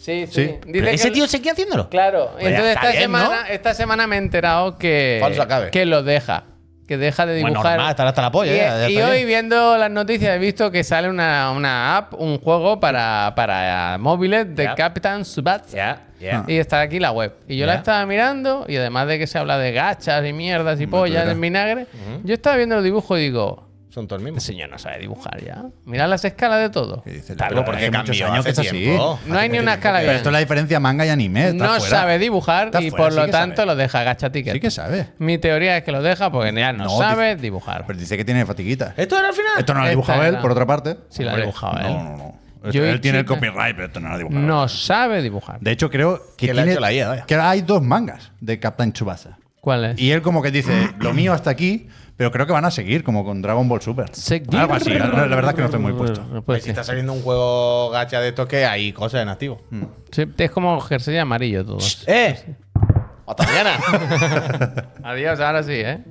Sí, sí. Sí. Dice que Ese el- tío seguía haciéndolo. Claro, ya entonces está esta, bien, ¿no? semana, esta semana me he enterado que, Falso acabe. que lo deja. Que deja de Bueno, dibujar. normal, estará hasta la polla, Y, ya, ya y está hoy, bien. viendo las noticias, he visto que sale una, una app, un juego para, para eh, móviles de Ya. Captain Subats. Ah. ya. Y está aquí la web. Y yo la Ya. estaba mirando, y además de que se habla de gachas y mierdas y Mm, pollas verás. en vinagre, yo estaba viendo el dibujo y digo, Son todos el mismos. señor no sabe dibujar ya. Mirad las escalas de todo. eh, Claro, porque cambió hace tiempo. No hay ni una escala Pero bien. esto es la diferencia manga y anime. está No fuera. sabe dibujar Está y fuera, por sí lo que tanto sabe. lo deja gacha ticket. Sí que sabe. Mi teoría es que lo deja porque ya no, No, sabe dice- dibujar. Pero dice que tiene fatiguitas. ¿Esto era al final? Esto no lo ha Esta dibujado él, era. por otra parte. Sí, lo ha Hombre, dibujado él. No, no, no. Yo y él tiene el chica. copyright, pero esto no lo ha dibujado. No sabe dibujar. De hecho, creo que, Que lo ha tiene- hecho la IA, vaya. que hay dos mangas de Captain Tsubasa. ¿Cuál es? Y él como que (clears throat) dice, lo mío hasta aquí, pero creo que van a seguir, como con Dragon Ball Super. Seguir. Algo así. La, la verdad es que no estoy muy puesto. No puede Si ser. está saliendo un juego gacha de estos que hay cosas en activo. Mm. Sí, es como jersey amarillo todos. ¡Eh! ¡Hasta mañana! Adiós, ahora sí, ¿eh?